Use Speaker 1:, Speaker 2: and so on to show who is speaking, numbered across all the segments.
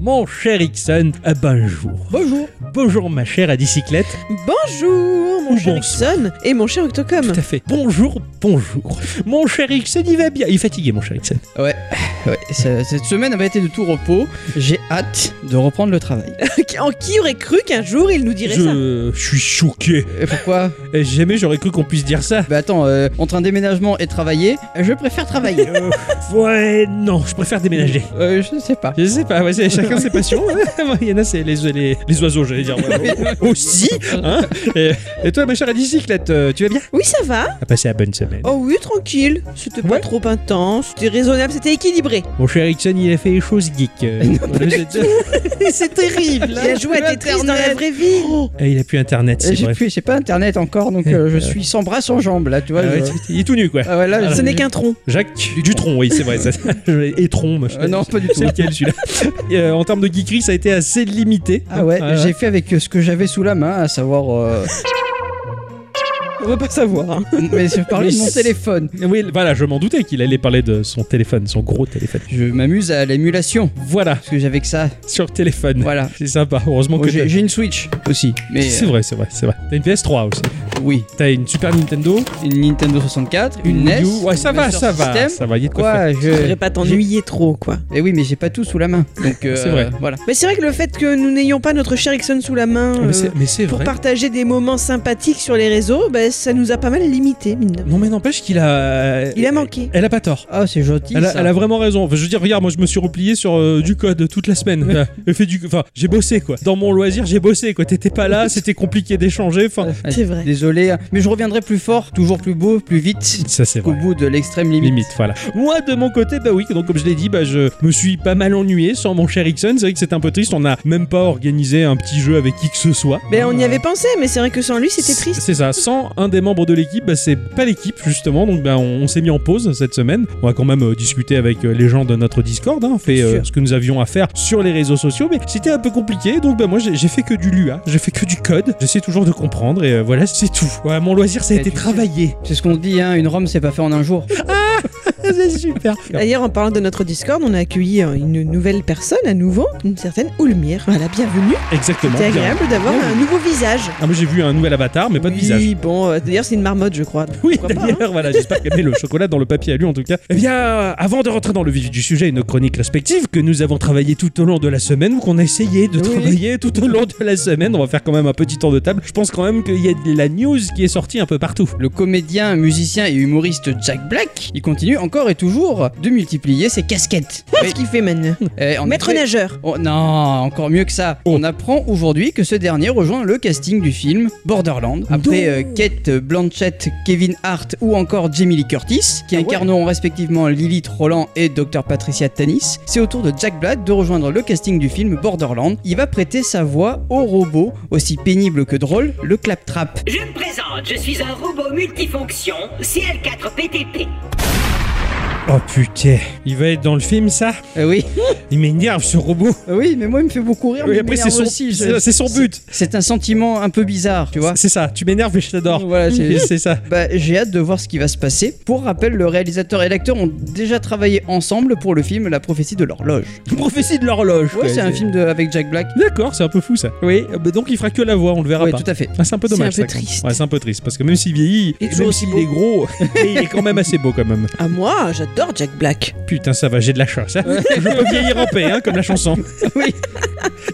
Speaker 1: mon cher Ixon, ah ben jour.
Speaker 2: Bonjour.
Speaker 1: Bonjour ma chère à bicyclette.
Speaker 2: Bonjour, mon
Speaker 1: Ou
Speaker 2: cher
Speaker 1: bonsoir.
Speaker 2: Ixon et mon cher Octocom.
Speaker 1: Tout à fait. Bonjour, bonjour. Mon cher Ixon, il va bien. Il est fatigué, mon cher Ixon.
Speaker 3: Ouais, ouais. ce- Cette semaine avait été de tout repos. J'ai hâte de reprendre le travail.
Speaker 2: Qui- En qui aurait cru qu'un jour il nous dirait ça
Speaker 1: Je suis choqué.
Speaker 3: Et pourquoi
Speaker 1: Et Jamais j'aurais cru qu'on puisse dire ça.
Speaker 3: Bah attends, euh, entre un déménagement et travailler, je préfère travailler.
Speaker 1: Euh, ouais, non, je préfère déménager.
Speaker 3: Euh, je sais pas.
Speaker 1: Je sais pas, ouais, c'est- chacun ses passions. hein. Moi, Il y en a, c'est les, les, les oiseaux, j'allais dire. Moi, Aussi hein et, et toi, ma chère à bicyclette, euh, tu vas bien
Speaker 2: Oui, ça va
Speaker 1: T'as passé la bonne semaine.
Speaker 2: Oh oui, tranquille. C'était pas
Speaker 1: Ouais.
Speaker 2: trop intense, c'était raisonnable, c'était équilibré.
Speaker 1: Mon cher Ixon, il a fait les choses geeks. euh, voilà, je-
Speaker 3: C'est terrible.
Speaker 2: Il a joué à Tetris dans la
Speaker 3: Internet.
Speaker 2: vraie vie.
Speaker 1: Ah, il a plus internet, c'est
Speaker 3: Eh, J'ai
Speaker 1: bref.
Speaker 3: plus- j'ai pas internet encore, donc euh, je suis sans bras, sans jambes là, tu vois.
Speaker 1: Ah ouais,
Speaker 3: je-
Speaker 1: tu- il est tout nu, quoi.
Speaker 3: Ah ouais, là,
Speaker 2: Ce
Speaker 3: je-
Speaker 2: n'est qu'un tronc.
Speaker 1: Jacques Dutron, oui, c'est vrai. Ça. Et Tron, moi, je-
Speaker 3: Euh, non, pas du tout.
Speaker 1: C'est lequel celui-là Et, euh, En termes de geekerie, ça a été assez limité.
Speaker 3: Ah ouais,
Speaker 1: Ah,
Speaker 3: j'ai fait avec euh, ce que j'avais sous la main, à savoir. euh,
Speaker 2: On va pas savoir. hein.
Speaker 3: Mais je parlais de mon
Speaker 1: Mais-
Speaker 3: téléphone.
Speaker 1: Oui, voilà, je m'en doutais qu'il allait parler de son téléphone, son gros téléphone.
Speaker 3: Je m'amuse à l'émulation,
Speaker 1: Voilà,
Speaker 3: parce que j'avais que ça.
Speaker 1: sur téléphone.
Speaker 3: Voilà.
Speaker 1: C'est sympa, heureusement
Speaker 3: Bon,
Speaker 1: que
Speaker 3: j'ai
Speaker 1: t'as-
Speaker 3: j'ai une Switch aussi, mais
Speaker 1: C'est
Speaker 3: euh,
Speaker 1: vrai, c'est vrai, c'est vrai. T'as une PS3 aussi.
Speaker 3: oui,
Speaker 1: T'as une Super Nintendo,
Speaker 3: une Nintendo 64, une,
Speaker 1: Wii
Speaker 3: NES.
Speaker 1: U. Ouais, ça
Speaker 3: une
Speaker 1: va,
Speaker 3: Master
Speaker 1: ça va.
Speaker 3: System.
Speaker 1: Ça va, il y a de quoi faire.
Speaker 3: Quoi,
Speaker 2: Je
Speaker 3: je.
Speaker 2: voudrais pas t'ennuyer trop, quoi.
Speaker 3: Eh oui, mais j'ai pas tout sous la main. Donc euh,
Speaker 1: C'est vrai.
Speaker 3: Voilà.
Speaker 2: Mais c'est vrai que le fait que nous n'ayons pas notre cher Ixon sous la main
Speaker 1: Mais
Speaker 2: euh,
Speaker 1: c'est- Mais c'est
Speaker 2: pour
Speaker 1: vrai.
Speaker 2: partager des moments sympathiques sur les réseaux, bah, ça nous a pas mal limité, mine de rien.
Speaker 1: Non, mais n'empêche qu'il a.
Speaker 2: Il a manqué.
Speaker 1: Elle a pas tort.
Speaker 3: Ah, c'est gentil.
Speaker 1: Elle a,
Speaker 3: ça.
Speaker 1: elle a vraiment raison. Enfin, je veux dire, regarde, moi je me suis replié sur euh, du code toute la semaine. Enfin, j'ai fait du, enfin, j'ai bossé quoi. Dans mon loisir, j'ai bossé quoi. T'étais pas là, c'était compliqué d'échanger. Enfin,
Speaker 3: Ah,
Speaker 2: C'est vrai.
Speaker 3: Désolé, hein. mais je reviendrai plus fort, toujours plus beau, plus vite
Speaker 1: ça c'est
Speaker 3: qu'au
Speaker 1: vrai.
Speaker 3: bout de l'extrême limite.
Speaker 1: Limite, voilà. Moi, de mon côté, bah oui, donc comme je l'ai dit, bah je me suis pas mal ennuyé sans mon cher Ixon. C'est vrai que c'est un peu triste. On a même pas organisé un petit jeu avec qui que ce soit.
Speaker 2: Ben, on y avait pensé, mais c'est vrai que sans lui, c'était triste.
Speaker 1: Ah. C'est ça. Sans un des membres de l'équipe, bah, c'est pas l'équipe justement. Donc bah, on, on s'est mis en pause cette semaine. On va quand même euh, discuter avec euh, les gens de notre Discord. hein. On fait euh,
Speaker 2: Sûr.
Speaker 1: ce que nous avions à faire sur les réseaux sociaux, mais c'était un peu compliqué. Donc bah, moi j'ai j'ai fait que du lua, j'ai fait que du code. J'essaie toujours de comprendre et euh, voilà c'est tout. Ouais, mon loisir ça a
Speaker 3: Et
Speaker 1: été
Speaker 3: tu sais-
Speaker 1: travailler.
Speaker 3: C'est ce qu'on dit, hein, une Rome, c'est pas fait en un jour.
Speaker 1: c'est super.
Speaker 2: D'ailleurs, en parlant de notre Discord, on a accueilli euh, une nouvelle personne à nouveau, une certaine Oulmire. Voilà, bienvenue.
Speaker 1: Exactement.
Speaker 2: C'était
Speaker 1: bien.
Speaker 2: agréable d'avoir
Speaker 1: Bienvenue.
Speaker 2: un nouveau visage.
Speaker 1: Ah, moi j'ai vu un nouvel avatar, mais pas de
Speaker 2: oui,
Speaker 1: visage.
Speaker 2: bon, euh, d'ailleurs, c'est une marmotte, je crois.
Speaker 1: Oui,
Speaker 2: Pourquoi pas,
Speaker 1: d'ailleurs, voilà, j'espère qu'elle met le chocolat dans le papier à lui en tout cas. Eh bien, euh, avant de rentrer dans le vif du sujet et nos chroniques respectives que nous avons travaillé tout au long de la semaine ou qu'on a essayé de
Speaker 3: Oui.
Speaker 1: travailler tout au long de la semaine, on va faire quand même un petit tour de table. Je pense quand même qu'il y a de la news qui est sortie un peu partout.
Speaker 3: Le comédien, musicien et humoriste Jack Black, il continue encore et toujours de multiplier ses casquettes.
Speaker 2: Qu'est-ce qu'il fait maintenant
Speaker 3: Eh, en
Speaker 2: Maître
Speaker 3: effet-
Speaker 2: nageur.
Speaker 3: Oh, non, encore mieux que ça.
Speaker 1: Oh.
Speaker 3: On apprend aujourd'hui que ce dernier rejoint le casting du film Borderland. Après euh, Kate Blanchett, Kevin Hart ou encore Jamie Lee Curtis, qui
Speaker 2: Ah ouais.
Speaker 3: incarneront respectivement Lilith Roland et Dr. Patricia Tanis, c'est au tour de Jack Black de rejoindre le casting du film Borderland. Il va prêter sa voix au robot, aussi pénible que drôle, le claptrap.
Speaker 4: Je me présente, je suis un robot multifonction CL4PTP.
Speaker 1: Oh putain, il va être dans le film ça
Speaker 3: Euh, oui,
Speaker 1: Il m'énerve ce robot.
Speaker 3: Euh, oui, mais moi il me fait beaucoup rire. mais
Speaker 1: Oui,
Speaker 3: il
Speaker 1: après c'est
Speaker 3: m'énerve
Speaker 1: son,
Speaker 3: aussi, je-
Speaker 1: c'est- c'est son but.
Speaker 3: C'est un sentiment un peu bizarre, tu vois.
Speaker 1: C'est ça, tu m'énerves mais je t'adore.
Speaker 3: Voilà, c'est-
Speaker 1: C'est ça.
Speaker 3: Bah, j'ai hâte de voir ce qui va se passer. Pour rappel, le réalisateur et l'acteur ont déjà travaillé ensemble pour le film La prophétie de l'horloge.
Speaker 1: Prophétie de l'horloge.
Speaker 3: Ouais,
Speaker 1: quoi,
Speaker 3: c'est un film de- avec Jack Black.
Speaker 1: D'accord, c'est un peu fou ça. Oui, euh, bah, donc il fera que la voix, on le verra
Speaker 3: Ouais,
Speaker 1: pas.
Speaker 3: tout à fait.
Speaker 1: Ah, c'est un peu
Speaker 2: C'est
Speaker 1: dommage.
Speaker 2: un peu
Speaker 1: ça, quand même.
Speaker 2: triste.
Speaker 1: Ouais, c'est un peu triste parce que même s'il vieillit,
Speaker 2: Il est
Speaker 1: et
Speaker 2: toujours
Speaker 1: même
Speaker 2: aussi
Speaker 1: s'il
Speaker 2: beau.
Speaker 1: est gros, il est quand même assez beau quand même.
Speaker 2: À moi, j'adore Jack Black.
Speaker 1: Putain, ça va, j'ai de la chance. hein. je peux vieillir en paix, hein, comme la chanson.
Speaker 3: Oui.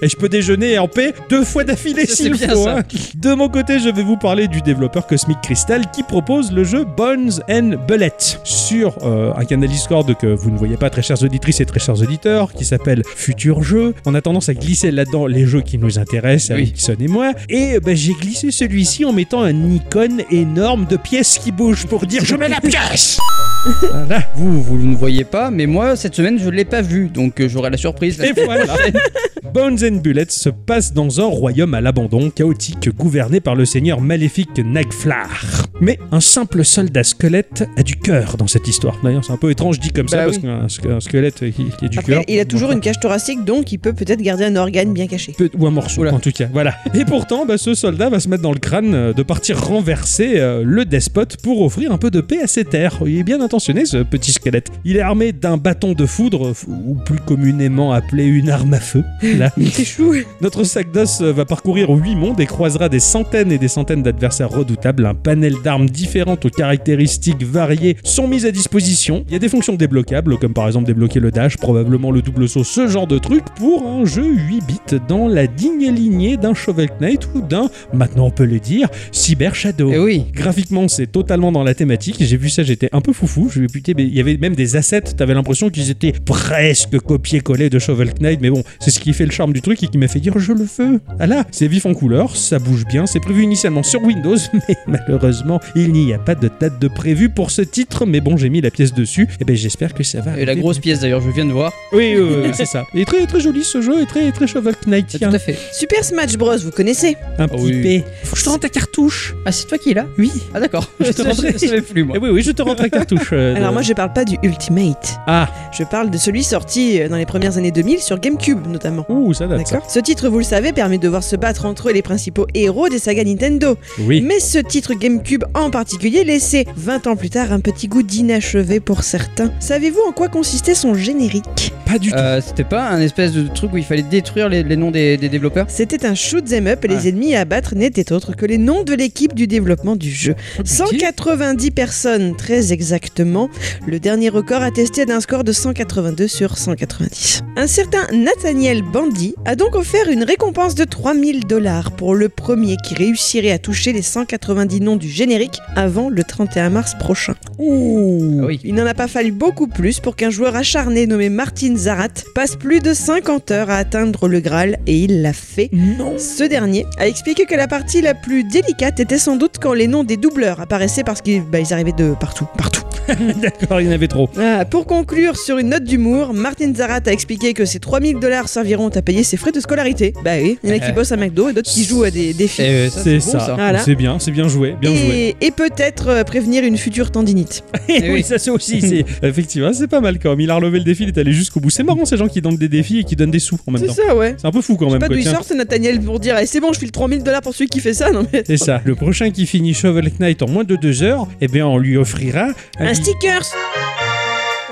Speaker 1: Et je peux déjeuner en paix deux fois d'affilée
Speaker 3: Ça,
Speaker 1: s'il
Speaker 3: c'est bien,
Speaker 1: faut.
Speaker 3: ça.
Speaker 1: hein. De mon côté, je vais vous parler du développeur Cosmic Crystal qui propose le jeu Bones and Bullet sur euh, un canal Discord que vous ne voyez pas, très chères auditrices et très chers auditeurs, qui s'appelle Futur Jeu. On a tendance à glisser là-dedans les jeux qui nous intéressent,
Speaker 3: Oui.
Speaker 1: avec Nixon et moi. Et euh, bah, j'ai glissé celui-ci en mettant un icône énorme de pièces qui bougent pour dire je mets la pièce. Voilà.
Speaker 3: Vous, vous ne voyez pas, mais moi, cette semaine, je l'ai pas vu, donc euh, j'aurai la surprise.
Speaker 1: Et voilà. Bones and Bullet se passe dans un royaume à l'abandon, chaotique, gouverné par le seigneur maléfique Nagflar. Mais un simple soldat squelette a du cœur dans cette histoire. D'ailleurs, c'est un peu étrange dit comme ça,
Speaker 3: Bah
Speaker 1: parce
Speaker 3: oui.
Speaker 1: qu'un sk- un squelette qui, qui a du
Speaker 2: Après,
Speaker 1: cœur.
Speaker 2: il a toujours une cage thoracique, donc il peut peut-être garder un organe bien caché.
Speaker 1: Peut- ou un morceau
Speaker 3: Oula.
Speaker 1: en tout cas voilà et pourtant bah, ce soldat va se mettre dans le crâne euh, de partir renverser euh, le despote pour offrir un peu de paix à ses terres il est bien intentionné ce petit squelette il est armé d'un bâton de foudre f- ou plus communément appelé une arme à feu là
Speaker 2: C'est chou.
Speaker 1: notre sac d'os euh, va parcourir huit mondes et croisera des centaines et des centaines d'adversaires redoutables. Un panel d'armes différentes aux caractéristiques variées sont mises à disposition. Il y a des fonctions débloquables, comme par exemple débloquer le dash, probablement le double saut, ce genre de truc, pour un jeu 8 bits dans la digne lignée d'un Shovel Knight ou d'un, maintenant on peut le dire, Cyber Shadow.
Speaker 3: Eh oui.
Speaker 1: Graphiquement, c'est totalement dans la thématique. J'ai vu ça, j'étais un peu foufou. Je me suis dit, putain, mais il y avait même des assets. T'avais l'impression qu'ils étaient presque copiés-collés de Shovel Knight. Mais bon, c'est ce qui fait le charme du truc et qui m'a fait dire, je le veux. Ah là, c'est vif en couleur, ça bouge bien. C'est prévu initialement sur Windows, mais malheureusement, il n'y a pas de date de prévu pour ce titre. Mais bon, j'ai mis la pièce dessus. Et ben, j'espère que ça va.
Speaker 3: Et la
Speaker 1: arriver.
Speaker 3: grosse pièce d'ailleurs, je viens de voir.
Speaker 1: Oui, oui, oui, c'est ça. Et très, très joli ce jeu. Et très, très Shovel Knight.
Speaker 3: C'est
Speaker 1: Il y a
Speaker 3: tout à fait.
Speaker 2: Super Smash Bros, vous connaissez
Speaker 1: Un, un petit
Speaker 3: oui.
Speaker 1: P. Faut que je te rende ta cartouche.
Speaker 3: Ah, c'est toi qui est là
Speaker 1: Oui.
Speaker 3: Ah, d'accord.
Speaker 1: Je te rendrai.
Speaker 3: Je savais plus, moi.
Speaker 1: Eh oui, oui, je te rends ta cartouche. euh,
Speaker 2: Alors
Speaker 1: de-
Speaker 2: moi, je parle pas du Ultimate.
Speaker 1: Ah,
Speaker 2: Je parle de celui sorti euh, dans les premières années 2000 sur GameCube notamment.
Speaker 1: ouh, Ah, ça date. ça.
Speaker 2: D'accord. Ce titre, vous le savez, permet de voir se battre entre eux les principaux héros des sagas Nintendo.
Speaker 1: Oui.
Speaker 2: Mais ce titre GameCube en particulier laissait, 20 ans plus tard, un petit goût d'inachevé pour certains. Savez-vous en quoi consistait son générique
Speaker 1: Pas du tout.
Speaker 3: Euh, C'était pas un espèce de truc où il fallait détruire les, les noms des, des développeurs
Speaker 2: C'était un shoot'em up et
Speaker 3: Ouais.
Speaker 2: les ennemis à battre n'étaient autres que les noms de l'équipe du développement du jeu.
Speaker 3: Ah,
Speaker 2: 190 personnes, très exactement. Le dernier record attesté d'un score de 182 sur 190. Un certain Nathaniel Bandy a donc offert une récompense de 3000 dollars pour le premier qui réussirait à toucher les 190 noms du générique avant le 31 mars prochain.
Speaker 3: Ah oui.
Speaker 2: Il n'en a pas fallu beaucoup plus pour qu'un joueur acharné nommé Martin Zarat passe plus de 50 heures à atteindre le Graal et il l'a fait.
Speaker 1: Non.
Speaker 2: Ce dernier a expliqué que la partie la plus délicate était sans doute quand les noms des doubleurs apparaissaient parce qu'ils bah, ils arrivaient de partout, partout.
Speaker 1: D'accord, il y en avait trop.
Speaker 2: Ah, pour conclure sur une note d'humour, Martin Zarat a expliqué que ces 3000 dollars serviront à payer ses frais de scolarité. Bah oui, il y en a qui
Speaker 3: Ouais.
Speaker 2: bossent à McDo et d'autres qui jouent à des défis.
Speaker 3: Eh, ça,
Speaker 1: C'est
Speaker 3: bon,
Speaker 1: ça.
Speaker 2: Voilà.
Speaker 1: C'est bien, c'est bien joué, Eh, bien joué.
Speaker 2: Et, et peut-être euh, prévenir une future tendinite.
Speaker 1: Et
Speaker 3: Eh
Speaker 1: oui,
Speaker 3: oui.
Speaker 1: ça c'est aussi. c'est- Effectivement, c'est pas mal quand même. Il a relevé le défi, il est allé jusqu'au bout. C'est marrant ces gens qui donnent des défis et qui donnent des sous en même
Speaker 2: C'est
Speaker 1: temps.
Speaker 2: ça, ouais.
Speaker 1: C'est un peu fou quand
Speaker 2: Je sais
Speaker 1: même.
Speaker 2: pas
Speaker 1: quoi.
Speaker 2: d'où il
Speaker 1: bah Tiens.
Speaker 2: sort, c'est Nathaniel pour dire Eh, c'est bon, je file 3000 dollars pour celui qui fait ça. Non, mais...
Speaker 1: C'est ça. Le prochain qui finit Shovel Knight en moins de deux heures, eh bien on lui offrira
Speaker 2: Un
Speaker 1: bi-
Speaker 2: sticker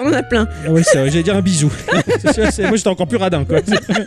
Speaker 2: On en a plein.
Speaker 1: Ah ouais, c'est vrai, j'allais dire un bisou. C'est sûr, c'est- Moi j'étais encore plus radin quoi.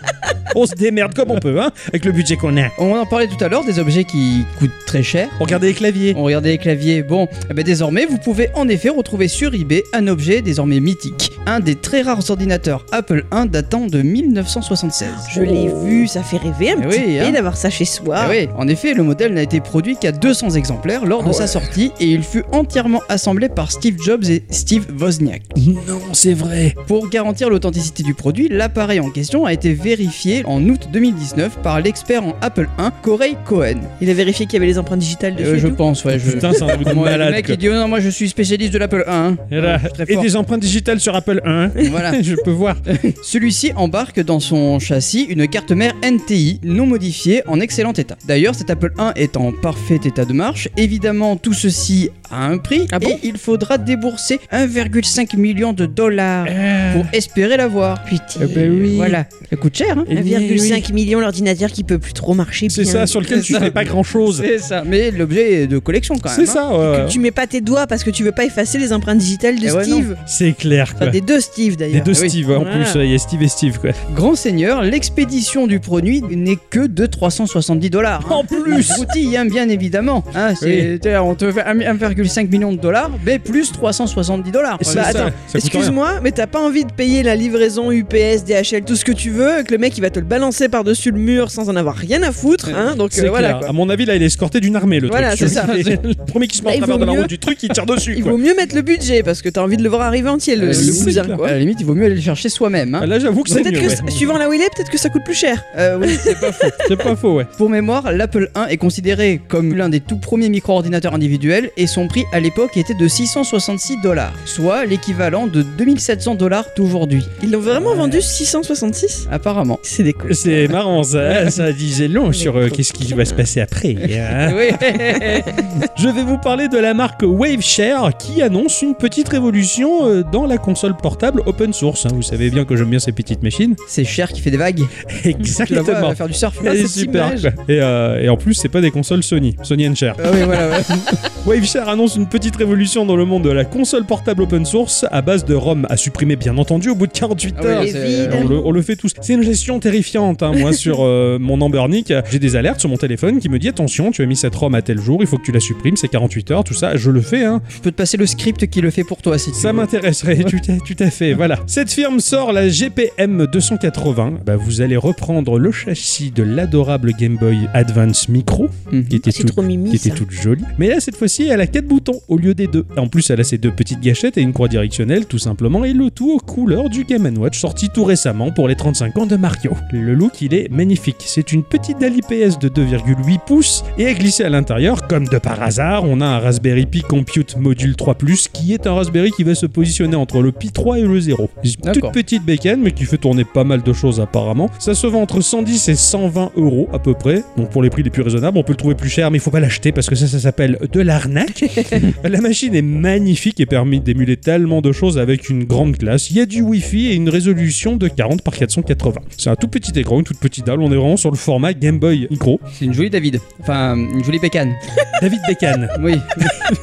Speaker 1: on se démerde comme on peut, hein, avec le budget qu'on a.
Speaker 3: On en parlait tout à l'heure des objets qui coûtent très cher.
Speaker 1: Regardez les claviers.
Speaker 3: On regardait les claviers. Bon, eh ben désormais, vous pouvez en effet retrouver sur eBay un objet désormais mythique. Un des très rares ordinateurs Apple 1 datant de 1976.
Speaker 2: Je l'ai vu, ça fait rêver un
Speaker 3: Eh
Speaker 2: petit
Speaker 3: oui,
Speaker 2: peu
Speaker 3: hein.
Speaker 2: d'avoir ça chez soi.
Speaker 3: Eh oui, en effet, le modèle n'a été produit qu'à 200 exemplaires lors de
Speaker 2: Ah
Speaker 3: sa sortie et il fut entièrement assemblé par Steve Jobs et Steve Wozniak.
Speaker 1: Non, c'est vrai.
Speaker 3: Pour garantir l'authenticité du produit, l'appareil en question a été vérifié en août 2019 par l'expert en Apple 1, Corey Cohen.
Speaker 2: Il a vérifié qu'il y avait les empreintes digitales
Speaker 1: Eh
Speaker 2: dessus.
Speaker 3: Euh,
Speaker 2: et
Speaker 3: je
Speaker 2: tout.
Speaker 3: pense, ouais. Je...
Speaker 1: Putain, c'est un truc de
Speaker 3: Moi,
Speaker 1: malade.
Speaker 3: le mec
Speaker 1: quoi.
Speaker 3: il dit oh non moi je suis spécialiste de l'Apple 1 hein.
Speaker 1: Et, là,
Speaker 3: Très
Speaker 1: et
Speaker 3: fort. Ah.
Speaker 1: des empreintes digitales sur Apple 1.
Speaker 3: voilà.
Speaker 1: Je peux voir.
Speaker 3: Celui-ci embarque dans son châssis une carte mère NTI non modifiée en excellent état. D'ailleurs, cet Apple 1 est en parfait état de marche. Évidemment, tout ceci a un prix
Speaker 2: Ah bon
Speaker 3: et il faudra débourser 1,5 million de dollars pour espérer l'avoir.
Speaker 2: Putain.
Speaker 1: Eh ben oui.
Speaker 3: Voilà, ça coûte cher. Hein
Speaker 2: 1,5 million l'ordinateur qui peut plus trop marcher.
Speaker 1: C'est
Speaker 2: bien.
Speaker 1: ça, sur lequel
Speaker 3: C'est
Speaker 1: tu
Speaker 3: ça.
Speaker 1: fais pas grand chose.
Speaker 3: C'est ça, mais l'objet est de collection quand même.
Speaker 1: C'est
Speaker 3: hein.
Speaker 1: ça, ouais.
Speaker 2: Tu mets pas tes doigts parce que tu veux pas effacer les empreintes digitales de
Speaker 3: Eh ouais, non.
Speaker 2: Steve.
Speaker 1: C'est clair,
Speaker 2: Enfin,
Speaker 1: quoi.
Speaker 2: des deux Steve d'ailleurs.
Speaker 1: Les deux
Speaker 3: Ah oui.
Speaker 1: Steve, en
Speaker 2: Voilà.
Speaker 1: plus, il y a Steve et Steve, quoi.
Speaker 3: Grand Seigneur, l'expédition du produit n'est que de 370 dollars.
Speaker 1: En plus
Speaker 3: Outil, hein, bien évidemment. Hein, c'est- t'as- On te fait un- 1,5 million de dollars, mais plus 370 dollars.
Speaker 1: C'est
Speaker 2: Bah,
Speaker 1: ça,
Speaker 2: attends,
Speaker 1: ça coûte rien.
Speaker 2: Excuse-moi, mais t'as pas envie de payer la livraison UPS, DHL, tout ce que tu veux, et que le mec il va te le balancer par-dessus le mur sans en avoir rien à foutre. Hein, donc
Speaker 1: C'est
Speaker 2: euh, voilà
Speaker 1: clair.
Speaker 2: quoi.
Speaker 1: À mon avis, là, il est escorté d'une armée, le
Speaker 2: Voilà,
Speaker 1: truc.
Speaker 2: c'est
Speaker 3: ça.
Speaker 1: Le premier qui se met
Speaker 2: Là,
Speaker 1: en
Speaker 2: il
Speaker 1: travers
Speaker 2: vaut
Speaker 1: de la
Speaker 2: mieux-
Speaker 1: route du truc, il tire dessus,
Speaker 2: Il
Speaker 1: quoi.
Speaker 2: vaut mieux mettre le budget parce que t'as envie de le voir arriver entier le,
Speaker 3: Euh,
Speaker 2: le
Speaker 3: c'est
Speaker 2: bout cousin,
Speaker 1: là.
Speaker 2: quoi.
Speaker 3: À la limite, il vaut mieux aller le chercher soi-même. hein.
Speaker 1: Ah, Là, j'avoue que c'est
Speaker 2: Peut-être
Speaker 1: mieux.
Speaker 2: que,
Speaker 1: ouais.
Speaker 2: suivant là où il est, peut-être que ça coûte plus cher.
Speaker 3: Euh, oui, c'est pas faux.
Speaker 1: C'est pas faux, ouais.
Speaker 3: Pour mémoire, l'Apple 1 est considéré comme l'un des tout premiers micro-ordinateurs individuels et son prix à l'époque était de 666 dollars, soit l'équivalent de 2700 dollars d'aujourd'hui,
Speaker 2: Ils l'ont vraiment vendu 666
Speaker 3: apparemment.
Speaker 2: C'est des cons.
Speaker 1: C'est marrant, ça, ça disait long sur euh, qu'est-ce qui va se passer après. hein.
Speaker 3: Oui.
Speaker 1: Je vais vous parler de la marque Waveshare qui annonce une petite révolution euh, dans la console portable open source. hein. Vous savez bien que j'aime bien ces petites machines.
Speaker 3: c'est cher qui fait des vagues. Tu la vois, elle
Speaker 1: Exactement.
Speaker 3: va faire du surf.
Speaker 1: Elle
Speaker 3: Ah,
Speaker 1: est
Speaker 3: cette
Speaker 1: super.
Speaker 3: image.
Speaker 1: quoi. Et, euh, et en plus, c'est pas des consoles Sony, Sony and Share.
Speaker 3: Ah oui, voilà, ouais.
Speaker 1: Waveshare annonce une petite révolution dans le monde de la console portable open source à base de ROM à supprimer bien entendu au bout de 48
Speaker 3: Ah oui,
Speaker 1: heures.
Speaker 3: c'est-
Speaker 2: Évidemment.
Speaker 1: on, le, on le fait tous. C'est une gestion terrifiante. hein. Moi, sur euh, mon Ambernic, j'ai des alertes sur mon téléphone qui me dit attention, tu as mis cette ROM à tel jour, il faut que tu la supprimes, c'est 48 heures, tout ça. Je le fais, hein.
Speaker 3: Je peux te passer le script qui le fait pour toi si tu
Speaker 1: Ça
Speaker 3: veux.
Speaker 1: m'intéresserait, tout à, tout à fait, voilà. Cette firme sort la GPM 280. Bah, vous allez reprendre le châssis de l'adorable Game Boy Advance Micro,
Speaker 3: Mhm.
Speaker 1: qui était
Speaker 2: C'est
Speaker 1: tout
Speaker 2: trop mimi,
Speaker 1: qui était
Speaker 2: ça.
Speaker 1: toute jolie. Mais là, cette fois-ci, elle a quatre boutons au lieu des deux. En plus, elle a ses deux petites gâchettes et une croix directionnelle, tout simplement, et le tout aux couleurs du Game Watch sorti tout récemment pour les 35 ans de Mario. Le look, il est magnifique. C'est une petite dalle IPS de 2,8 pouces et à glisser à l'intérieur, comme de par hasard, on a un Raspberry Pi Compute Module 3 qui est un Raspberry qui va se positionner entre le Pi 3 et le 0. Une
Speaker 3: D'accord.
Speaker 1: Toute petite bécane, mais qui fait tourner pas mal de choses apparemment. Ça se vend entre 110 et 120 euros à peu près. Donc pour les prix les plus raisonnables, on peut le trouver plus cher, mais il faut pas l'acheter parce que ça, ça s'appelle de l'arnaque. La machine est magnifique et permet d'émuler tellement de choses avec une grande classe. Il y a du Wi-Fi et une résolution de 40 par 480. C'est un tout petit écran, une toute petite dalle. On est vraiment sur le format Game Boy Micro.
Speaker 3: C'est une jolie David. Enfin, une jolie pécane.
Speaker 1: David Bécane.
Speaker 3: Oui.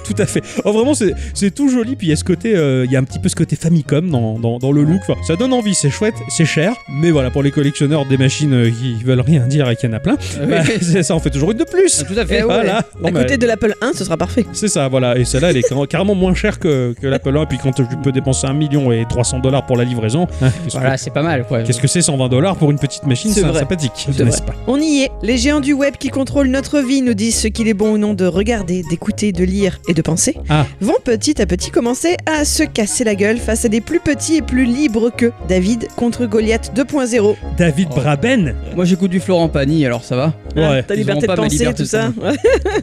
Speaker 1: Tout à fait. Oh, vraiment, c'est c'est tout joli. Puis il y a ce côté, euh, il y a un petit peu ce côté Famicom dans, dans, dans le look. Enfin, ça donne envie, c'est chouette, c'est cher. Mais voilà, pour les collectionneurs des machines euh, qui veulent rien dire et qu'il y en a plein, bah, c'est- ça en fait toujours une de plus.
Speaker 3: Tout à fait.
Speaker 2: Eh ouais.
Speaker 1: Voilà. Non,
Speaker 2: À
Speaker 1: mais-
Speaker 2: côté de l'Apple 1, ce sera parfait.
Speaker 1: c'est ça, voilà. Et celle-là, elle est car- carrément moins chère que, que l'Apple 1. Et puis quand tu peux dépenser 1 million et 300 dollars pour la livraison, hein, qu'est-ce que-
Speaker 3: Voilà, c'est pas mal. Quoi.
Speaker 1: qu'est-ce que c'est 120 dollars pour une petite machine
Speaker 2: C'est
Speaker 1: C'est
Speaker 2: vrai.
Speaker 1: sympathique,
Speaker 2: C'est
Speaker 1: n'est-ce pas
Speaker 2: On y est. Les géants du web qui contrôlent notre vie nous disent ce qu'il est bon ou non de regarder, d'écouter, de lire et de penser.
Speaker 1: Ah.
Speaker 2: Vont petit à petit commencer à se casser la gueule face à des plus petits et plus libres que David contre Goliath 2.0.
Speaker 1: David
Speaker 3: Oh.
Speaker 1: Braben
Speaker 3: Moi j'écoute du Florent Pagny, alors ça va.
Speaker 1: Ouais,
Speaker 2: ta
Speaker 3: ils auront
Speaker 2: liberté de
Speaker 3: pas ma
Speaker 2: penser,
Speaker 3: liberté
Speaker 2: tout
Speaker 3: de
Speaker 2: ça.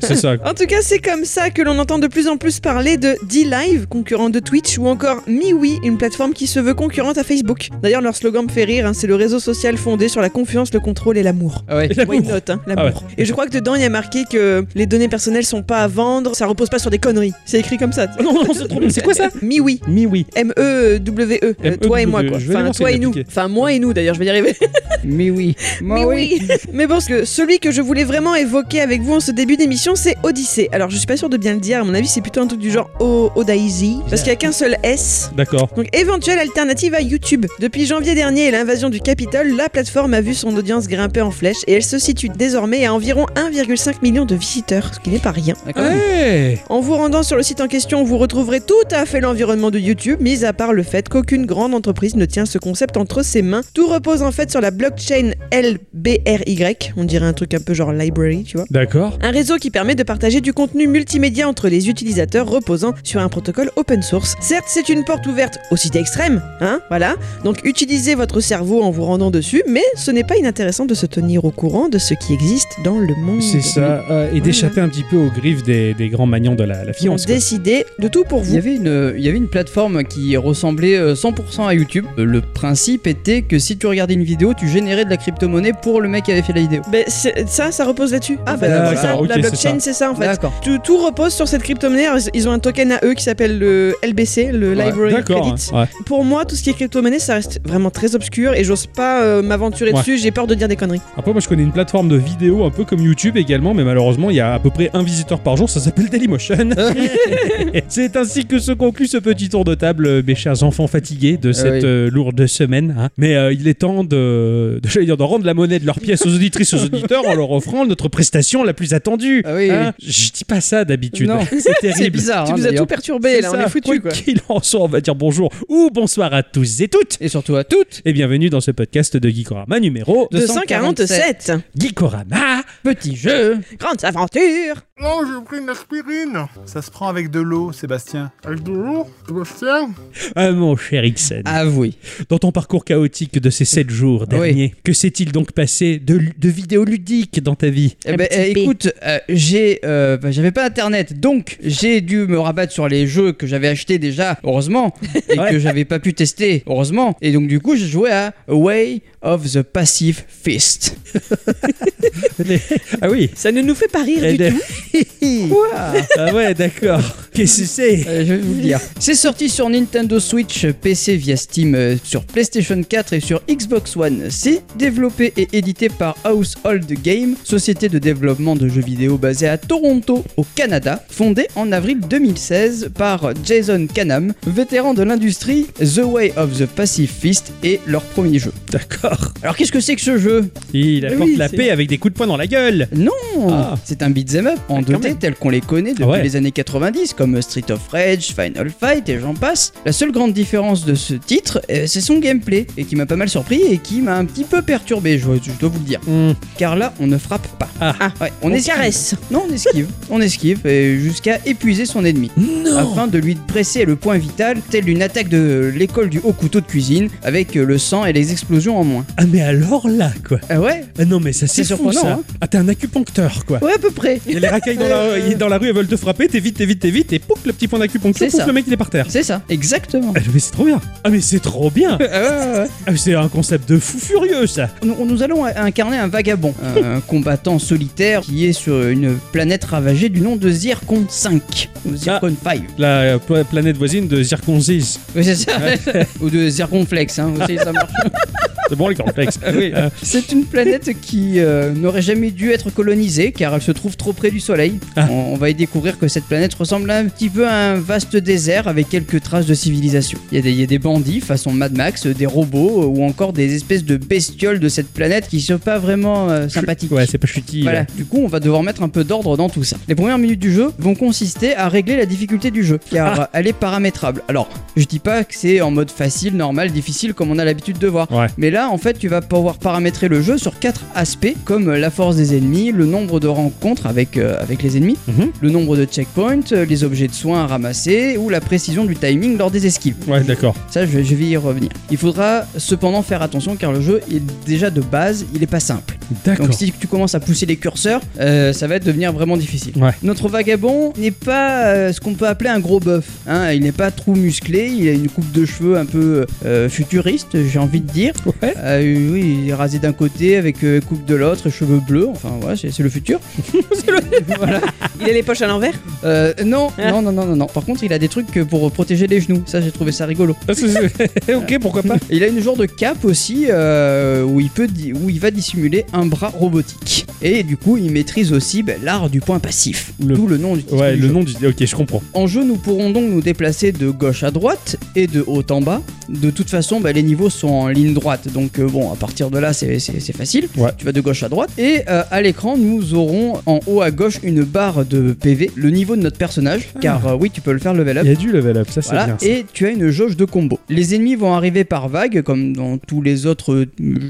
Speaker 1: c'est ça.
Speaker 2: En tout cas, c'est comme ça que l'on entend de plus en plus parler de D-Live, concurrent de Twitch, ou encore MeWe, une plateforme qui se veut concurrente à Facebook. D'ailleurs, leur slogan me fait rire, hein, c'est le réseau social fondé sur la confiance, le contrôle et l'amour.
Speaker 3: Ah ouais.
Speaker 2: Moi, une note, hein, l'amour.
Speaker 1: Ah
Speaker 2: Et je crois que dedans, il y a marqué que les données personnelles sont pas à vendre, ça repose pas sur des conneries. C'est écrit comme ça.
Speaker 1: Non, non, c'est trop bien. C'est quoi ça
Speaker 2: MeWe.
Speaker 1: Mi oui.
Speaker 2: M-E-W-E. Euh, toi et moi, quoi.
Speaker 1: E Je vais aller
Speaker 2: Enfin,
Speaker 1: voir si
Speaker 2: toi
Speaker 1: elle
Speaker 2: et
Speaker 1: est
Speaker 2: nous.
Speaker 1: appliquée.
Speaker 2: Enfin, moi et nous, d'ailleurs, je vais y arriver.
Speaker 3: Mais oui. Moi,
Speaker 2: Mais Bah oui. Mais bon, ce que- celui que je voulais vraiment évoquer avec vous en ce début d'émission, c'est Odyssée. Alors, je suis pas sûre de bien le dire. À mon avis, c'est plutôt un truc du genre O Odyssey, parce qu'il y a qu'un seul S.
Speaker 1: D'accord.
Speaker 2: Donc, éventuelle alternative à YouTube. Depuis janvier dernier et l'invasion du Capitole, la plateforme a vu son audience grimper en flèche et elle se situe désormais à environ 1,5 million de visiteurs, ce qui n'est pas rien.
Speaker 3: Ah, quand même.
Speaker 1: Hey
Speaker 2: En vous rendant sur le site en question, vous retrouverez tout à fait l'environnement de YouTube, mis à part le fait qu'aucune grande entreprise ne tient ce concept entre ses mains. Tout repose en fait sur la blockchain LBRY, on dirait un truc un peu genre library, tu vois.
Speaker 1: D'accord.
Speaker 2: Un réseau qui permet de partager du contenu multimédia entre les utilisateurs reposant sur un protocole open source. Certes, c'est une porte ouverte aux cités extrêmes, hein, voilà. Donc utilisez votre cerveau en vous rendant dessus, mais ce n'est pas inintéressant de se tenir au courant de ce qui existe dans le monde.
Speaker 3: Mmh.
Speaker 1: C'est ça, euh, et d'échapper un petit peu aux griffes des, des grands magnons de la, la
Speaker 2: Qui ont
Speaker 1: finance. quoi.
Speaker 2: décidé de tout pour
Speaker 3: Il y,
Speaker 2: vous.
Speaker 3: avait une, il y avait une plateforme qui ressemblait euh, 100% à YouTube. Euh, Le principe était que si tu regardais une vidéo, tu générais de la crypto-monnaie pour le mec qui avait fait la vidéo.
Speaker 2: Ben, c'est- ça, ça repose là-dessus. Ah, bah,
Speaker 1: D'accord,
Speaker 2: ça,
Speaker 1: ok,
Speaker 2: la
Speaker 1: c'est
Speaker 2: blockchain,
Speaker 1: ça.
Speaker 2: c'est ça en fait.
Speaker 3: D'accord.
Speaker 2: Tout, tout repose sur cette crypto-monnaie. Alors, ils- Ils ont un token à eux qui s'appelle le LBC, le
Speaker 3: Ouais,
Speaker 2: Library
Speaker 1: D'accord.
Speaker 2: Credit.
Speaker 1: hein, ouais.
Speaker 2: Pour moi, tout ce qui est crypto-monnaie, ça reste vraiment très obscur et j'ose pas euh, m'aventurer
Speaker 1: Ouais.
Speaker 2: dessus. J'ai peur de dire des conneries.
Speaker 1: Après, moi, je connais une plateforme de vidéo un peu comme YouTube également, mais malheureusement, il y a à peu près un visiteur par jour. Ça s'appelle Dailymotion. C'est ainsi que se conclut ce petit tour de table, euh, mes chers enfants fatigués de cette
Speaker 3: Eh oui.
Speaker 1: euh, lourde semaine. hein. Mais euh, il est temps de, de, j'allais dire, de rendre la monnaie de leurs pièces aux auditrices, aux auditeurs, en leur offrant notre prestation la plus attendue.
Speaker 3: Ah oui,
Speaker 1: Hein Je dis pas ça d'habitude.
Speaker 3: Non.
Speaker 1: C'est
Speaker 3: C'est
Speaker 1: terrible.
Speaker 3: bizarre.
Speaker 2: tu
Speaker 3: hein,
Speaker 2: nous as
Speaker 3: d'ailleurs.
Speaker 2: tout perturbé,
Speaker 1: C'est
Speaker 2: là, on
Speaker 1: ça.
Speaker 2: est foutus,
Speaker 1: Quoi
Speaker 2: quoi.
Speaker 1: qu'il en soit, on va dire bonjour ou bonsoir à tous et toutes.
Speaker 3: Et surtout à toutes.
Speaker 1: Et bienvenue dans ce podcast de Geekorama numéro
Speaker 2: 247,
Speaker 1: Geekorama.
Speaker 3: Petit jeu.
Speaker 2: grande aventure
Speaker 5: Non, j'ai pris une aspirine.
Speaker 6: Ça se prend avec de l'eau, Sébastien.
Speaker 5: Avec de l'eau Sébastien
Speaker 1: Ah mon cher Ixen,
Speaker 3: Avouez.
Speaker 1: dans ton parcours chaotique de ces 7 jours derniers, que s'est-il donc passé de, de vidéos ludiques dans ta vie
Speaker 3: Eh
Speaker 5: Un
Speaker 3: ben,
Speaker 5: petit
Speaker 3: eh,
Speaker 5: P.
Speaker 3: écoute, euh, j'ai, euh, bah, j'avais pas internet, donc j'ai dû me rabattre sur les jeux que j'avais achetés déjà, heureusement, et
Speaker 1: Ouais.
Speaker 3: que j'avais pas pu tester, heureusement. Et donc du coup, j'ai joué à Way of the Passive Fist.
Speaker 1: Ah oui
Speaker 2: Ça ne nous fait pas rire
Speaker 1: Eh,
Speaker 2: du
Speaker 1: de-
Speaker 2: tout.
Speaker 3: Quoi
Speaker 1: Ah ouais, d'accord. Qu'est-ce que c'est
Speaker 3: Euh, je vais vous le dire. C'est sorti sur Nintendo Switch, PC via Steam, euh, sur PlayStation 4 et sur Xbox One. C'est développé et édité par Household Game, société de développement de jeux vidéo basée à Toronto, au Canada, fondée en avril 2016 par Jason Canham, vétéran de l'industrie The Way of the Passive Fist et leur premier jeu.
Speaker 1: D'accord.
Speaker 3: Alors qu'est-ce que c'est que ce jeu
Speaker 1: Il apporte
Speaker 3: Oui,
Speaker 1: la
Speaker 3: c'est-
Speaker 1: paix avec des coups de poing dans la gueule.
Speaker 3: non,
Speaker 1: Ah.
Speaker 3: c'est un beat'em up en
Speaker 1: Ah, quand
Speaker 3: 2D
Speaker 1: même.
Speaker 3: tel qu'on les connaît depuis
Speaker 1: Ah ouais.
Speaker 3: les années 90 comme Street of Rage, Final Fight et j'en passe. La seule grande différence de ce titre, euh, c'est son gameplay et qui m'a pas mal surpris et qui m'a un petit peu perturbé, je, je dois vous le dire.
Speaker 1: Hmm.
Speaker 3: Car là, on ne frappe pas.
Speaker 1: Ah.
Speaker 3: Ouais, on,
Speaker 2: On
Speaker 3: esquive.
Speaker 2: caresse.
Speaker 3: Non, on esquive. on esquive et jusqu'à épuiser son ennemi
Speaker 1: Oh.
Speaker 3: afin de lui presser le point vital tel une attaque de l'école du haut couteau de cuisine avec euh, le sang et les explosions en moins.
Speaker 1: Ah mais alors là, quoi
Speaker 3: Ah ouais
Speaker 1: Ah non mais ça c'est
Speaker 3: C'est
Speaker 1: fou
Speaker 3: surprenant,
Speaker 1: ça
Speaker 3: hein.
Speaker 1: Ah t'es un acupuncteur quoi
Speaker 3: Ouais, à peu près.
Speaker 1: Il y a les racailles dans la, ils- dans la rue, elles veulent te frapper, t'es vite, t'es vite, t'es vite, et pouc, le petit point d'acupuncture,
Speaker 3: C'est
Speaker 1: pouf,
Speaker 3: ça.
Speaker 1: le mec il est par terre.
Speaker 3: C'est ça, exactement.
Speaker 1: Ah, mais c'est trop bien Ah mais c'est trop bien
Speaker 3: Ah ouais, ouais, ouais.
Speaker 1: Ah, C'est un concept de fou furieux ça
Speaker 3: Nous, nous allons incarner un vagabond, un, un combattant solitaire qui est sur une planète ravagée du nom de Zircon 5. Ou Zircon 5.
Speaker 1: La euh, pla- planète voisine de Zircon Ziz.
Speaker 3: Oui, c'est ça. Ou de Zircon Flex, hein, aussi, ça marche.
Speaker 1: C'est bon Euh, les cornflakes
Speaker 3: Ah Oui. C'est une planète qui euh, n'aurait jamais dû être colonisée car elle se trouve trop près du Soleil.
Speaker 1: Ah.
Speaker 3: On, on va y découvrir que cette planète ressemble un petit peu à un vaste désert avec quelques traces de civilisation. Il y, a des- il y a des bandits façon Mad Max, euh, des robots euh, ou encore des espèces de bestioles de cette planète qui sont pas vraiment euh, sympathiques.
Speaker 1: Ouais, c'est pas chutis.
Speaker 3: Voilà,
Speaker 1: là.
Speaker 3: du coup, on va devoir mettre un peu d'ordre dans tout ça. Les premières minutes du jeu vont consister à régler la difficulté du jeu, car
Speaker 1: Ah.
Speaker 3: elle est paramétrable. Alors, je dis pas que c'est en mode facile, normal, difficile, comme on a l'habitude de voir.
Speaker 1: Ouais.
Speaker 3: Mais là, en fait, tu vas pouvoir paramétrer le jeu sur quatre aspects, comme euh, la force des ennemis, le nombre de rencontres avec, euh, avec les ennemis,
Speaker 1: Mhm.
Speaker 3: le nombre de checkpoints, euh, les objets de soins à ramasser, ou la précision du timing lors des esquives.
Speaker 1: Ouais, d'accord.
Speaker 3: Ça, je, je vais y revenir. Il faudra cependant faire attention, car le jeu, est déjà de base, il est pas simple.
Speaker 1: D'accord.
Speaker 3: Donc si tu commences à pousser les curseurs, euh, ça va devenir vraiment difficile.
Speaker 1: Ouais.
Speaker 3: Notre vagabond n'est pas euh, ce qu'on peut appeler un gros bœuf. hein. Il n'est pas trop musclé, il a une coupe de cheveux un peu euh, futuriste, j'ai envie de dire.
Speaker 1: Ouais.
Speaker 3: Euh, oui, il est rasé d'un côté avec euh, coupe de l'autre, et cheveux bleus, enfin voilà, c'est c'est le futur. C'est le- voilà.
Speaker 2: Il a les poches à l'envers.
Speaker 3: Euh, non, non, non, non, non, non. Par contre, il a des trucs que pour protéger les genoux, ça j'ai trouvé ça rigolo.
Speaker 1: Ah, c'est- c'est- ok, pourquoi pas
Speaker 3: Et il a une genre de cape aussi euh, où, il peut di- où il va dissimuler un bras robotique. Et du coup, il maîtrise aussi ben, l'art du point passif.
Speaker 1: Le-
Speaker 3: D'où le nom du titre
Speaker 1: Ouais,
Speaker 3: du
Speaker 1: le
Speaker 3: jeu.
Speaker 1: nom du. Ok, je comprends.
Speaker 3: En jeu, nous pourrons donc nous déplacer de gauche à droite et de haut en bas. De toute façon, ben, les niveaux sont en ligne droite. Donc euh, bon, à partir de là, c'est c'est- c'est facile.
Speaker 1: Ouais.
Speaker 3: Tu vas de gauche à droite. Et euh, à l'écran, nous aurons en haut à gauche une barre de PV, le niveau de notre personnage.
Speaker 1: Ah.
Speaker 3: Car euh, oui, tu peux le faire level up.
Speaker 1: Il y a du level up, ça c'est
Speaker 3: Voilà,
Speaker 1: bien. ça.
Speaker 3: et tu as une jauge de combo. Les ennemis vont arriver par vagues, comme dans tous les autres euh,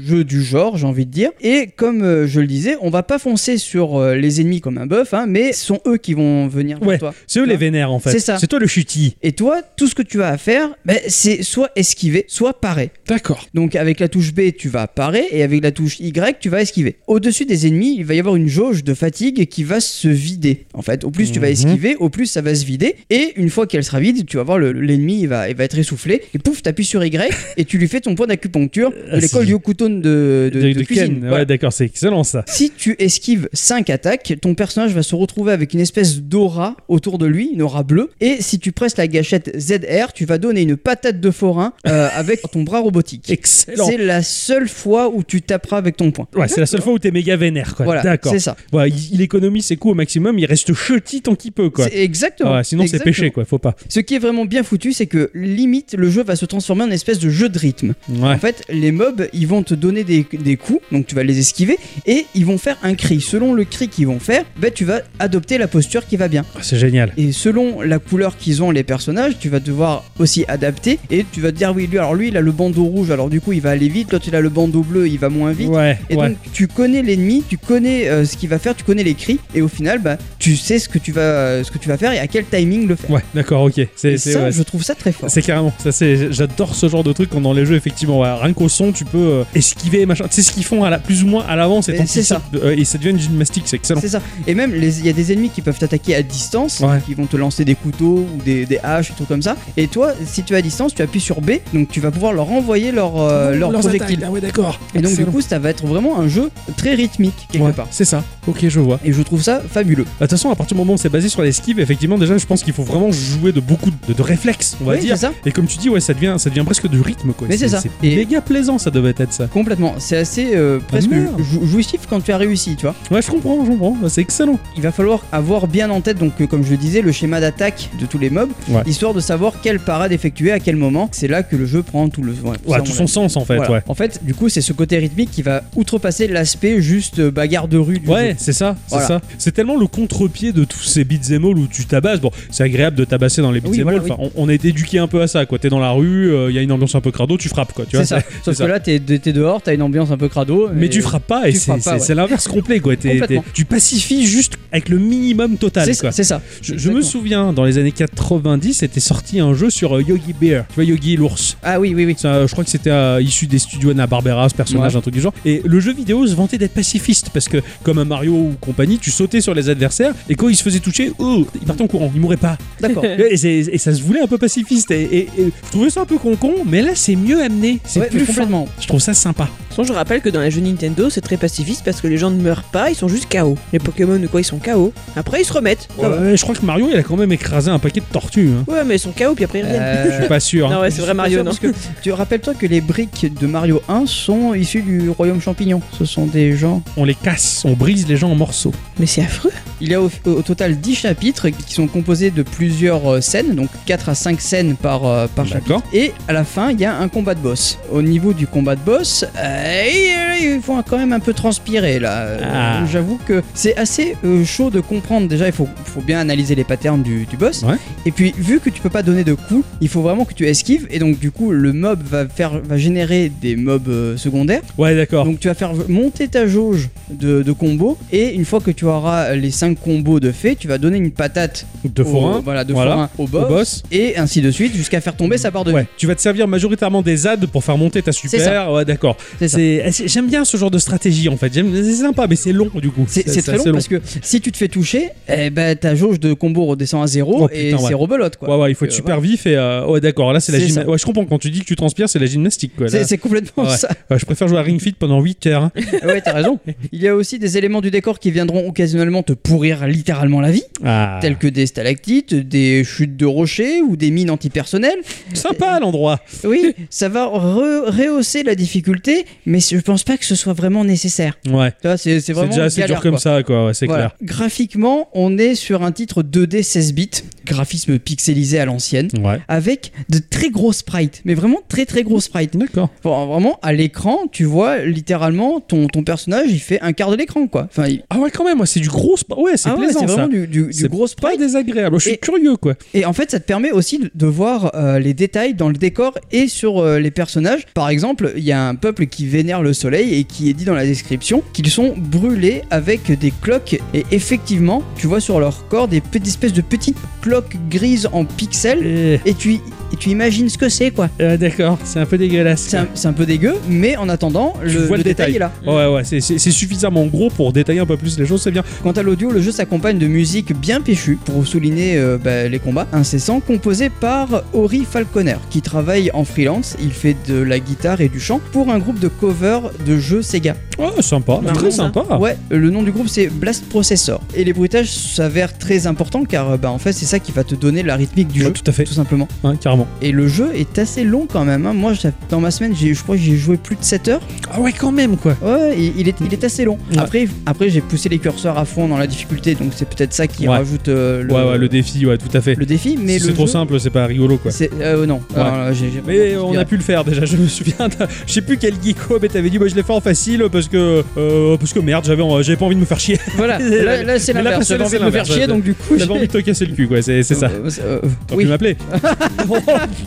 Speaker 3: jeux du genre, j'ai envie de dire. Et comme euh, je le disais, on va pas foncer sur euh, les ennemis comme un bœuf, hein, mais ce sont eux qui vont venir vers
Speaker 1: Ouais.
Speaker 3: toi.
Speaker 1: C'est eux les vénères en fait.
Speaker 3: C'est ça.
Speaker 1: C'est toi le chutis.
Speaker 3: Et toi, tout ce que tu as à faire, ben, c'est soit esquiver, soit parer.
Speaker 1: D'accord.
Speaker 3: Donc avec la touche B, tu vas parer, et avec la touche Y, tu vas esquiver. Au-dessus des ennemis, il va y avoir une jauge de fatigue qui va se vider. En fait, au plus tu vas
Speaker 1: Mhm.
Speaker 3: esquiver, au plus ça va se vider. Et une fois qu'elle sera vide, tu vas voir le- l'ennemi, il va, il va être essoufflé. Et pouf, t'appuies sur Y, et tu lui fais ton point d'acupuncture de
Speaker 1: Ah,
Speaker 3: l'école
Speaker 1: si.
Speaker 3: du Hokuton de, de,
Speaker 1: De,
Speaker 3: de
Speaker 1: de
Speaker 3: cuisine.
Speaker 1: Ken.
Speaker 3: Voilà.
Speaker 1: Ouais, d'accord, c'est excellent ça.
Speaker 3: Si tu esquives 5 attaques, ton personnage va se retrouver avec une espèce d'aura autour de lui, une aura bleue. Et si tu presses la gâchette ZR, tu vas donner une patate de forain euh, avec ton bras robotique.
Speaker 1: Excellent.
Speaker 3: C'est la seule fois où tu taperas avec ton point.
Speaker 1: Ouais, c'est la seule fois où t'es méga vénère, quoi.
Speaker 3: Voilà,
Speaker 1: D'accord.
Speaker 3: c'est ça.
Speaker 1: Ouais, Bah, il, il économise ses coups au maximum, il reste chutty tant qu'il peut, quoi. Ah
Speaker 3: C'est exactement.
Speaker 1: Ouais, sinon c'est
Speaker 3: Exactement.
Speaker 1: péché, quoi. Faut pas.
Speaker 3: Ce qui est vraiment bien foutu, c'est que limite le jeu va se transformer en espèce de jeu de rythme.
Speaker 1: Ouais.
Speaker 3: En fait, les mobs, ils vont te donner des, des coups, donc tu vas les esquiver, et ils vont faire un cri. Selon le cri qu'ils vont faire, ben, tu vas adopter la posture qui va bien.
Speaker 1: Ah, c'est génial.
Speaker 3: Et selon la couleur qu'ils ont les personnages, tu vas devoir aussi adapter et tu vas te dire car oui, lui, alors lui, il a le bandeau rouge, alors du coup, il va aller vite. L'autre, il a le bandeau bleu, il va moins vite.
Speaker 1: Ouais,
Speaker 3: Et
Speaker 1: ouais.
Speaker 3: donc tu connais l'ennemi, tu connais euh, ce qu'il va faire, tu connais les cris, et au final, bah, tu sais ce que tu vas, ce que tu vas faire et à quel timing le faire.
Speaker 1: Ouais, d'accord, ok. C'est
Speaker 3: Et
Speaker 1: c'est-
Speaker 3: ça,
Speaker 1: ouais,
Speaker 3: je trouve ça très fort.
Speaker 1: C'est carrément, ça c'est, j'adore ce genre de truc quand dans les jeux effectivement, ouais, rien qu'au son tu peux euh, esquiver machin, tu sais ce qu'ils font à la, plus ou moins à l'avance et
Speaker 3: Mais
Speaker 1: tant
Speaker 3: c'est
Speaker 1: pis,
Speaker 3: ça.
Speaker 1: euh, et ça devient une gymnastique, c'est excellent.
Speaker 3: C'est ça. Et même, les- il y a des ennemis qui peuvent t'attaquer à distance,
Speaker 1: Ouais.
Speaker 3: qui vont te lancer des couteaux ou des, des haches, des trucs comme ça. Et toi, si tu es à distance, tu appuies sur B, donc tu vas pouvoir leur envoyer leur, euh, leur
Speaker 1: Leurs
Speaker 3: projectile.
Speaker 1: attaques, Ah ouais, d'accord.
Speaker 3: Et donc,
Speaker 1: Excellent.
Speaker 3: du coup, ça va être vraiment un jeu très rythmique, quelque
Speaker 1: Ouais,
Speaker 3: part.
Speaker 1: c'est ça. Ok, je vois. Bah,
Speaker 3: Et je trouve ça fabuleux.
Speaker 1: De toute façon, à partir du moment où c'est basé sur l'esquive, effectivement, déjà, je pense qu'il faut vraiment jouer de beaucoup de, de réflexes, on va
Speaker 3: Oui,
Speaker 1: dire.
Speaker 3: c'est ça
Speaker 1: Et comme tu dis, ouais, ça devient, ça devient presque du rythme, quoi.
Speaker 3: Mais c'est ça.
Speaker 1: C'est
Speaker 3: Et-
Speaker 1: méga plaisant, ça devait être ça.
Speaker 3: Complètement. C'est assez euh, presque
Speaker 1: merde.
Speaker 3: jou- jouissif quand tu as réussi, tu vois.
Speaker 1: Ouais, je comprends, je comprends. C'est excellent.
Speaker 3: il va falloir avoir bien en tête, donc euh, comme je le disais, le schéma d'attaque de tous les mobs,
Speaker 1: Ouais.
Speaker 3: histoire de savoir quelle parade effectuer à quel moment. C'est là que le jeu prend tout le. ouais,
Speaker 1: Ouais,
Speaker 3: ça,
Speaker 1: tout
Speaker 3: on
Speaker 1: son
Speaker 3: l'a-
Speaker 1: sens, en fait,
Speaker 3: Voilà.
Speaker 1: ouais.
Speaker 3: En fait, du coup, c'est ce côté rythmique qui va outrepasser l'aspect juste euh, bagarre de rue. Du
Speaker 1: Ouais,
Speaker 3: jeu.
Speaker 1: c'est ça, c'est
Speaker 3: Voilà.
Speaker 1: ça. C'est tellement le contre-pied de tous ces beats all où tu tabasses. Bon, c'est agréable de tabasser dans les beats
Speaker 3: Oui,
Speaker 1: and
Speaker 3: voilà,
Speaker 1: all. Enfin, on, on est éduqué un peu à ça, quoi. T'es dans la rue, il y a une ambiance un peu crado, tu frappes, quoi. Tu vois,
Speaker 3: C'est ça. Sauf que
Speaker 1: ça.
Speaker 3: là, t'es t'es dehors, t'as une ambiance un peu crado.
Speaker 1: Mais
Speaker 3: et-
Speaker 1: tu frappes pas et
Speaker 3: tu
Speaker 1: c'est
Speaker 3: frappes pas,
Speaker 1: c'est-
Speaker 3: ouais.
Speaker 1: c'est l'inverse complet quoi. T'es-
Speaker 3: Complètement.
Speaker 1: t'es- tu pacifies juste avec le minimum total
Speaker 3: C'est
Speaker 1: quoi.
Speaker 3: ça. c'est ça.
Speaker 1: Je, je me
Speaker 3: Exactement.
Speaker 1: souviens dans les années 90 était sorti un jeu sur euh, Yogi Bear. Tu vois Yogi et l'ours.
Speaker 3: Ah oui, oui, oui.
Speaker 1: Ça, euh, je crois que c'était euh, issu des studios Anna Barbera, ce personnage,
Speaker 3: Ouais.
Speaker 1: un truc du genre. Et le jeu vidéo se vantait d'être pacifiste parce que, comme un Mario ou compagnie, tu sautais sur les adversaires et quand ils se faisaient toucher, oh, ils partaient en courant, ils mouraient pas.
Speaker 3: D'accord.
Speaker 1: Et, c'est- et ça se voulait un peu pacifiste. Et, et- et je trouvais ça un peu con-con, mais là c'est mieux amené, c'est
Speaker 3: Ouais, mais
Speaker 1: plus fin.
Speaker 3: complètement.
Speaker 1: Je trouve ça sympa.
Speaker 2: Sinon, je rappelle que dans les jeux Nintendo, c'est très pacifiste parce que les gens ne meurent pas, ils sont juste KO. Les Pokémon ou quoi, ils sont KO. Après, ils se remettent. Ça va.
Speaker 1: Ouais, je crois que Mario, il a quand même écrasé un paquet de tortues. hein.
Speaker 2: Ouais, mais ils sont KO, puis après, ils reviennent.
Speaker 3: Euh,
Speaker 1: Je suis pas sûr. hein.
Speaker 2: Non, ouais, c'est vrai, Mario, non
Speaker 3: Parce que tu rappelles-toi que les briques de Mario 1 sont issues du royaume champignon. Ce sont des gens
Speaker 1: On les casse, on brise les gens en morceaux.
Speaker 2: Mais c'est affreux.
Speaker 3: Il y a au, au total 10 chapitres qui sont composés de plusieurs euh, scènes, donc 4 à 5 scènes par, euh, par chapitre.
Speaker 1: D'accord.
Speaker 3: Et à la fin, il y a un combat de boss. Au niveau du combat de boss, euh, et, euh, ils font quand même un peu transpirer là. Euh,
Speaker 1: Ah.
Speaker 3: J'avoue que c'est assez euh, chaud de comprendre. Déjà, il faut, faut bien analyser les patterns du, du boss.
Speaker 1: Ouais.
Speaker 3: Et puis, vu que tu peux pas donner de coups, il faut vraiment que tu esquives. Et donc, du coup, le mob va, faire, va générer des mobs euh, secondaires.
Speaker 1: Ouais, d'accord.
Speaker 3: Donc tu vas faire monter ta jauge de, de combos et une fois que tu auras les 5 combos de fait, tu vas donner une patate
Speaker 1: De
Speaker 3: au-
Speaker 1: forain,
Speaker 3: voilà, de
Speaker 1: Voilà.
Speaker 3: forain au boss,
Speaker 1: au boss.
Speaker 3: et ainsi de suite jusqu'à faire tomber sa barre de vie.
Speaker 1: Ouais, tu vas te servir majoritairement des ZAD pour faire monter ta
Speaker 3: C'est
Speaker 1: super. Ouais, d'accord.
Speaker 3: C'est ça.
Speaker 1: C'est- eh, c'est- J'aime bien ce genre de stratégie en fait. J'aime- C'est sympa, mais c'est long du coup.
Speaker 3: C'est c'est très long,
Speaker 1: assez
Speaker 3: parce que si tu te fais toucher, eh ben, ta jauge de combo redescend à zéro
Speaker 1: Oh,
Speaker 3: et
Speaker 1: putain, ouais.
Speaker 3: c'est rebelote quoi.
Speaker 1: Ouais, ouais, il faut
Speaker 3: Donc,
Speaker 1: être
Speaker 3: euh,
Speaker 1: super vif et. euh, Ouais, d'accord. Là, c'est la
Speaker 3: C'est
Speaker 1: gymna-
Speaker 3: ça.
Speaker 1: Ouais, je comprends. Quand tu dis que tu transpires, c'est la gymnastique quoi.
Speaker 3: voilà.
Speaker 1: là.
Speaker 3: C'est c'est complètement
Speaker 1: Ouais.
Speaker 3: ça.
Speaker 1: Ouais, je préfère jouer à Ring Fit pendant 8 heures. hein.
Speaker 3: Ouais, t'as raison. Il y a aussi des éléments du décor qui viendront occasionnellement te pourrir littéralement la vie,
Speaker 1: Ah.
Speaker 3: tels que des stalactites, des chutes de rochers ou des mines antipersonnelles.
Speaker 1: Sympa l'endroit.
Speaker 3: Oui, ça va re- rehausser la difficulté, mais je pense pas que ce soit vraiment nécessaire.
Speaker 1: Ouais.
Speaker 3: Tu vois, C'est c'est
Speaker 1: C'est
Speaker 3: vraiment
Speaker 1: déjà assez
Speaker 3: galère,
Speaker 1: dur comme
Speaker 3: quoi.
Speaker 1: ça quoi. Ouais, c'est
Speaker 3: Voilà.
Speaker 1: clair.
Speaker 3: Graphiquement, on est sur un titre 2D 16 bits, graphisme pixelisé à l'ancienne,
Speaker 1: Ouais.
Speaker 3: avec de très gros sprites, mais vraiment très très gros sprites.
Speaker 1: D'accord.
Speaker 3: Bon, vraiment, à l'écran, tu vois littéralement ton, ton personnage, il fait un quart de l'écran, quoi. Enfin, il-
Speaker 1: Ah ouais, quand même. ouais, C'est du gros. sp- Ouais, c'est
Speaker 3: Ah ouais,
Speaker 1: plaisant
Speaker 3: c'est
Speaker 1: ça.
Speaker 3: vraiment du, du- du
Speaker 1: C'est
Speaker 3: gros sprite.
Speaker 1: pas désagréable. Je suis
Speaker 3: Et-
Speaker 1: curieux quoi.
Speaker 3: Et en fait, ça te permet aussi de- de voir euh, les détails dans le décor et sur euh, les personnages. Par exemple, il y a un peuple qui vénère le soleil et qui est dit dans la description qu'ils sont brûlés avec des cloques. Et effectivement, tu vois sur leur corps des petites espèces de petites cloques grises en pixels.
Speaker 1: Eh,
Speaker 3: Et tu, et tu imagines ce que c'est, quoi.
Speaker 1: euh, d'accord, c'est un peu dégueulasse.
Speaker 3: C'est un, c'est un peu dégueu, mais en attendant,
Speaker 1: Tu
Speaker 3: le,
Speaker 1: vois
Speaker 3: le détail. est là.
Speaker 1: Ouais, ouais, c'est- c'est c'est suffisamment gros pour détailler un peu plus les choses, c'est bien.
Speaker 3: Quant à l'audio, le jeu s'accompagne de musique bien péchue pour souligner euh, bah, les combats incessants composés par Ori Falconer qui travaille en freelance. Il fait de la guitare et du chant pour un groupe de covers de jeux Sega.
Speaker 1: Oh, sympa,
Speaker 2: Marrant,
Speaker 1: très
Speaker 2: ça.
Speaker 1: sympa.
Speaker 3: Ouais, euh, le nom du groupe c'est Blast Processor. Et les bruitages s'avèrent très importants car euh, bah, en fait c'est ça qui va te donner la rythmique du
Speaker 1: Ouais,
Speaker 3: jeu.
Speaker 1: tout à fait,
Speaker 3: Tout simplement.
Speaker 1: hein, carrément.
Speaker 3: Et le jeu est assez long quand même. hein. Moi, j'ai- dans ma semaine, j'ai- je crois que j'ai joué plus de 7 heures.
Speaker 1: Ah ouais, quand même, quoi.
Speaker 3: Ouais, il, il est, il est assez long.
Speaker 1: Ouais.
Speaker 3: Après, après j'ai poussé les curseurs à fond dans la difficulté, donc c'est peut-être ça qui
Speaker 1: Ouais.
Speaker 3: rajoute euh, le,
Speaker 1: Ouais, ouais, le défi, ouais, tout à fait.
Speaker 3: le défi. Mais
Speaker 1: si
Speaker 3: le
Speaker 1: c'est trop
Speaker 3: jeu,
Speaker 1: simple, c'est pas rigolo, quoi.
Speaker 3: C'est euh, non. Alors là, j'ai- j'ai
Speaker 1: Mais
Speaker 3: vraiment
Speaker 1: on a pu le faire déjà, je me souviens. d'un- Je sais plus quel geeko, mais t'avais dit, moi je l'ai fait en facile parce que. euh, parce que merde, j'avais en- j'avais pas envie de me faire chier.
Speaker 3: Voilà. Là, là, c'est
Speaker 1: Mais là,
Speaker 3: l'inverse.
Speaker 1: c'est
Speaker 3: J'avais envie de me faire
Speaker 1: l'inverse,
Speaker 3: chier,
Speaker 1: ouais.
Speaker 3: donc du coup,
Speaker 1: J'avais
Speaker 3: j'ai-
Speaker 1: envie de te casser le cul, quoi. C'est c'est c'est ça.
Speaker 3: Euh, euh,
Speaker 1: T'aurais
Speaker 3: oui.
Speaker 1: pu m'appeler.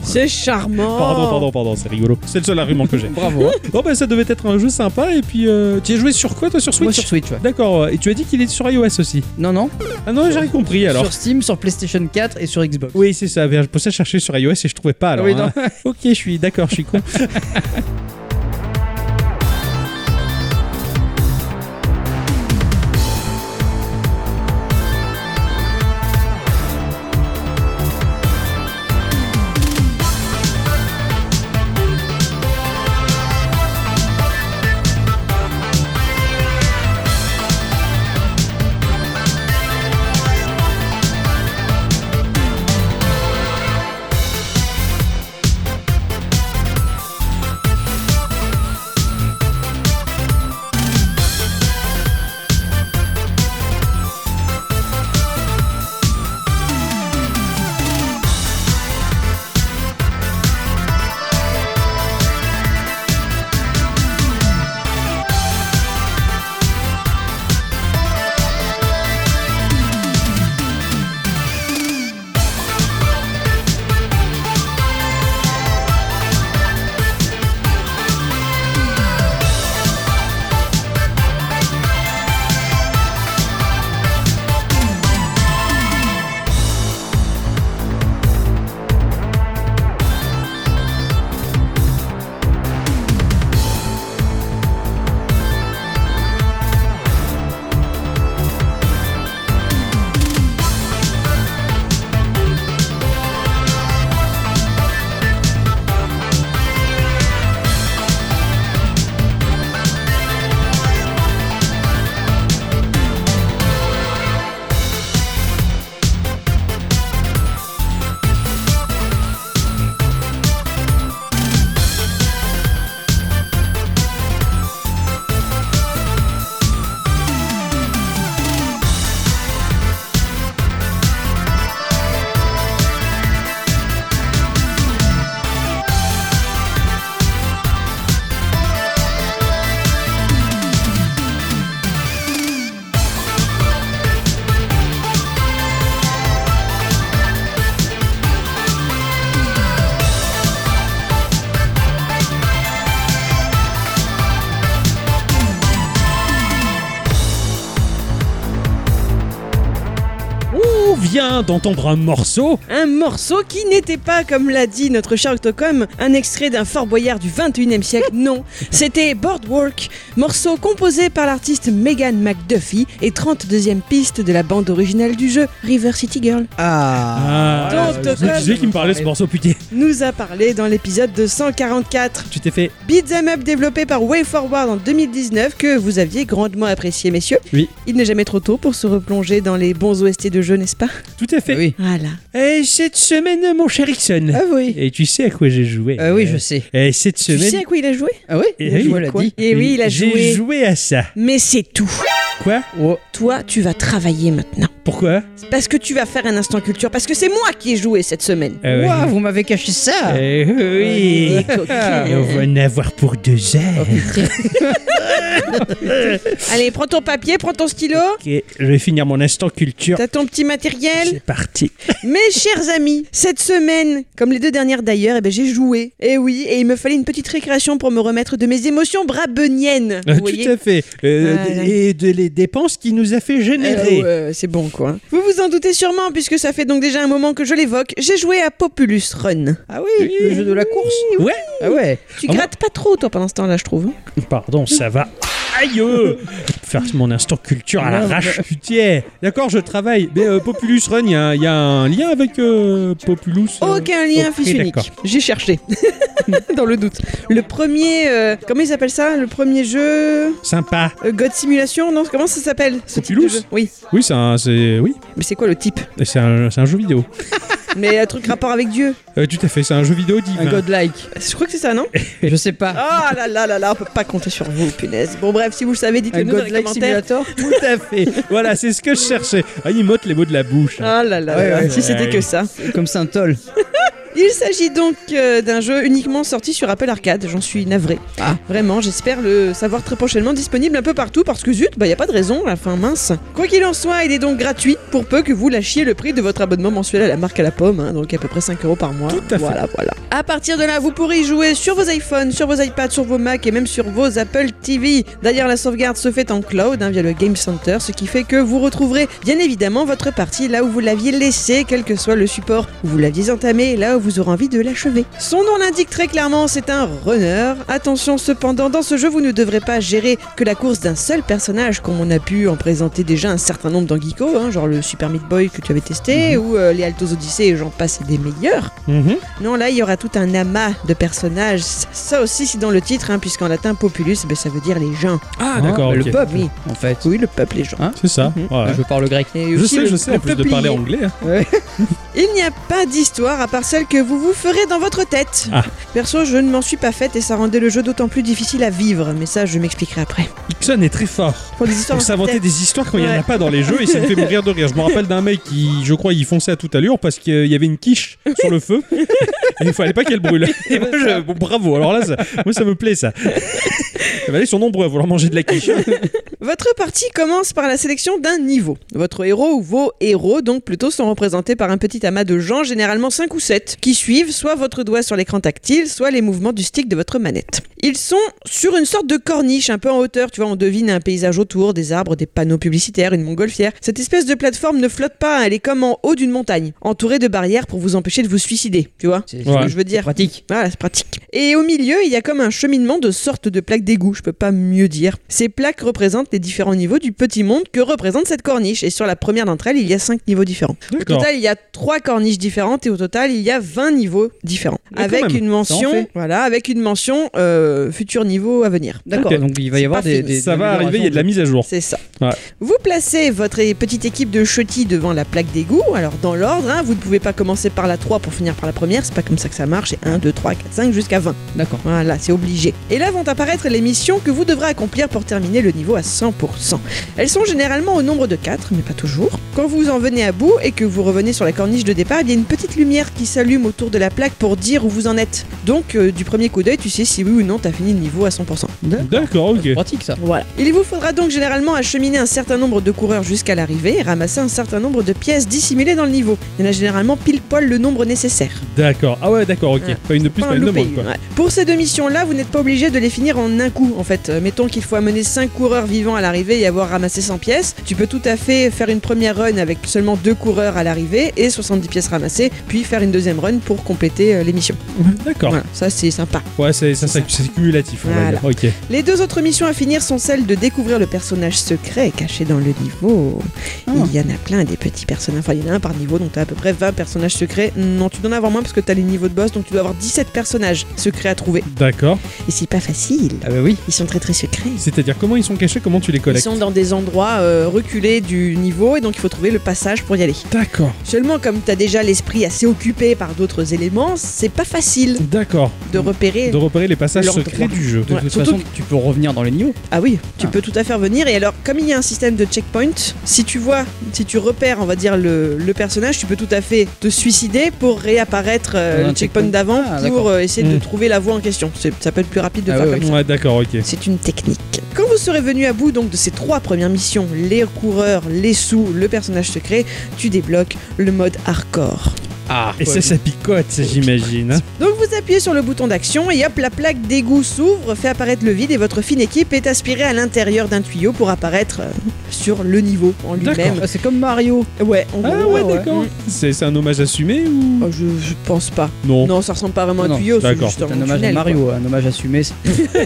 Speaker 2: C'est charmant.
Speaker 1: Pardon, pardon, pardon, c'est rigolo. C'est le seul argument que j'ai.
Speaker 3: Bravo. hein.
Speaker 1: Bon, bah ça devait être un jeu sympa. Et puis, euh, tu y as joué sur quoi, toi, sur
Speaker 3: Moi
Speaker 1: Switch
Speaker 3: sur Switch, ouais.
Speaker 1: D'accord, et tu as dit qu'il est sur iOS aussi.
Speaker 3: Non, non.
Speaker 1: Ah non, j'ai rien compris alors.
Speaker 3: Sur Steam, sur PlayStation 4 et sur Xbox. Ah
Speaker 1: Oui, c'est ça. Je pensais chercher sur iOS et je trouvais pas alors.
Speaker 3: Oui,
Speaker 1: hein. ok, je suis d'accord, je suis con. On vient d'entendre un morceau.
Speaker 2: Un morceau qui n'était pas, comme l'a dit notre cher Octocom, un extrait d'un Fort Boyard du 21e siècle, non. C'était Boardwalk, morceau composé par l'artiste Megan McDuffie et 32e piste de la bande originale du jeu, River City Girl.
Speaker 3: Ah.
Speaker 1: Ah,
Speaker 2: Don't
Speaker 1: je me disais qu'il me parlait ce morceau, putain.
Speaker 2: Nous a parlé dans l'épisode 244.
Speaker 1: Tu t'es fait.
Speaker 2: Beat'em Up développé par WayForward en 2019 que vous aviez grandement apprécié, messieurs.
Speaker 1: Oui.
Speaker 2: Il n'est jamais trop tôt pour se replonger dans les bons OST de jeu, n'est-ce pas
Speaker 1: Tout à fait.
Speaker 3: Ah Oui.
Speaker 2: Voilà.
Speaker 1: Et cette semaine, mon cher Ixon.
Speaker 3: Ah oui.
Speaker 1: Et tu sais à quoi j'ai joué.
Speaker 3: Ah oui, je sais.
Speaker 1: Et cette
Speaker 2: Tu
Speaker 1: semaine.
Speaker 2: sais à quoi il a joué
Speaker 3: Ah oui
Speaker 1: Eh oui.
Speaker 3: Je vous l'ai
Speaker 2: Quoi
Speaker 3: dit.
Speaker 2: Eh oui, il a
Speaker 1: J'ai
Speaker 2: joué.
Speaker 1: joué à ça.
Speaker 2: Mais c'est tout.
Speaker 1: Quoi
Speaker 3: Oh.
Speaker 2: Toi, tu vas travailler maintenant.
Speaker 1: Pourquoi
Speaker 2: C'est Parce que tu vas faire un instant culture, parce que c'est moi qui ai joué cette semaine.
Speaker 1: Ah ouais.
Speaker 3: Ouah, vous m'avez caché ça
Speaker 1: Eh oui.
Speaker 3: Ah
Speaker 1: Et on va en avoir pour deux
Speaker 3: Oh,
Speaker 1: heures.
Speaker 2: Allez, prends ton papier, prends ton stylo.
Speaker 1: Ok, je vais finir mon instant culture.
Speaker 2: T'as ton petit matériel
Speaker 1: C'est parti.
Speaker 2: Mes chers amis, cette semaine, comme les deux dernières d'ailleurs, eh ben, j'ai joué. Et oui, et il me fallait une petite récréation pour me remettre de mes émotions brabeniennes. Vous
Speaker 1: Euh, Tout
Speaker 2: voyez
Speaker 1: à fait. Euh,
Speaker 2: Voilà.
Speaker 1: Et de les dépenses qui nous a fait générer.
Speaker 2: Euh, ouais, c'est bon quoi. Vous vous en doutez sûrement puisque ça fait donc déjà un moment que je l'évoque. J'ai joué à Populus Run.
Speaker 3: Ah oui, le jeu de la course
Speaker 1: Ouais.
Speaker 3: Ah ouais
Speaker 2: Tu
Speaker 1: Ah bon
Speaker 2: grattes pas trop toi pendant ce temps-là, je trouve. hein.
Speaker 1: Pardon, ça va. Aïe euh. Faire mon instant culture à l'arrache. Putain D'accord, je travaille. Mais euh, Populus Run, il y, a- il y a un lien avec euh, Populus euh,
Speaker 2: Aucun lien
Speaker 1: ok,
Speaker 2: fils
Speaker 1: d'accord.
Speaker 2: unique. J'ai cherché. Dans le doute. Le premier. euh, comment ils appellent ça Le premier jeu.
Speaker 1: Sympa.
Speaker 2: euh, God Simulation Non, comment ça s'appelle ce type de
Speaker 1: Populous
Speaker 2: jeu Oui.
Speaker 1: Oui, c'est un, c'est- oui.
Speaker 2: Mais c'est quoi le type
Speaker 1: C'est un, c'est un jeu vidéo.
Speaker 2: Mais un truc rapport avec Dieu.
Speaker 1: Euh, tout à fait, c'est un jeu vidéo divin.
Speaker 3: Un godlike.
Speaker 2: Je crois que c'est ça, non
Speaker 3: Je sais pas.
Speaker 2: Ah là là là là, on peut pas compter sur vous, punaise. Bon, bref, si vous le savez, dites-le
Speaker 3: Un
Speaker 2: nous dans les
Speaker 3: godlike
Speaker 2: commentaires.
Speaker 3: simulator
Speaker 1: Tout à fait. voilà, c'est ce que je cherchais. Ah, il motte les mots de la bouche. hein.
Speaker 2: Ah là là, là
Speaker 3: Ouais,
Speaker 2: là,
Speaker 3: ouais,
Speaker 2: si
Speaker 1: ouais,
Speaker 2: c'était
Speaker 1: ouais.
Speaker 2: que ça.
Speaker 3: Comme saint toll
Speaker 2: Il s'agit donc euh, d'un jeu uniquement sorti sur Apple Arcade. J'en suis navré.
Speaker 3: Ah.
Speaker 2: Vraiment, j'espère le savoir très prochainement disponible un peu partout parce que zut, bah y a pas de raison, la fin mince. Quoi qu'il en soit, il est donc gratuit pour peu que vous lâchiez le prix de votre abonnement mensuel à la marque à la pomme, hein, donc à peu près 5 euros par mois.
Speaker 1: Tout à fait.
Speaker 2: Voilà, voilà. À partir de là, vous pourrez y jouer sur vos iPhones, sur vos iPads, sur vos Macs et même sur vos Apple TV. D'ailleurs, la sauvegarde se fait en cloud hein, via le Game Center, ce qui fait que vous retrouverez bien évidemment votre partie là où vous l'aviez laissée, quel que soit le support où vous l'aviez entamée, là où vous aurez envie de l'achever. Son nom l'indique très clairement, c'est un runner. Attention cependant, dans ce jeu, vous ne devrez pas gérer que la course d'un seul personnage, comme on a pu en présenter déjà un certain nombre dans Geeko, hein, genre le Super Meat Boy que tu avais testé, ou euh, les Altos Odyssey et j'en passe et des meilleurs.
Speaker 1: Mhm.
Speaker 2: Non, là, il y aura tout un amas de personnages. Ça aussi, c'est dans le titre, hein, puisqu'en latin, populus, ben, ça veut dire les gens.
Speaker 3: Ah,
Speaker 1: d'accord,
Speaker 3: Le
Speaker 1: ok.
Speaker 3: peuple,
Speaker 2: Oui.
Speaker 3: en fait.
Speaker 2: Oui, le peuple, les gens.
Speaker 3: Hein
Speaker 1: C'est ça.
Speaker 3: Mhm.
Speaker 1: ouais.
Speaker 3: Je parle grec.
Speaker 2: Et
Speaker 1: Je
Speaker 2: aussi
Speaker 1: sais,
Speaker 2: le-
Speaker 1: je sais,
Speaker 2: le
Speaker 1: en plus de
Speaker 2: peuplier.
Speaker 1: parler anglais. hein.
Speaker 2: Il n'y a pas d'histoire à part celle que vous vous ferez dans votre tête.
Speaker 1: Ah.
Speaker 2: Perso, je ne m'en suis pas faite et ça rendait le jeu d'autant plus difficile à vivre, mais ça, je m'expliquerai après.
Speaker 1: Ixon est très fort.
Speaker 2: Pour des histoires
Speaker 1: Pour
Speaker 2: dans votre
Speaker 1: s'inventer
Speaker 2: tête.
Speaker 1: des histoires quand il n'y en a
Speaker 2: Ouais.
Speaker 1: pas dans les jeux et ça me fait mourir de rire. Je me rappelle d'un mec qui, je crois, il fonçait à toute allure parce qu'il y avait une quiche sur le feu et il fallait pas qu'elle brûle. Et moi, je- bon, bravo, alors là, ça, moi ça me plaît ça. Eh ben, Ils sont nombreux à vouloir manger de la quiche.
Speaker 2: Votre partie commence par la sélection d'un niveau. Votre héros ou vos héros, donc plutôt, sont représentés par un petit amas de gens, généralement 5 ou 7, qui suivent soit votre doigt sur l'écran tactile, soit les mouvements du stick de votre manette. Ils sont sur une sorte de corniche, un peu en hauteur, tu vois, on devine un paysage autour, des arbres, des panneaux publicitaires, une montgolfière. Cette espèce de plateforme ne flotte pas, elle est comme en haut d'une montagne, entourée de barrières pour vous empêcher de vous suicider, tu vois
Speaker 3: C'est
Speaker 1: Ouais.
Speaker 2: ce que je veux dire.
Speaker 3: pratique.
Speaker 2: Voilà, c'est pratique. Et au milieu, il y a comme un cheminement de sortes de plaques d'égout, je peux pas mieux dire. Ces plaques représentent les différents niveaux du petit monde que représente cette corniche. Et sur la première d'entre elles, il y a cinq niveaux différents. Au
Speaker 1: D'accord.
Speaker 2: total, il y a trois corniches différentes et au total, il y a 20 niveaux différents.
Speaker 1: Ah, quand
Speaker 2: Avec
Speaker 1: même.
Speaker 2: une
Speaker 3: Ça en
Speaker 2: mention,
Speaker 3: fait.
Speaker 2: voilà, avec une mention euh, futur niveau à venir.
Speaker 3: D'accord,
Speaker 1: Ok.
Speaker 3: donc il va y
Speaker 2: C'est
Speaker 3: avoir
Speaker 2: pas
Speaker 3: des,
Speaker 2: fini.
Speaker 3: des-
Speaker 1: Ça
Speaker 3: des
Speaker 1: va arriver, il y a de la mise à jour.
Speaker 2: C'est ça.
Speaker 1: Ouais.
Speaker 2: Vous placez votre petite équipe de chutis devant la plaque d'égout. Alors, dans l'ordre, hein, vous ne pouvez pas commencer par la 3 pour finir par la première. C'est pas comme ça que ça marche. C'est 1, 2, 3, 4, 5 jusqu'à 20.
Speaker 3: D'accord.
Speaker 2: Voilà, c'est obligé. Et là vont apparaître les missions que vous devrez accomplir pour terminer le niveau à 100%. Elles sont généralement au nombre de 4, mais pas toujours. Quand vous en venez à bout et que vous revenez sur la corniche de départ, il y a une petite lumière qui s'allume autour de la plaque pour dire où vous en êtes. Donc, euh, du premier coup d'œil, tu sais si oui ou non t'as fini le niveau à 100%.
Speaker 1: D'accord, ok.
Speaker 3: C'est pratique ça.
Speaker 2: Voilà. Il vous faudra donc généralement acheminer un certain nombre de coureurs jusqu'à l'arrivée et ramasser un certain nombre de pièces dissimulées dans le niveau. Il y en a généralement pile poil le nombre nécessaire.
Speaker 1: D'accord. Ah ouais, d'accord, ok.
Speaker 2: Ouais.
Speaker 1: Pas une de plus,
Speaker 2: Pas
Speaker 1: pas
Speaker 2: un
Speaker 1: une de
Speaker 2: loupé,
Speaker 1: moins. quoi.
Speaker 2: ouais. Pour ces deux missions-là, vous n'êtes pas obligé de les finir en un coup. En fait, Euh, mettons qu'il faut amener 5 coureurs vivants à l'arrivée et avoir ramassé 100 pièces. Tu peux tout à fait faire une première run avec seulement deux coureurs à l'arrivée et 70 pièces ramassées, puis faire une deuxième run pour compléter euh, les missions.
Speaker 1: D'accord.
Speaker 2: Voilà, ça c'est sympa.
Speaker 1: Ouais, c'est ça, ça- c'est cumulatif. on va
Speaker 2: Voilà.
Speaker 1: dire. Ok.
Speaker 2: Les deux autres missions à finir sont celles de découvrir le personnage secret caché dans le niveau.
Speaker 3: Ah.
Speaker 2: Il y en a plein des petits personnages. Enfin, il y en a un par niveau, donc tu as à peu près 20 personnages secrets. Non, tu dois en avoir moins parce que tu as les niveaux de boss, donc tu dois avoir 17 personnages secrets à trouver.
Speaker 1: D'accord.
Speaker 2: Et c'est pas facile.
Speaker 3: Ah bah oui.
Speaker 2: Ils sont très très secrets.
Speaker 1: C'est-à-dire comment ils sont cachés, comment tu les
Speaker 2: Ils
Speaker 1: collectes
Speaker 2: sont dans des endroits euh, reculés du niveau et donc il faut trouver le passage pour y aller.
Speaker 1: D'accord.
Speaker 2: Seulement, comme tu as déjà l'esprit assez occupé par d'autres éléments, c'est pas facile
Speaker 1: D'accord.
Speaker 2: de repérer.
Speaker 1: De repérer les passages
Speaker 2: L'ordre
Speaker 1: secrets
Speaker 2: droit.
Speaker 1: du jeu.
Speaker 3: De
Speaker 2: Ouais.
Speaker 3: toute
Speaker 2: Surtout
Speaker 3: façon, tu peux revenir dans les niveaux.
Speaker 2: Ah oui, tu
Speaker 3: Ah.
Speaker 2: peux tout à fait revenir. Et alors, comme il y a un système de checkpoint, si tu vois, si tu repères, on va dire, le, le personnage, tu peux tout à fait te suicider pour réapparaître euh,
Speaker 3: Dans un
Speaker 2: le checkpoint
Speaker 3: checkpoint.
Speaker 2: d'avant
Speaker 3: Ah,
Speaker 2: pour
Speaker 3: d'accord.
Speaker 2: euh, essayer de
Speaker 1: Mm.
Speaker 2: trouver la voie en question. C'est- Ça peut être plus rapide de
Speaker 3: Ah
Speaker 2: faire
Speaker 3: ouais,
Speaker 2: comme
Speaker 1: Euh,
Speaker 2: ça.
Speaker 1: Ouais, d'accord, ok.
Speaker 2: C'est une technique. Quand vous serez venu à bout donc de ces trois premières missions, les coureurs, les sous, le personnage secret, tu débloques le mode hardcore.
Speaker 3: Ah,
Speaker 1: Et ça, ça picote, ça, j'imagine. hein.
Speaker 2: Donc vous appuyez sur le bouton d'action et hop, la plaque d'égout s'ouvre, fait apparaître le vide et votre fine équipe est aspirée à l'intérieur d'un tuyau pour apparaître euh, sur le niveau en lui-même.
Speaker 3: Ah, C'est comme Mario.
Speaker 2: Ouais, en
Speaker 1: Ah
Speaker 2: gros,
Speaker 1: ouais, d'accord. C'est c'est un hommage assumé ou
Speaker 2: Oh, je, je pense pas.
Speaker 1: Non.
Speaker 2: Non, ça ressemble pas vraiment à un
Speaker 3: Non,
Speaker 2: tuyau, c'est
Speaker 1: d'accord.
Speaker 2: juste
Speaker 3: C'est un hommage à
Speaker 2: tunnel,
Speaker 3: Mario, un hommage assumé. c'est-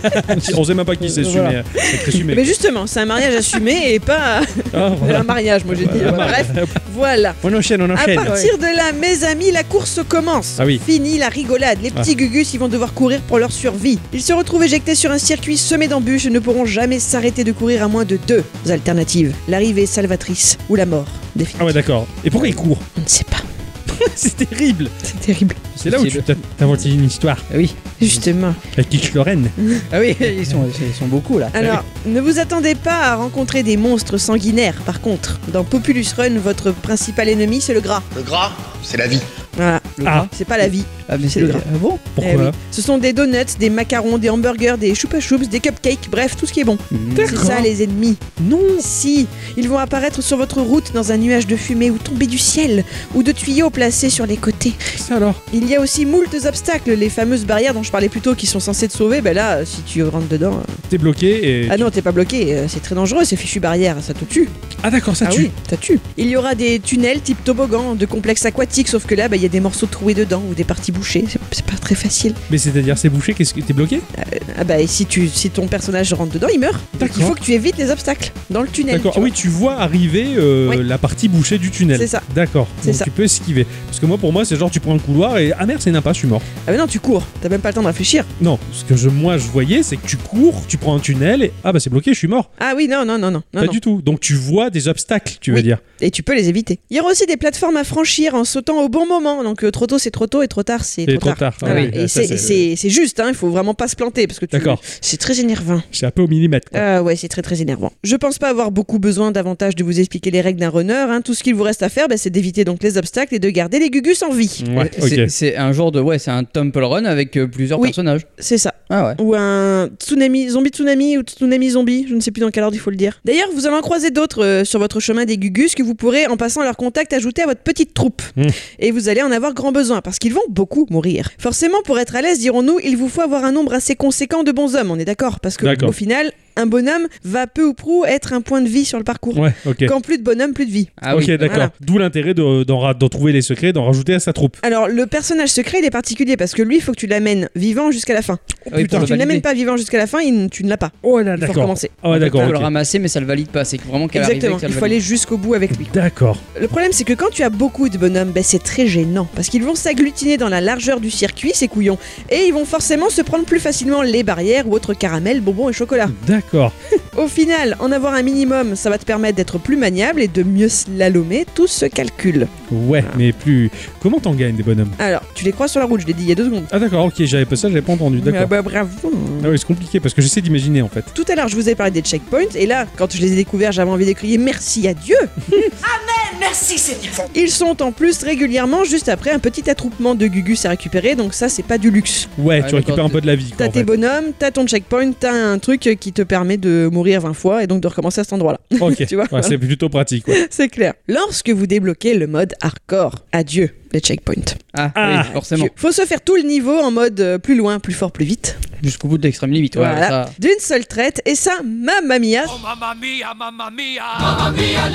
Speaker 1: On sait même pas qui c'est assumé.
Speaker 3: Voilà.
Speaker 1: euh, C'est très
Speaker 2: quoi.
Speaker 1: assumé.
Speaker 2: Mais justement, c'est un mariage assumé et pas
Speaker 1: Ah, voilà. Ah,
Speaker 2: un mariage, moi j'ai dit. Bref, voilà.
Speaker 1: On enchaîne, on
Speaker 2: À
Speaker 1: enchaîne.
Speaker 2: partir de là, mes amis, la course commence.
Speaker 1: Ah oui. Ah.
Speaker 2: Fini la rigolade. Les petits gugus, ils vont devoir courir pour leur survie. Ils se retrouvent éjectés sur un circuit semé d'embûches et ne pourront jamais s'arrêter de courir à moins de deux alternatives l'arrivée salvatrice ou la mort. Définitive.
Speaker 1: Ah ouais, d'accord. Et pourquoi il court
Speaker 2: On ne sait pas.
Speaker 1: C'est terrible.
Speaker 2: C'est terrible.
Speaker 1: C'est là où
Speaker 3: C'est
Speaker 1: tu
Speaker 3: le-
Speaker 1: t'as- t'inventes une histoire.
Speaker 3: Ah oui.
Speaker 2: Justement.
Speaker 1: La Kitsch Lorraine.
Speaker 3: Ah oui, ils sont, ils sont beaucoup là.
Speaker 2: Alors, ne vous attendez pas à rencontrer des monstres sanguinaires. Par contre, dans Populus Run, votre principal ennemi, c'est le gras.
Speaker 5: Le gras, c'est la vie.
Speaker 2: Voilà.
Speaker 3: Le
Speaker 1: Ah.
Speaker 3: gras.
Speaker 2: C'est pas la vie.
Speaker 3: Ah, mais
Speaker 2: C'est
Speaker 3: c'est
Speaker 2: le gras.
Speaker 3: Ah bon
Speaker 2: Eh
Speaker 1: Pourquoi
Speaker 2: oui. Ce sont des donuts, des macarons, des hamburgers, des choupa choups, des cupcakes, bref, tout ce qui est bon.
Speaker 1: Hmm.
Speaker 2: C'est ça les ennemis. Non Si Ils vont apparaître sur votre route dans un nuage de fumée ou tomber du ciel, ou de tuyaux placés sur les côtés.
Speaker 1: Ça alors
Speaker 2: Il y a aussi moult obstacles, les fameuses barrières dont je parlais plus tôt qui sont censées te sauver. Ben là, si tu rentres dedans. euh,
Speaker 1: T'es bloqué et.
Speaker 2: Ah non, t'es pas bloqué, euh, c'est très dangereux ces fichues barrières, ça te tue.
Speaker 1: Ah d'accord, ça
Speaker 2: ah
Speaker 1: tue.
Speaker 2: oui, ça tue. Il y aura des tunnels type toboggan, de complexes aquatiques, sauf que là, ben, il y a des morceaux troués dedans ou des parties bouchées, c'est- c'est pas très facile.
Speaker 1: Mais c'est-à-dire, c'est bouché, qu'est-ce que t'es bloqué
Speaker 2: Ah bah, et si, tu, si ton personnage rentre dedans, il meurt. Donc il
Speaker 1: D'accord.
Speaker 2: faut que tu évites les obstacles dans le tunnel.
Speaker 1: D'accord.
Speaker 2: tu
Speaker 1: Ah oui, tu vois arriver euh,
Speaker 2: Oui.
Speaker 1: la partie bouchée du tunnel.
Speaker 2: C'est ça.
Speaker 1: D'accord.
Speaker 2: C'est
Speaker 1: Donc
Speaker 2: ça.
Speaker 1: Tu peux esquiver. Parce que moi, pour moi, c'est genre tu prends le couloir et ah merde, c'est une impasse, je suis mort.
Speaker 2: Ah mais non, tu cours, t'as même pas le temps de réfléchir.
Speaker 1: Non, ce que je, moi je voyais, c'est que tu cours, tu prends un tunnel et ah bah c'est bloqué, je suis mort.
Speaker 2: Ah oui, non, non, non, non. non,
Speaker 1: pas
Speaker 2: non.
Speaker 1: du tout. Donc tu vois des obstacles, tu veux
Speaker 2: Oui.
Speaker 1: dire.
Speaker 2: Et tu peux les éviter. Il y aura aussi des plateformes à franchir en sautant au bon moment. Donc euh, trop tôt, c'est trop tôt, et trop tard, c'est
Speaker 1: C'est
Speaker 2: trop, tard.
Speaker 1: Ah
Speaker 2: Ah
Speaker 1: oui,
Speaker 2: ouais,
Speaker 1: ah,
Speaker 2: et
Speaker 1: ça,
Speaker 2: c'est- c'est c'est juste, hein, il faut vraiment pas se planter parce que tu-
Speaker 1: D'accord.
Speaker 2: c'est très énervant.
Speaker 1: C'est un peu au millimètre. quoi.
Speaker 2: Ah ouais, c'est très très énervant. Je pense pas avoir beaucoup besoin davantage de vous expliquer les règles d'un runner. hein. Tout ce qu'il vous reste à faire, bah, c'est d'éviter donc les obstacles et de garder les gugus en vie.
Speaker 1: Ouais,
Speaker 3: Euh, C'est-
Speaker 1: ok.
Speaker 3: C'est un genre de. Ouais, c'est un temple run avec euh, plusieurs
Speaker 2: Oui.
Speaker 3: personnages.
Speaker 2: C'est ça.
Speaker 3: Ah ouais.
Speaker 2: Ou un tsunami, zombie tsunami ou tsunami zombie, je ne sais plus dans quel ordre il faut le dire. D'ailleurs, vous allez en croiser d'autres euh, sur votre chemin des gugus que vous pourrez, en passant leur contact, ajouter à votre petite troupe.
Speaker 1: Mmh.
Speaker 2: Et vous allez en avoir grand besoin parce qu'ils vont beaucoup mourir. Forcément, pour être à l'aise, dirons-nous, il vous faut avoir un nombre assez conséquent de bons hommes, on est d'accord Parce que
Speaker 1: D'accord.
Speaker 2: au final, un bonhomme va peu ou prou être un point de vie sur le parcours.
Speaker 1: Ouais, ok.
Speaker 2: Quand plus de bonhomme, plus de vie.
Speaker 3: Ah
Speaker 1: ok,
Speaker 3: oui.
Speaker 1: d'accord.
Speaker 2: voilà.
Speaker 1: D'où l'intérêt de- d'en ra- d'en trouver les secrets, d'en rajouter à sa troupe.
Speaker 2: Alors, le personnage secret, il est particulier parce que lui, il faut que tu l'amènes vivant jusqu'à la fin.
Speaker 3: Ah oui,
Speaker 1: putain.
Speaker 3: pour le
Speaker 2: Tu ne
Speaker 3: valider.
Speaker 2: l'amènes pas vivant jusqu'à la fin, il- tu ne l'as pas.
Speaker 1: Oh là,
Speaker 2: Il faut
Speaker 1: d'accord.
Speaker 2: recommencer.
Speaker 1: Ah ouais,
Speaker 3: On peut
Speaker 1: d'accord.
Speaker 3: le
Speaker 1: ok.
Speaker 3: ramasser, mais ça le valide pas. C'est vraiment qu'à l'arrivée
Speaker 2: Exactement,
Speaker 3: que ça
Speaker 2: il
Speaker 3: le
Speaker 2: faut
Speaker 3: valide.
Speaker 2: aller jusqu'au bout avec lui.
Speaker 1: D'accord.
Speaker 2: Le problème, c'est que quand tu as beaucoup de bonhommes, ben, c'est très gênant parce qu'ils vont s'agglutiner dans la largeur du circuit, ces couillons, et ils vont forcément se prendre plus facilement les barrières ou autres caramels, bonbons et chocolat.
Speaker 1: Hmm. D'accord.
Speaker 2: Au final, en avoir un minimum, ça va te permettre d'être plus maniable et de mieux slalomer tout ce calcul.
Speaker 1: Ouais,
Speaker 2: Ah.
Speaker 1: mais plus. Comment t'en gagnes des bonhommes
Speaker 2: Alors, tu les crois sur la route, je l'ai dit il y a deux secondes.
Speaker 1: Ah d'accord, ok, j'avais pas ça, j'avais pas entendu. D'accord.
Speaker 2: Ah bah, bravo.
Speaker 1: Ah oui, c'est compliqué parce que j'essaie d'imaginer en fait.
Speaker 2: Tout à l'heure, je vous ai parlé des checkpoints, et là, quand je les ai découverts, j'avais envie de crier merci à Dieu
Speaker 4: Merci Seigneur.
Speaker 2: Ils sont en plus régulièrement juste après un petit attroupement de gugus à récupérer, donc ça, c'est pas du luxe.
Speaker 1: Ouais,
Speaker 3: Ouais,
Speaker 1: tu récupères un
Speaker 3: d'accord,
Speaker 1: peu de la vie. Quoi,
Speaker 2: T'as
Speaker 1: en
Speaker 2: tes
Speaker 1: fait.
Speaker 2: bonhommes, t'as ton checkpoint, t'as un truc qui te permet de mourir 20 fois et donc de recommencer à cet endroit-là.
Speaker 1: Ok.
Speaker 2: tu vois,
Speaker 1: Ouais,
Speaker 2: voilà.
Speaker 1: c'est plutôt pratique. ouais.
Speaker 2: C'est clair. Lorsque vous débloquez le mode hardcore, adieu les checkpoints.
Speaker 3: Ah,
Speaker 1: Ah,
Speaker 3: oui, forcément.
Speaker 2: Faut se faire tout le niveau en mode euh, plus loin, plus fort, plus vite.
Speaker 3: Jusqu'au bout de l'extrême limite. ouais,
Speaker 2: voilà.
Speaker 3: ça-
Speaker 2: D'une seule traite et ça, mamma mia,
Speaker 5: Oh, Mamma mia, mamma mia.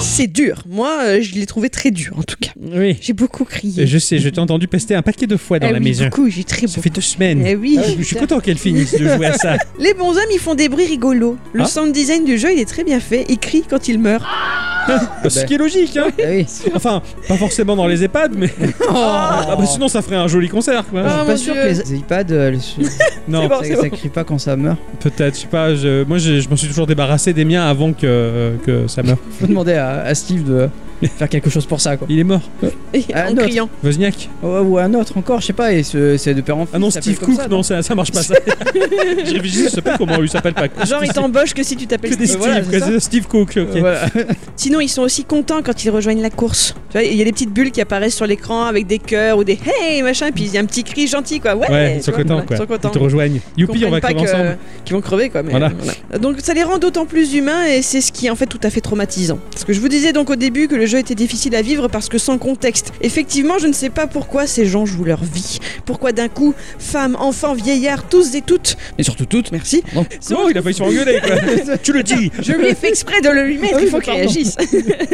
Speaker 2: c'est dur. Moi, euh, je l'ai trouvé très dur en tout cas.
Speaker 1: Oui.
Speaker 2: J'ai beaucoup crié.
Speaker 1: Et Euh, je sais, je t'ai entendu pester un paquet de fois dans
Speaker 2: Ah
Speaker 1: la
Speaker 2: oui,
Speaker 1: maison.
Speaker 2: beaucoup, j'ai très
Speaker 1: Ça
Speaker 2: beau.
Speaker 1: fait deux semaines. Ah,
Speaker 2: Eh oui.
Speaker 1: Je suis content qu'elle finisse de jouer à ça.
Speaker 2: Les bons hommes, ils font des bruits rigolos. Le
Speaker 1: Ah.
Speaker 2: sound design du jeu, il est très bien fait. Ils crient quand ils meurent.
Speaker 1: Ce qui est logique, hein.
Speaker 3: Ah oui.
Speaker 1: Enfin, pas forcément dans les EHPAD, mais. Ah bah sinon, ça ferait un joli concert, quoi.
Speaker 3: Je
Speaker 2: Oh. Ah,
Speaker 3: suis
Speaker 2: mon
Speaker 3: pas sûr
Speaker 2: Dieu.
Speaker 3: que les iPads, euh, elles se-
Speaker 1: non,
Speaker 2: bon.
Speaker 3: ça, ça crie pas quand ça meurt.
Speaker 1: peut-être, je sais pas. je- Moi, je, je m'en suis toujours débarrassé des miens avant que, que ça meure.
Speaker 3: Faut demander à, à Steve de faire quelque chose pour ça, quoi.
Speaker 1: Il est mort,
Speaker 3: Ah,
Speaker 2: en
Speaker 3: non.
Speaker 2: criant.
Speaker 1: Wozniak.
Speaker 3: Ouais, Oh, ou un autre encore, je sais pas, et ce- c'est de père en fils,
Speaker 1: Ah non,
Speaker 3: ça
Speaker 1: Steve
Speaker 3: s'appelle comme
Speaker 1: Cook,
Speaker 3: ça,
Speaker 1: non, ça, ça marche pas ça. J'ai réfléchi, je sais pas comment il s'appelle pas.
Speaker 2: Genre, ils t'embauchent que si tu
Speaker 1: Que
Speaker 2: t'appelles
Speaker 1: des
Speaker 2: Steve.
Speaker 1: Steve,
Speaker 2: Voilà,
Speaker 1: quoi,
Speaker 2: c'est ça. Euh,
Speaker 1: c'est Steve Cook, ok.
Speaker 3: euh, Voilà.
Speaker 2: Sinon, ils sont aussi contents quand ils rejoignent la course. Tu vois, il y a des petites bulles qui apparaissent sur l'écran avec des cœurs ou des hey machin, et puis il y a un petit cri gentil quoi. Ouais,
Speaker 1: Ouais, ils
Speaker 2: tu
Speaker 1: sont
Speaker 2: vois,
Speaker 1: contents
Speaker 2: voilà,
Speaker 1: quoi.
Speaker 2: Ils sont contents.
Speaker 1: Ils te rejoignent.
Speaker 2: Ils
Speaker 1: Youpi, on
Speaker 2: comprennent
Speaker 1: va
Speaker 2: pas
Speaker 1: crever
Speaker 2: que-
Speaker 1: ensemble.
Speaker 2: qu'ils vont crever quoi. mais
Speaker 1: Voilà.
Speaker 2: euh, voilà. Donc ça les rend d'autant plus humains et c'est ce qui en fait tout à fait traumatisant. Parce que je vous disais donc au début que le jeu était difficile à vivre parce que sans contexte. Effectivement, je ne sais pas pourquoi ces gens jouent leur vie. Pourquoi d'un coup, femmes, enfants, vieillards, tous et toutes.
Speaker 3: Et surtout toutes.
Speaker 2: Merci.
Speaker 1: Non, Oh, il a failli se faire engueuler quoi. tu le dis.
Speaker 2: Je lui ai fait exprès de le lui mettre,
Speaker 3: Ah oui,
Speaker 2: il faut qu'il
Speaker 3: pardon.
Speaker 2: réagisse.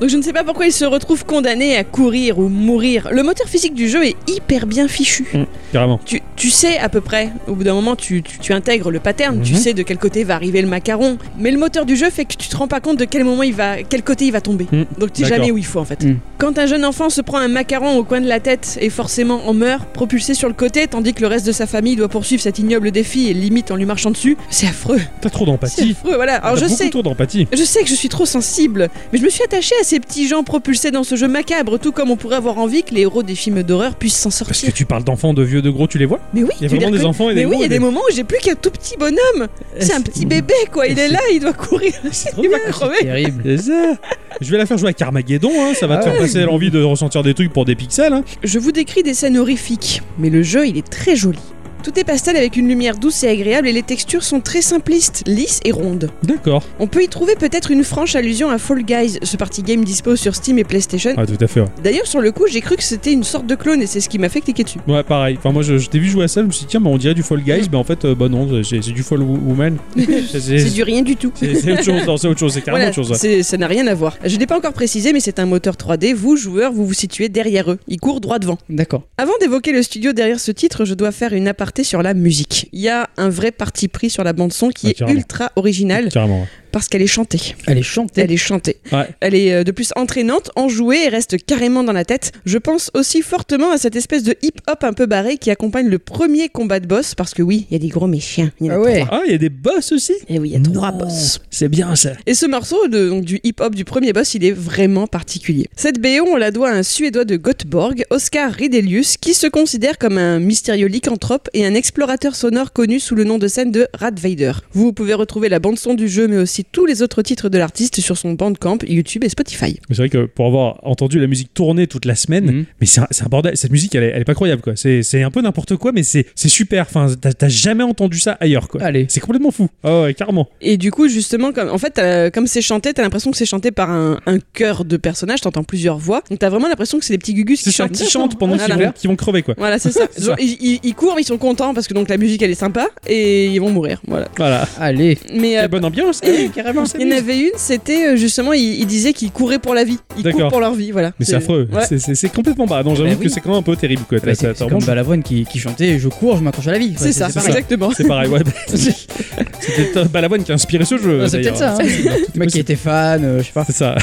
Speaker 2: Donc je ne sais pas pourquoi il se retrouve condamné à courir ou mourir. Le moteur physique du jeu est hyper bien fichu.
Speaker 1: Carrément.
Speaker 2: Tu, tu sais à peu près, au bout d'un moment tu, tu- tu intègres le pattern, tu
Speaker 1: Mhm.
Speaker 2: sais de quel côté va arriver le macaron, mais le moteur du jeu fait que tu te rends pas compte de quel moment il va, quel côté il va tomber.
Speaker 1: Mhm.
Speaker 2: Donc tu sais
Speaker 1: D'accord.
Speaker 2: jamais où il faut en fait.
Speaker 3: Mhm.
Speaker 2: Quand un jeune enfant se prend un macaron au coin de la tête et forcément en meurt, propulsé sur le côté, tandis que le reste de sa famille doit poursuivre cet ignoble défi et limite en lui marchant dessus, c'est affreux.
Speaker 1: T'as trop
Speaker 2: C'est
Speaker 1: d'empathie.
Speaker 2: affreux, voilà. Alors
Speaker 1: T'as
Speaker 2: Ah, je
Speaker 1: beaucoup
Speaker 2: sais,
Speaker 1: trop d'empathie.
Speaker 2: je sais que je suis trop sensible, mais je me suis attachée à ces petits gens propulsés dans ce jeu macabre, tout comme on pourrait avoir envie que les héros des films d'horreur puissent s'en
Speaker 1: Parce que
Speaker 2: sortir.
Speaker 1: tu parles d'enfants, de vieux, de gros, tu les vois
Speaker 2: Mais oui,
Speaker 1: Il y a
Speaker 2: tu les
Speaker 1: vraiment des
Speaker 2: reconnais.
Speaker 1: enfants et des Euh,
Speaker 2: Mais oui,
Speaker 1: gros.
Speaker 2: il y a
Speaker 1: et
Speaker 2: des moments où j'ai plus qu'un tout petit bonhomme. C'est un petit bébé, quoi. Il est là, il doit courir. Il va crever.
Speaker 3: Terrible.
Speaker 1: C'est ça. Je vais la faire jouer à Carmageddon, hein, ça va te
Speaker 3: Ah
Speaker 1: faire
Speaker 3: ouais.
Speaker 1: passer l'envie de ressentir des trucs pour des pixels. hein.
Speaker 2: Je vous décris des scènes horrifiques, mais le jeu, il est très joli. Tout est pastel avec une lumière douce et agréable et les textures sont très simplistes, lisses et rondes.
Speaker 1: D'accord.
Speaker 2: On peut y trouver peut-être une franche allusion à Fall Guys, ce party game dispo sur Steam et PlayStation.
Speaker 1: Ah, tout à fait. Ouais,
Speaker 2: D'ailleurs, sur le coup, j'ai cru que c'était une sorte de clone et c'est ce qui m'a fait cliquer dessus.
Speaker 1: Ouais, pareil. Enfin, moi, je, je t'ai vu jouer à ça, je me suis dit, tiens, mais on dirait du Fall Guys, mais en fait, euh, bah non, c'est c'est du Fall Wo- Woman. C'est-
Speaker 2: C'est
Speaker 1: C'est
Speaker 2: du rien du tout.
Speaker 1: c'est- c'est autre chose, non, c'est autre chose, c'est carrément
Speaker 2: Voilà,
Speaker 1: autre chose. ouais.
Speaker 2: c'est- ça n'a rien à voir. Je n'ai pas encore précisé, mais c'est un moteur 3D. Vous, joueurs, vous vous situez derrière eux. Ils courent droit devant.
Speaker 3: D'accord.
Speaker 2: Avant d'évoquer le studio derrière ce titre, je dois faire une aparté sur la musique. Il y a un vrai parti pris sur la bande son qui
Speaker 1: Ouais,
Speaker 2: est
Speaker 1: Ah, carrément.
Speaker 2: ultra originale
Speaker 1: Carrément. ouais.
Speaker 2: parce qu'elle est chantée.
Speaker 3: Elle est chantée.
Speaker 2: Elle est chantée.
Speaker 1: Ouais.
Speaker 2: Elle est euh, de plus entraînante, enjouée et reste carrément dans la tête. Je pense aussi fortement à cette espèce de hip-hop un peu barré qui accompagne le premier combat de boss parce que oui, il y a des gros méchants. Il y en a
Speaker 3: Ah ouais.
Speaker 1: Ah, il y a des boss aussi
Speaker 2: Et oui, il y a trois boss.
Speaker 1: C'est bien ça.
Speaker 2: Et ce morceau de- donc, du hip-hop du premier boss, il est vraiment particulier. Cette BO, on la doit à un Suédois de Göteborg, Oscar Redelius, qui se considère comme un mystérieux lycanthrope et un explorateur sonore connu sous le nom de scène de Rat Vader. Vous pouvez retrouver la bande-son du jeu, mais aussi tous les autres titres de l'artiste sur son bandcamp, YouTube et Spotify.
Speaker 1: Mais C'est vrai que pour avoir entendu la musique tourner toute la semaine,
Speaker 3: Mhm.
Speaker 1: mais c'est un, c'est un bordel. Cette musique, elle est, elle est pas croyable, quoi. C'est c'est un peu n'importe quoi, mais c'est c'est super. Enfin, t'as t'as jamais entendu ça ailleurs, quoi.
Speaker 3: Allez.
Speaker 1: C'est complètement fou. Ah ouais, carrément.
Speaker 2: Et du coup, justement, comme, en fait, euh, comme c'est chanté, t'as l'impression que c'est chanté par un, un chœur de personnages, t'entends plusieurs voix, donc t'as vraiment l'impression que c'est Ah des petits gugus qui
Speaker 1: C'est ça,
Speaker 2: chantent.
Speaker 1: qui chantent pendant qu'ils
Speaker 2: Voilà.
Speaker 1: vont, qu'ils vont crever, quoi.
Speaker 2: Voilà, c'est ça.
Speaker 1: C'est ça.
Speaker 2: Genre, ils, ils- ils courent, ils sont contents parce que donc la musique elle est sympa et ils vont mourir. Voilà.
Speaker 1: Voilà.
Speaker 3: Allez.
Speaker 1: ben,
Speaker 2: Mais euh,
Speaker 1: Quelle bonne ambiance.
Speaker 2: et-
Speaker 1: carrément,
Speaker 2: il y en avait une, c'était euh, justement, ils, ils disaient qu'ils couraient pour la vie. Ils
Speaker 1: D'accord.
Speaker 2: courent pour leur vie, voilà.
Speaker 1: Mais c'est affreux.
Speaker 2: Ouais.
Speaker 1: C'est- C'est c'est complètement bas. Non, j'avoue
Speaker 3: Bah oui.
Speaker 1: que c'est quand même un peu terrible, quoi. T'as-
Speaker 3: Bah,
Speaker 1: t'as-
Speaker 3: c'est
Speaker 1: t'as
Speaker 3: c'est comme
Speaker 1: vraiment-
Speaker 3: Balavoine qui, qui chantait Je cours, je m'accroche à la vie. Ouais,
Speaker 2: C'est ça,
Speaker 1: c'est ça.
Speaker 2: exactement.
Speaker 1: C'est pareil, ouais. C'était peut-être Balavoine qui a inspiré ce jeu.
Speaker 3: Ouais, c'est
Speaker 1: d'ailleurs.
Speaker 3: peut-être ça. hein. Le mec qui était fan, euh, je sais pas.
Speaker 1: C'est ça.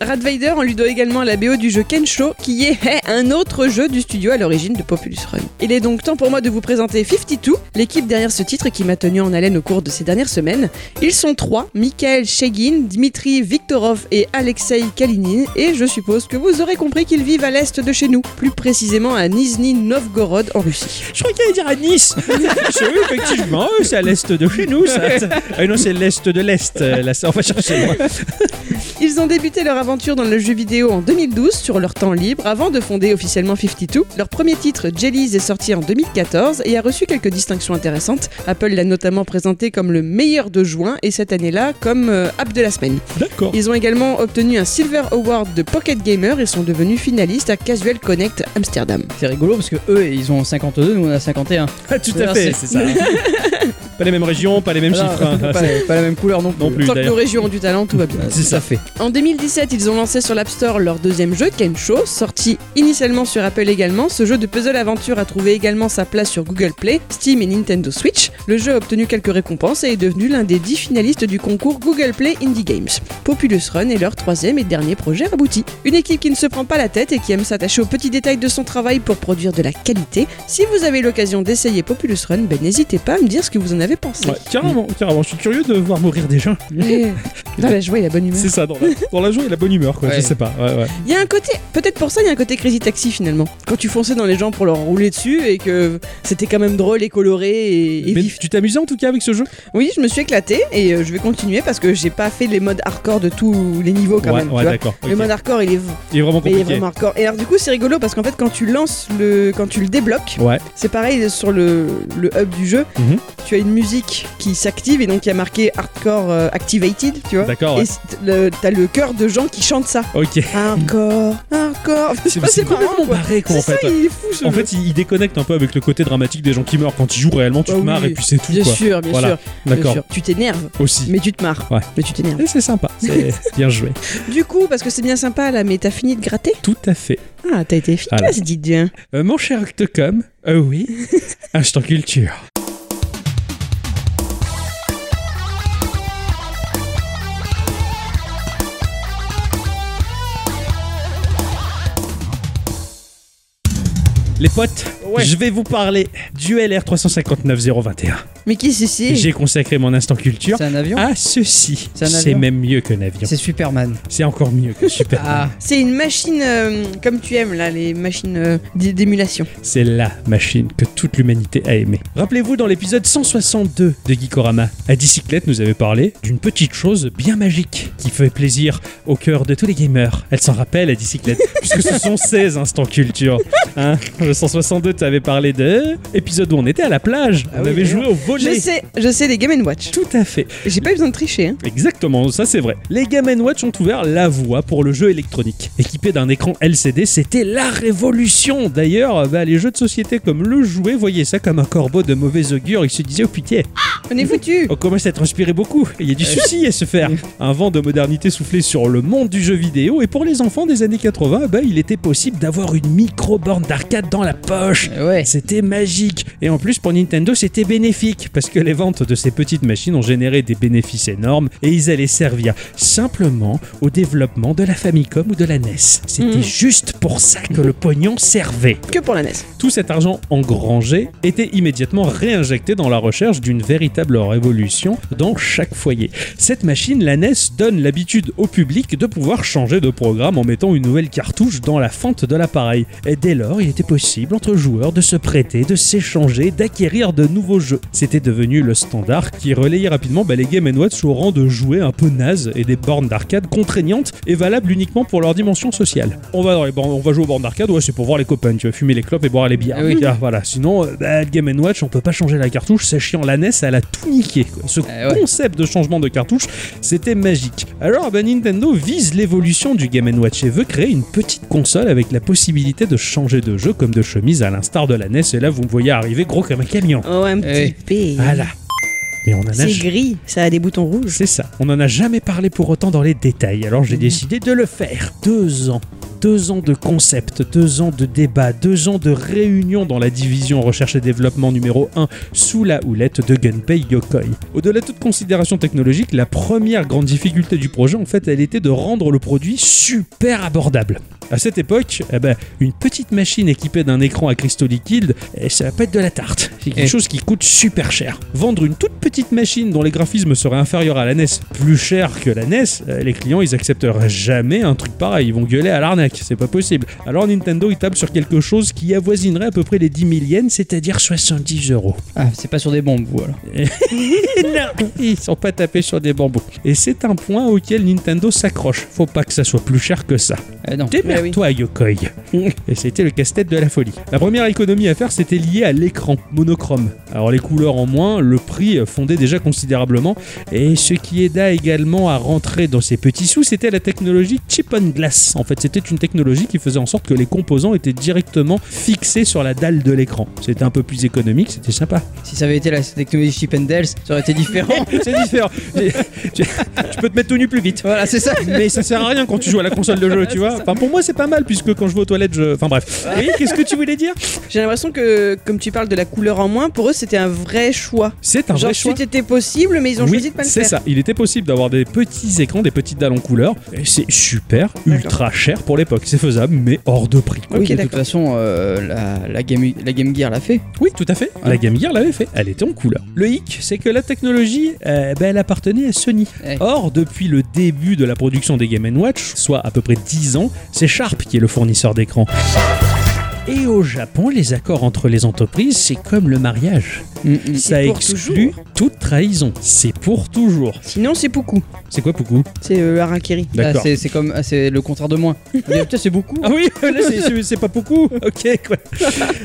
Speaker 2: Rad Vader, on lui doit également la BO du jeu Kensho, qui est eh, un autre jeu du studio à l'origine de Populus Run. Il est donc temps pour moi de vous présenter 52, l'équipe derrière ce titre qui m'a tenu en haleine au cours de ces dernières semaines. Ils sont trois, Michael Shegin, Dmitri Viktorov et Alexei Kalinin, et je suppose que vous aurez compris qu'ils vivent à l'est de chez nous, plus précisément à Nizhny Novgorod en Russie.
Speaker 1: Je crois qu'il allait dire à Nice. Je sais, oui, effectivement, euh, c'est à l'est de chez nous. Ça. Ah non, c'est l'est de l'est. euh, Là, ça, on va chercher. loin.
Speaker 2: Ils ont débuté leur aventure dans le jeu vidéo en 2012 sur leur temps libre avant de fonder officiellement 52. Leur premier titre, Jellies, est sorti en 2014 et a reçu quelques distinctions intéressantes. Apple l'a notamment présenté comme le meilleur de juin et cette année-là comme euh, app de la semaine.
Speaker 1: D'accord.
Speaker 2: Ils ont également obtenu un Silver Award de Pocket Gamer et sont devenus finalistes à Casual Connect Amsterdam.
Speaker 3: C'est rigolo parce que eux, ils ont 52, nous on a 51.
Speaker 1: Ah, tout à
Speaker 3: Voilà,
Speaker 1: fait,
Speaker 3: c'est-
Speaker 1: c'est ça. pas les mêmes régions, pas les mêmes
Speaker 3: Alors,
Speaker 1: chiffres. hein.
Speaker 3: pas, la- pas la même couleur non plus.
Speaker 1: Non plus,
Speaker 2: Tant que nos
Speaker 1: d'ailleurs.
Speaker 2: régions ont du talent, tout va bien.
Speaker 1: C'est ça.
Speaker 3: fait.
Speaker 2: En 2017, ils ont lancé sur l'App Store leur deuxième jeu, Kensho, sorti initialement sur Apple également. Ce jeu de puzzle aventure a trouvé également sa place sur Google Play, Steam et Nintendo Switch. Le jeu a obtenu quelques récompenses et est devenu l'un des dix finalistes du concours Google Play Indie Games. Populous Run est leur troisième et dernier projet abouti. Une équipe qui ne se prend pas la tête et qui aime s'attacher aux petits détails de son travail pour produire de la qualité. Si vous avez l'occasion d'essayer Populous Run, ben n'hésitez pas à me dire ce que vous en avez pensé.
Speaker 1: Ouais, carrément, carrément. Je suis curieux de voir mourir des gens.
Speaker 2: Dans la joie et la bonne humeur.
Speaker 1: C'est ça, dans la, dans la joie et la bonne humeur, quoi.
Speaker 3: Ouais.
Speaker 1: Je sais pas. Ouais, ouais.
Speaker 2: Il y a un côté, peut-être pour ça, il y a un côté Crazy Taxi finalement. Quand tu fonçais dans les gens pour leur rouler dessus et que c'était quand même drôle et coloré et, et
Speaker 1: Mais
Speaker 2: vif.
Speaker 1: tu t'amusais en tout cas avec ce jeu
Speaker 2: Oui, je me suis éclatée et euh, je vais continuer parce que j'ai pas fait les modes hardcore de tous les niveaux quand
Speaker 1: Ouais,
Speaker 2: même. tu
Speaker 1: ouais,
Speaker 2: vois.
Speaker 1: d'accord.
Speaker 2: Le
Speaker 1: ok.
Speaker 2: mode hardcore, il est,
Speaker 1: Il est vraiment
Speaker 2: il est
Speaker 1: compliqué.
Speaker 2: vraiment hardcore. Et alors du coup, c'est rigolo parce qu'en fait, quand tu lances le, quand tu le débloques,
Speaker 1: Ouais.
Speaker 2: c'est pareil sur le, le hub du jeu.
Speaker 1: Mhm.
Speaker 2: Tu as une musique qui s'active et donc il y a marqué hardcore euh, activated, tu vois.
Speaker 1: D'accord. ouais.
Speaker 2: Et c'est- le- t'as le cœur de gens qui chantent ça.
Speaker 1: Ok.
Speaker 2: Encore, encore.
Speaker 1: C'est- c'est
Speaker 2: marrant,
Speaker 1: complètement
Speaker 2: quoi.
Speaker 1: barré, quoi, en
Speaker 2: C'est ça,
Speaker 1: fait.
Speaker 2: il est fou ce
Speaker 1: En
Speaker 2: jeu.
Speaker 1: fait, il, il déconnecte un peu avec le côté dramatique des gens qui meurent. Quand ils jouent réellement, tu
Speaker 2: Ah
Speaker 1: te
Speaker 2: oui.
Speaker 1: marres et puis c'est tout,
Speaker 2: bien
Speaker 1: quoi.
Speaker 2: sûr, bien
Speaker 1: Voilà.
Speaker 2: sûr. bien
Speaker 1: D'accord.
Speaker 2: sûr. Tu t'énerves,
Speaker 1: Aussi.
Speaker 2: mais tu te marres.
Speaker 1: Ouais.
Speaker 2: Mais tu t'énerves.
Speaker 1: Et c'est sympa. C'est bien joué.
Speaker 2: Du coup, parce que c'est bien sympa là, mais t'as fini de gratter
Speaker 1: Tout à fait.
Speaker 2: Ah, t'as été efficace,
Speaker 1: Voilà.
Speaker 2: dis donc.
Speaker 1: Euh, mon cher Octocom, euh, oui, instant culture. Les potes,
Speaker 3: Ouais.
Speaker 1: je vais vous parler du LR359021.
Speaker 2: Mais qui ceci
Speaker 1: J'ai consacré mon instant culture
Speaker 3: C'est un avion
Speaker 1: à ceci.
Speaker 3: C'est un
Speaker 1: C'est
Speaker 3: avion
Speaker 1: même mieux qu'un avion.
Speaker 3: C'est Superman.
Speaker 1: C'est encore mieux que Super.
Speaker 3: Ah,
Speaker 2: C'est une machine euh, comme tu aimes là, les machines euh, d'é- d'émulation.
Speaker 1: C'est la machine que toute l'humanité a aimée. Rappelez-vous, dans l'épisode 162 de Geekorama, à Dicyclette nous avait parlé d'une petite chose bien magique qui fait plaisir au cœur de tous les gamers. Elle s'en rappelle, à Dicyclette, puisque ce sont 16 instants culture. Hein Le 162, tu avais parlé de épisode où on était à la plage,
Speaker 3: Ah
Speaker 1: on
Speaker 3: oui,
Speaker 1: avait joué au
Speaker 2: Je
Speaker 1: volet.
Speaker 2: sais, je sais les Game Watch.
Speaker 1: Tout à fait.
Speaker 2: J'ai pas eu besoin de tricher. Hein.
Speaker 1: Exactement, ça c'est vrai. Les Game Watch ont ouvert la voie pour le jeu électronique. Équipé d'un écran LCD, c'était la révolution. D'ailleurs, bah, les jeux de société comme le jouet voyaient ça comme un corbeau de mauvais augure. Ils se disaient, oh putain,
Speaker 2: On est foutu.
Speaker 1: on commence à transpirer beaucoup. Il y a du souci à se faire. Un vent de modernité soufflait sur le monde du jeu vidéo. Et pour les enfants des années 80, bah, il était possible d'avoir une micro-borne d'arcade dans la poche.
Speaker 3: ouais.
Speaker 1: C'était magique. Et en plus, pour Nintendo, c'était bénéfique, parce que les ventes de ces petites machines ont généré des bénéfices énormes, et ils allaient servir simplement au développement de la Famicom ou de la NES. C'était
Speaker 2: Mhm.
Speaker 1: juste pour ça que le pognon servait.
Speaker 2: Que pour la NES.
Speaker 1: Tout cet argent engrangé était immédiatement réinjecté dans la recherche d'une véritable révolution dans chaque foyer. Cette machine, la NES, donne l'habitude au public de pouvoir changer de programme en mettant une nouvelle cartouche dans la fente de l'appareil. Et dès lors, il était possible entre joueurs de se prêter, de s'échanger, d'acquérir de nouveaux jeux. C'était devenu le standard qui relayait rapidement bah, les Game Watch au rang de jouets un peu nazes et des bornes d'arcade contraignantes et valables uniquement pour leur dimension sociale. On va dans les bornes- on va jouer aux bornes d'arcade, ouais, c'est pour voir les copains, tu vas fumer les clopes et boire les bières.
Speaker 3: Ah oui.
Speaker 1: Ah, voilà, sinon, euh, bah, le Game Watch, on peut pas changer la cartouche, c'est chiant, la NES, elle a tout niqué. quoi. Ce
Speaker 3: Ah ouais.
Speaker 1: concept de changement de cartouche, c'était magique. Alors, bah, Nintendo vise l'évolution du Game Watch et veut créer une petite console avec la possibilité de changer de jeu comme de chemise à l'instar de la NES, et là, vous me voyez arriver gros comme un camion.
Speaker 2: Oh un
Speaker 3: Eh.
Speaker 2: petit P.
Speaker 1: Voilà. Mais on en a
Speaker 2: C'est
Speaker 1: jamais-
Speaker 2: gris, ça a des boutons rouges.
Speaker 1: c'est ça. On n'en a jamais parlé pour autant dans les détails, alors j'ai décidé de le faire. Deux ans. Deux ans de concept, deux ans de débat, deux ans de réunion dans la division recherche et développement numéro 1 sous la houlette de Gunpei Yokoi. Au-delà de toute considération technologique, la première grande difficulté du projet, en fait, elle était de rendre le produit super abordable. À cette époque, eh ben, une petite machine équipée d'un écran à cristaux liquides, eh, ça va pas être de la tarte. C'est quelque
Speaker 3: Eh.
Speaker 1: chose qui coûte super cher. Vendre une toute petite machine dont les graphismes seraient inférieurs à la NES plus cher que la NES, euh, les clients ils accepteraient jamais un truc pareil. Ils vont gueuler à l'arnaque, c'est pas possible. Alors Nintendo ils tapent sur quelque chose qui avoisinerait à peu près les 10 000 yens, c'est-à-dire 70 euros.
Speaker 3: Ah, c'est pas sur des bombes, vous alors.
Speaker 1: Non, ils sont pas tapés sur des bambous. Et c'est un point auquel Nintendo s'accroche. Faut pas que ça soit plus cher que ça.
Speaker 3: Ah, non.
Speaker 1: Démerde-toi, Yokoi. Et c'était le casse-tête de la folie. La première économie à faire, c'était liée à l'écran monochrome. Alors les couleurs en moins, le prix fondait déjà considérablement. Et ce qui aida également à rentrer dans ces petits sous, c'était la technologie chip on glass. En fait, c'était une technologie qui faisait en sorte que les composants étaient directement fixés sur la dalle de l'écran. C'était un peu plus économique, c'était sympa.
Speaker 3: Si ça avait été la technologie Chip and Dale, ça aurait été différent.
Speaker 1: C'est différent. tu tu peux te mettre tout nu plus vite.
Speaker 3: voilà, c'est ça.
Speaker 1: mais ça sert à rien quand tu joues à la console de jeu, tu vois. Enfin, pour moi, c'est pas mal puisque quand je vais aux toilettes, je. Enfin, bref. Oui, qu'est-ce que tu voulais dire
Speaker 2: J'ai l'impression que, comme tu parles de la couleur en moins, pour eux c'était un vrai choix.
Speaker 1: C'est un
Speaker 2: Genre,
Speaker 1: vrai choix.
Speaker 2: suite était possible, mais ils ont
Speaker 1: oui,
Speaker 2: choisi de pas le
Speaker 1: c'est
Speaker 2: faire.
Speaker 1: ça. Il était possible d'avoir des petits écrans, des petites dalles en couleur. Et C'est super,
Speaker 2: D'accord.
Speaker 1: ultra cher pour l'époque. C'est faisable, mais hors de prix.
Speaker 2: Ok,
Speaker 3: Oui, de toute
Speaker 2: d'accord.
Speaker 3: façon, euh, la, la, game, la Game Gear l'a fait.
Speaker 1: Oui, tout à fait. La Game Gear l'avait fait. Elle était en couleur. Le hic, c'est que la technologie, euh, ben, elle appartenait à Sony.
Speaker 3: Ouais.
Speaker 1: Or, depuis le début de la production des Game Watch, soit à peu près 10 ans, c'est Sharp qui est le fournisseur d'écran. Et au Japon, les accords entre les entreprises, c'est comme le mariage.
Speaker 3: Mm, mm.
Speaker 1: Ça
Speaker 2: pour
Speaker 1: exclut toute trahison. C'est pour toujours.
Speaker 2: Sinon c'est beaucoup.
Speaker 1: C'est quoi, Poukou
Speaker 2: C'est euh, Harakiri.
Speaker 3: Ah,
Speaker 1: D'accord.
Speaker 3: c'est c'est comme ah, c'est le contraire de moins. Putain, c'est beaucoup.
Speaker 1: Ah oui, là, c'est- c'est- c'est pas beaucoup. Ok, quoi.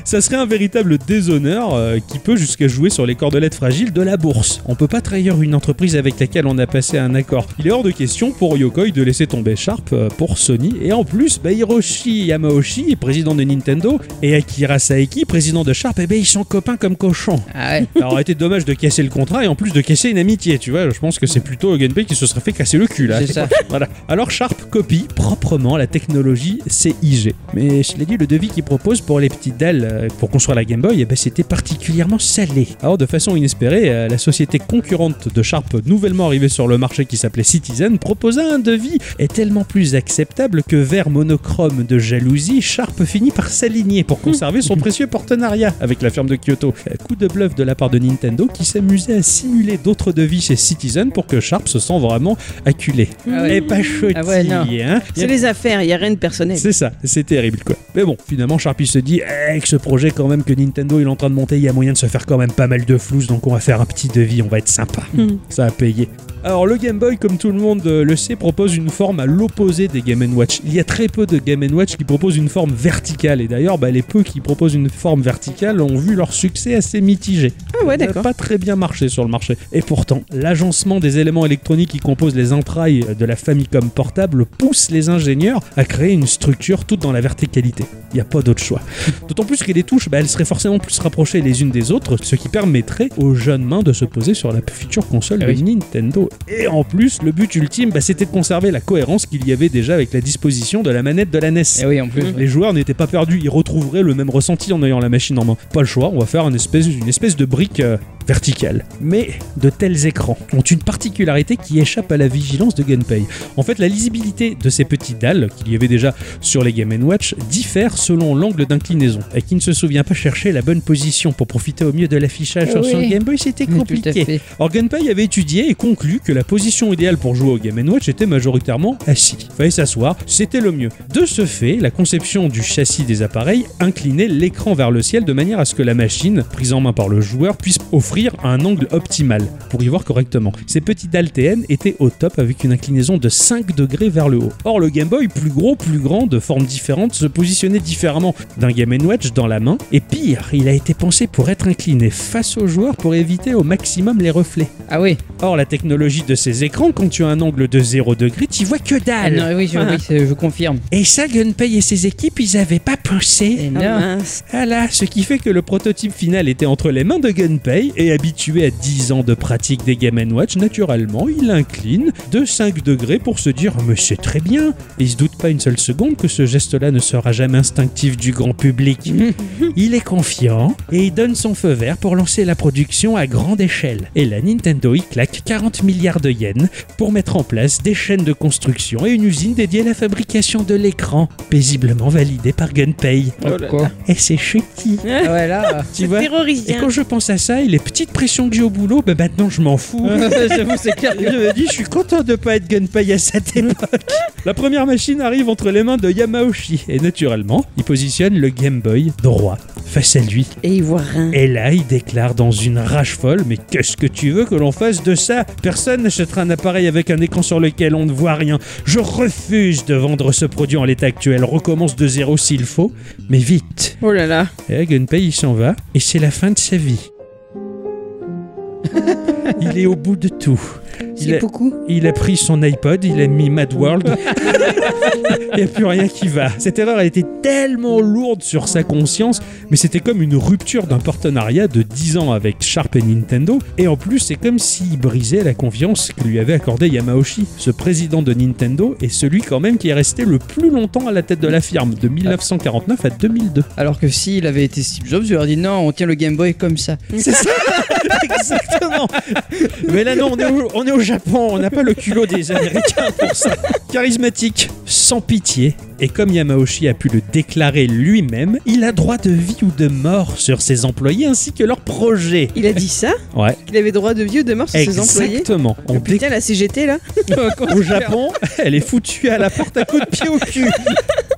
Speaker 1: Ça serait un véritable déshonneur euh, qui peut jusqu'à jouer sur les cordelettes fragiles de la bourse. On peut pas trahir une entreprise avec laquelle on a passé un accord. Il est hors de question pour Yokoi de laisser tomber Sharp euh, pour Sony. Et en plus, bah, Hiroshi Yamauchi, président de Nintendo, et Akira Saeki, président de Sharp, eh ben, ils sont copains comme cochons.
Speaker 3: Ah ouais.
Speaker 1: Ça aurait été dommage de casser le contrat et en plus de casser une amitié, tu vois. Je pense que c'est plutôt Gunpei qui se serait fait casser le cul là.
Speaker 3: C'est ça.
Speaker 1: Voilà. Alors Sharp copie proprement la technologie CIG. Mais je l'ai dit, le devis qu'il propose pour les petites dalles euh, pour construire la Game Boy, eh ben, c'était particulièrement salé. Alors de façon inespérée, euh, la société concurrente de Sharp, nouvellement arrivée sur le marché qui s'appelait Citizen, proposa un devis est tellement plus acceptable que vert monochrome de jalousie, Sharp finit par s'aligner aligné pour conserver son précieux partenariat avec la firme de Kyoto. Euh, Coup de bluff de la part de Nintendo qui s'amusait à simuler d'autres devis chez Citizen pour que Sharp se sent vraiment acculé.
Speaker 3: Ah ouais.
Speaker 1: Et pas chouette.
Speaker 3: Ah ouais, non.
Speaker 2: C'est les affaires, il n'y a rien de personnel.
Speaker 1: C'est ça, c'est terrible quoi. Mais bon, finalement, Sharpie se dit, eh, que ce projet quand même que Nintendo il est en train de monter, il y a moyen de se faire quand même pas mal de flouze, donc on va faire un petit devis, on va être sympa.
Speaker 2: Mm.
Speaker 1: Ça a payé. Alors le Game Boy, comme tout le monde euh, le sait, propose une forme à l'opposé des Game Watch. Il y a très peu de Game Watch qui proposent une forme verticale, et d'ailleurs, bah, les peu qui proposent une forme verticale ont vu leur succès assez mitigé
Speaker 2: Ah ouais,
Speaker 1: n'a
Speaker 2: d'accord.
Speaker 1: pas très bien marché sur le marché. Et pourtant, l'agencement des éléments électroniques qui composent les entrailles de la Famicom portable pousse les ingénieurs à créer une structure toute dans la verticalité. Il n'y a pas d'autre choix. D'autant plus que les touches, bah, elles seraient forcément plus rapprochées les unes des autres, ce qui permettrait aux jeunes mains de se poser sur la future console
Speaker 3: Ah
Speaker 1: de
Speaker 3: oui.
Speaker 1: Nintendo. Et en plus, le but ultime, bah, c'était de conserver la cohérence qu'il y avait déjà avec la disposition de la manette de la E NES.
Speaker 3: Eh oui, en plus.
Speaker 1: Les joueurs n'étaient pas perdus, ils retrouveraient le même ressenti en ayant la machine en main. Pas le choix, on va faire une espèce, une espèce de brique euh, verticale. Mais de tels écrans ont une particularité qui échappe à la vigilance de Gunpei. En fait, la lisibilité de ces petites dalles, qu'il y avait déjà sur les Game Watch, diffère selon l'angle d'inclinaison. Et qui ne se souvient pas chercher la bonne position pour profiter au mieux de l'affichage sur son
Speaker 3: Ah Oui.
Speaker 1: Game Boy, c'était
Speaker 3: Oui, Mm, tout à
Speaker 1: compliqué.
Speaker 3: fait.
Speaker 1: Or, Gunpei avait étudié et conclu que la position idéale pour jouer au Game Watch était majoritairement assis. Fallait s'asseoir, c'était le mieux. De ce fait, la conception du châssis des appareils inclinait l'écran vers le ciel de manière à ce que la machine, prise en main par le joueur, puisse offrir un angle optimal pour y voir correctement. Ces petits dalles TN étaient au top avec une inclinaison de 5 degrés vers le haut. Or, le Game Boy, plus gros, plus grand, de formes différentes, se positionnait différemment d'un Game Watch dans la main. Et pire, il a été pensé pour être incliné face au joueur pour éviter au maximum les reflets.
Speaker 3: Ah oui.
Speaker 1: Or, la technologie de ces écrans, quand tu as un angle de 0 degré, tu vois que
Speaker 3: Ah
Speaker 1: dalle.
Speaker 3: non, oui, je, oui, c'est- je confirme.
Speaker 1: Et ça, Gunpei et ses équipes, ils avaient pas pensé.
Speaker 3: Eh
Speaker 2: Ah,
Speaker 3: non.
Speaker 2: mince.
Speaker 1: Ah là, ce qui fait que le prototype final était entre les mains de Gunpei et habitué à 10 ans de pratique des Game Watch, naturellement, il incline de 5 degrés pour se dire Mais c'est très bien. Et il se doute pas une seule seconde que ce geste-là ne sera jamais instinctif du grand public. Il est confiant et il donne son feu vert pour lancer la production à grande échelle. Et la Nintendo y claque 40 milliards de yens pour mettre en place des chaînes de construction et une usine dédiée à la fabrication de l'écran, paisiblement validée par Gunpei.
Speaker 3: Quoi
Speaker 1: Et c'est chucky,
Speaker 3: Ah ouais, là.
Speaker 1: tu vois et
Speaker 2: Terrorisien.
Speaker 1: quand je pense à ça et les petites pressions que j'ai au boulot, bah maintenant je m'en fous.
Speaker 3: J'avoue, c'est clair.
Speaker 1: Je me dis, je suis content de pas être Gunpei à cette époque. La première machine arrive entre les mains de Yamaoshi et naturellement, il positionne le Game Boy droit face à lui.
Speaker 2: hein. Et il voit rien.
Speaker 1: Et là, il déclare dans une rage folle Mais qu'est-ce que tu veux que l'on fasse de ça Personne n'achètera un appareil avec un écran sur lequel on ne voit rien. Je refuse de vendre ce produit en l'état actuel. Recommence de zéro s'il faut, mais vite.
Speaker 2: Oh là là.
Speaker 1: Et Gunpei, il s'en va, et c'est la fin de sa vie. il est au bout de tout. Il a,
Speaker 2: beaucoup.
Speaker 1: il a pris son iPod, il a mis Mad World. Il n'y a plus rien qui va. Cette erreur, elle était tellement lourde sur sa conscience, mais c'était comme une rupture d'un partenariat de 10 ans avec Sharp et Nintendo. Et en plus, c'est comme s'il brisait la confiance que lui avait accordée Yamaoshi, ce président de Nintendo, et celui quand même qui est resté le plus longtemps à la tête de la firme, de 1949 à 2002.
Speaker 3: Alors que s'il avait été Steve Jobs, il aurait dit non, on tient le Game Boy comme ça.
Speaker 1: C'est ça Exactement Mais là non, on est au, on est au Japon, on n'a pas le culot des Américains pour ça. Charismatique, sans pitié, et comme Yamaoshi a pu le déclarer lui-même, il a droit de vie ou de mort sur ses employés ainsi que leurs projets.
Speaker 2: Il a dit ça
Speaker 1: Ouais.
Speaker 2: Qu'il avait droit de vie ou de mort sur ses employés
Speaker 1: Exactement. On dé-
Speaker 2: Putain, la CGT là
Speaker 1: au Japon, elle est foutue à la porte à coups de pied au cul.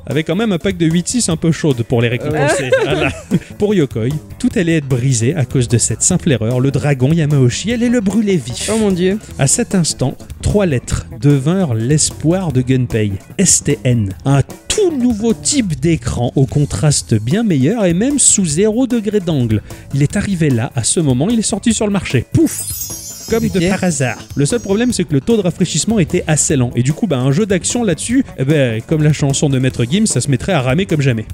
Speaker 1: Avec quand même un pack de 8-6 un peu chaude pour les récompenser. Voilà. Pour Yokoi, tout allait être brisé à cause de cette simple erreur. Le dragon Yamaoshi allait le brûler vif.
Speaker 2: Oh mon dieu.
Speaker 1: À cet instant, trois lettres devinrent l'espoir de Gunpei. STN, un tout nouveau type d'écran au contraste bien meilleur et même sous 0 degré d'angle. Il est arrivé là, à ce moment, il est sorti sur le marché. Pouf comme de
Speaker 3: Ok.
Speaker 1: par hasard. Le seul problème, c'est que le taux de rafraîchissement était assez lent. Et du coup, bah, un jeu d'action là-dessus, eh ben, comme la chanson de Maître Gims, ça se mettrait à ramer comme jamais.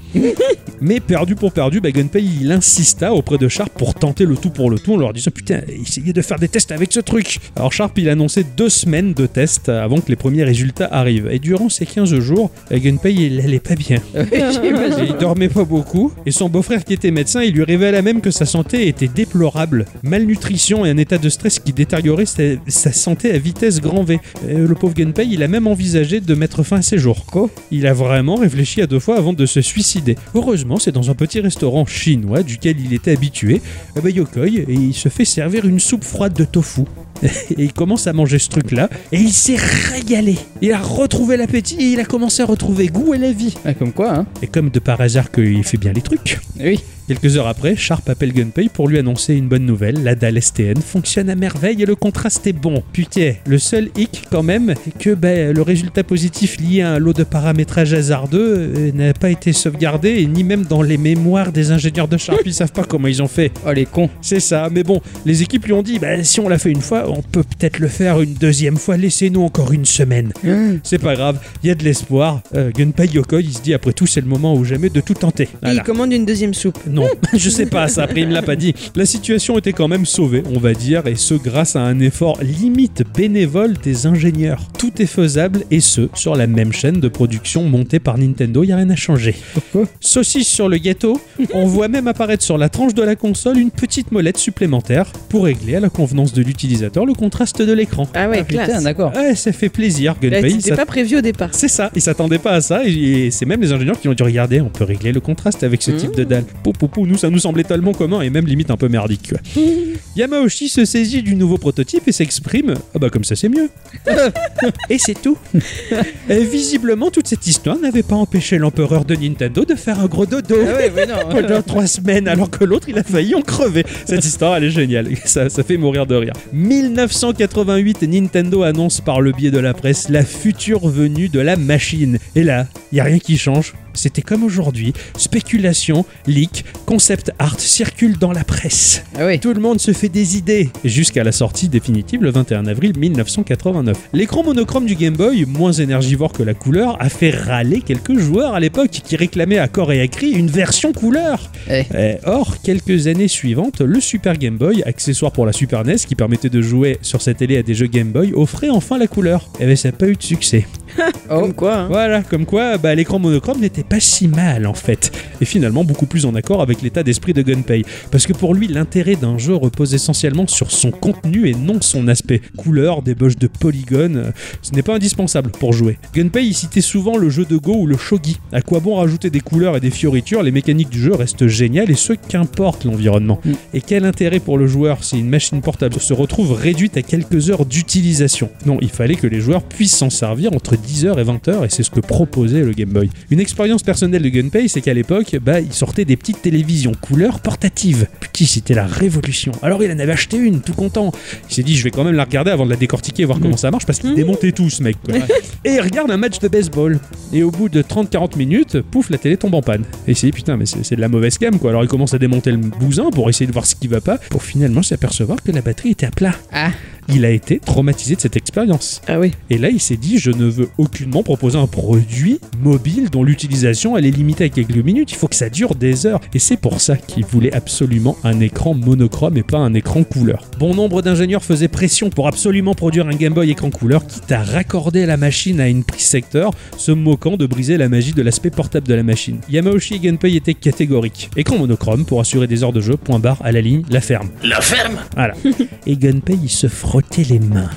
Speaker 1: Mais perdu pour perdu, bah, Gunpei il insista auprès de Sharp pour tenter le tout pour le tout en leur disant putain, essayez de faire des tests avec ce truc. Alors Sharp il annonçait deux semaines de tests avant que les premiers résultats arrivent. Et durant ces 15 jours, euh, Gunpei il allait pas bien.
Speaker 3: Ah
Speaker 1: Et il dormait pas beaucoup. Et son beau-frère qui était médecin, il lui révéla même que sa santé était déplorable. Malnutrition et un état de stress qui détériorer sa, sa santé à vitesse grand V. Euh, le pauvre Genpei, il a même envisagé de mettre fin à ses jours.
Speaker 3: Quoi
Speaker 1: Il a vraiment réfléchi à deux fois avant de se suicider. Heureusement, c'est dans un petit restaurant chinois duquel il était habitué, à Yokoi, et il se fait servir une soupe froide de tofu. Et il commence à manger ce truc-là, et il s'est régalé. Il a retrouvé l'appétit, et il a commencé à retrouver goût à la vie.
Speaker 3: Ah, Comme quoi, hein
Speaker 1: Et comme de par hasard qu'il fait bien les trucs,
Speaker 3: Eh Oui.
Speaker 1: Quelques heures après, Sharp appelle Gunpei pour lui annoncer une bonne nouvelle. La dalle STN fonctionne à merveille et le contraste est bon. Putain, le seul hic quand même, c'est que ben, le résultat positif lié à un lot de paramétrage hasardeux euh, n'a pas été sauvegardé, et ni même dans les mémoires des ingénieurs de Sharp. Ils savent pas comment ils ont fait.
Speaker 3: Oh, les cons.
Speaker 1: C'est ça, mais bon, les équipes lui ont dit, ben, si on l'a fait une fois, on peut peut-être le faire une deuxième fois, laissez-nous encore une semaine.
Speaker 2: Hein,
Speaker 1: C'est pas grave, il y a de l'espoir. Euh, Gunpei Yokoi, il se dit, après tout, c'est le moment ou jamais de tout tenter.
Speaker 2: Et
Speaker 1: Voilà.
Speaker 2: il commande une deuxième soupe.
Speaker 1: Non, je sais pas, ça après il me l'a pas dit. La situation était quand même sauvée, on va dire, et ce grâce à un effort limite bénévole des ingénieurs. Tout est faisable, et ce, sur la même chaîne de production montée par Nintendo, y a rien à changer.
Speaker 3: Pourquoi
Speaker 1: Saucisse sur le gâteau, on voit même apparaître sur la tranche de la console une petite molette supplémentaire pour régler à la convenance de l'utilisateur le contraste de l'écran.
Speaker 2: Ah ouais,
Speaker 3: Ah, putain,
Speaker 2: classe.
Speaker 3: d'accord.
Speaker 1: Ouais, ça fait plaisir,
Speaker 2: Là,
Speaker 1: Gunpei.
Speaker 2: C'était
Speaker 1: ça-
Speaker 2: pas prévu au départ.
Speaker 1: c'est ça, ils s'attendaient pas à ça, et et c'est même les ingénieurs qui ont dû regarder, on peut régler le contraste avec ce
Speaker 3: Mmh.
Speaker 1: type de dalle. Pou, pou, pou, nous, ça nous semblait tellement commun et même limite un peu merdique. quoi. Yamauchi se saisit du nouveau prototype et s'exprime Ah bah comme ça c'est mieux. et c'est tout. Et visiblement, toute cette histoire n'avait pas empêché l'empereur de Nintendo de faire un gros dodo.
Speaker 3: Ah ouais, mais non.
Speaker 1: pendant trois semaines, alors que l'autre, il a failli en crever. Cette histoire, elle est géniale. Ça, ça fait mourir de rire. 1988, Nintendo annonce par le biais de la presse la future venue de la machine. Et là, il y a rien qui change. C'était comme aujourd'hui. Spéculation, leak, concept art circulent dans la presse.
Speaker 3: Ah ouais.
Speaker 1: Tout le monde se fait des idées jusqu'à la sortie définitive le 21 avril 1989. L'écran monochrome du Game Boy, moins énergivore que la couleur, a fait râler quelques joueurs à l'époque qui réclamaient à corps et à cri une version couleur.
Speaker 3: Eh.
Speaker 1: Eh, or, quelques années suivantes, le Super Game Boy, accessoire pour la Super NES qui permettait de jouer sur sa télé à des jeux Game Boy, offrait enfin la couleur. Eh bien, ça n'a pas eu de succès.
Speaker 3: Oh.
Speaker 2: Comme quoi, hein.
Speaker 1: Voilà, comme quoi bah, l'écran monochrome n'était pas si mal en fait, et finalement beaucoup plus en accord avec l'état d'esprit de Gunpei, parce que pour lui l'intérêt d'un jeu repose essentiellement sur son contenu et non son aspect. Couleur, débauche de polygones, euh, ce n'est pas indispensable pour jouer. Gunpei il citait souvent le jeu de Go ou le shogi. À quoi bon rajouter des couleurs et des fioritures, les mécaniques du jeu restent géniales et ce qu'importe l'environnement.
Speaker 3: Mm.
Speaker 1: Et quel intérêt pour le joueur si une machine portable se retrouve réduite à quelques heures d'utilisation Non, il fallait que les joueurs puissent s'en servir entre 10h et 20h et c'est ce que proposait le Game Boy. Une expérience personnelle de Gunpei, c'est qu'à l'époque, bah, il sortait des petites télévisions couleur portatives. Putain, c'était la révolution. Alors il en avait acheté une, tout content. Il s'est dit, je vais quand même la regarder avant de la décortiquer, voir comment ça marche, parce qu'il démontait tout ce mec. quoi. et il regarde un match de baseball. Et au bout de 30-40 minutes, pouf, la télé tombe en panne. Et il s'est dit, putain, mais c'est c'est de la mauvaise cam, quoi. Alors il commence à démonter le bousin pour essayer de voir ce qui va pas, pour finalement s'apercevoir que la batterie était à plat.
Speaker 3: Ah.
Speaker 1: Il a été traumatisé de cette expérience.
Speaker 2: Ah oui.
Speaker 1: Et là, il s'est dit, je ne veux aucunement proposer un produit mobile dont l'utilisation elle est limitée à quelques minutes. Il faut que ça dure des heures. Et c'est pour ça qu'il voulait absolument un écran monochrome et pas un écran couleur. Bon nombre d'ingénieurs faisaient pression pour absolument produire un Game Boy écran couleur, quitte à raccorder la machine à une prise secteur, se moquant de briser la magie de l'aspect portable de la machine. Yamauchi et Gunpei étaient catégoriques. Écran monochrome pour assurer des heures de jeu, point barre, à la ligne, la ferme.
Speaker 5: La ferme
Speaker 1: Voilà. Et Gunpei, il se frottait les mains.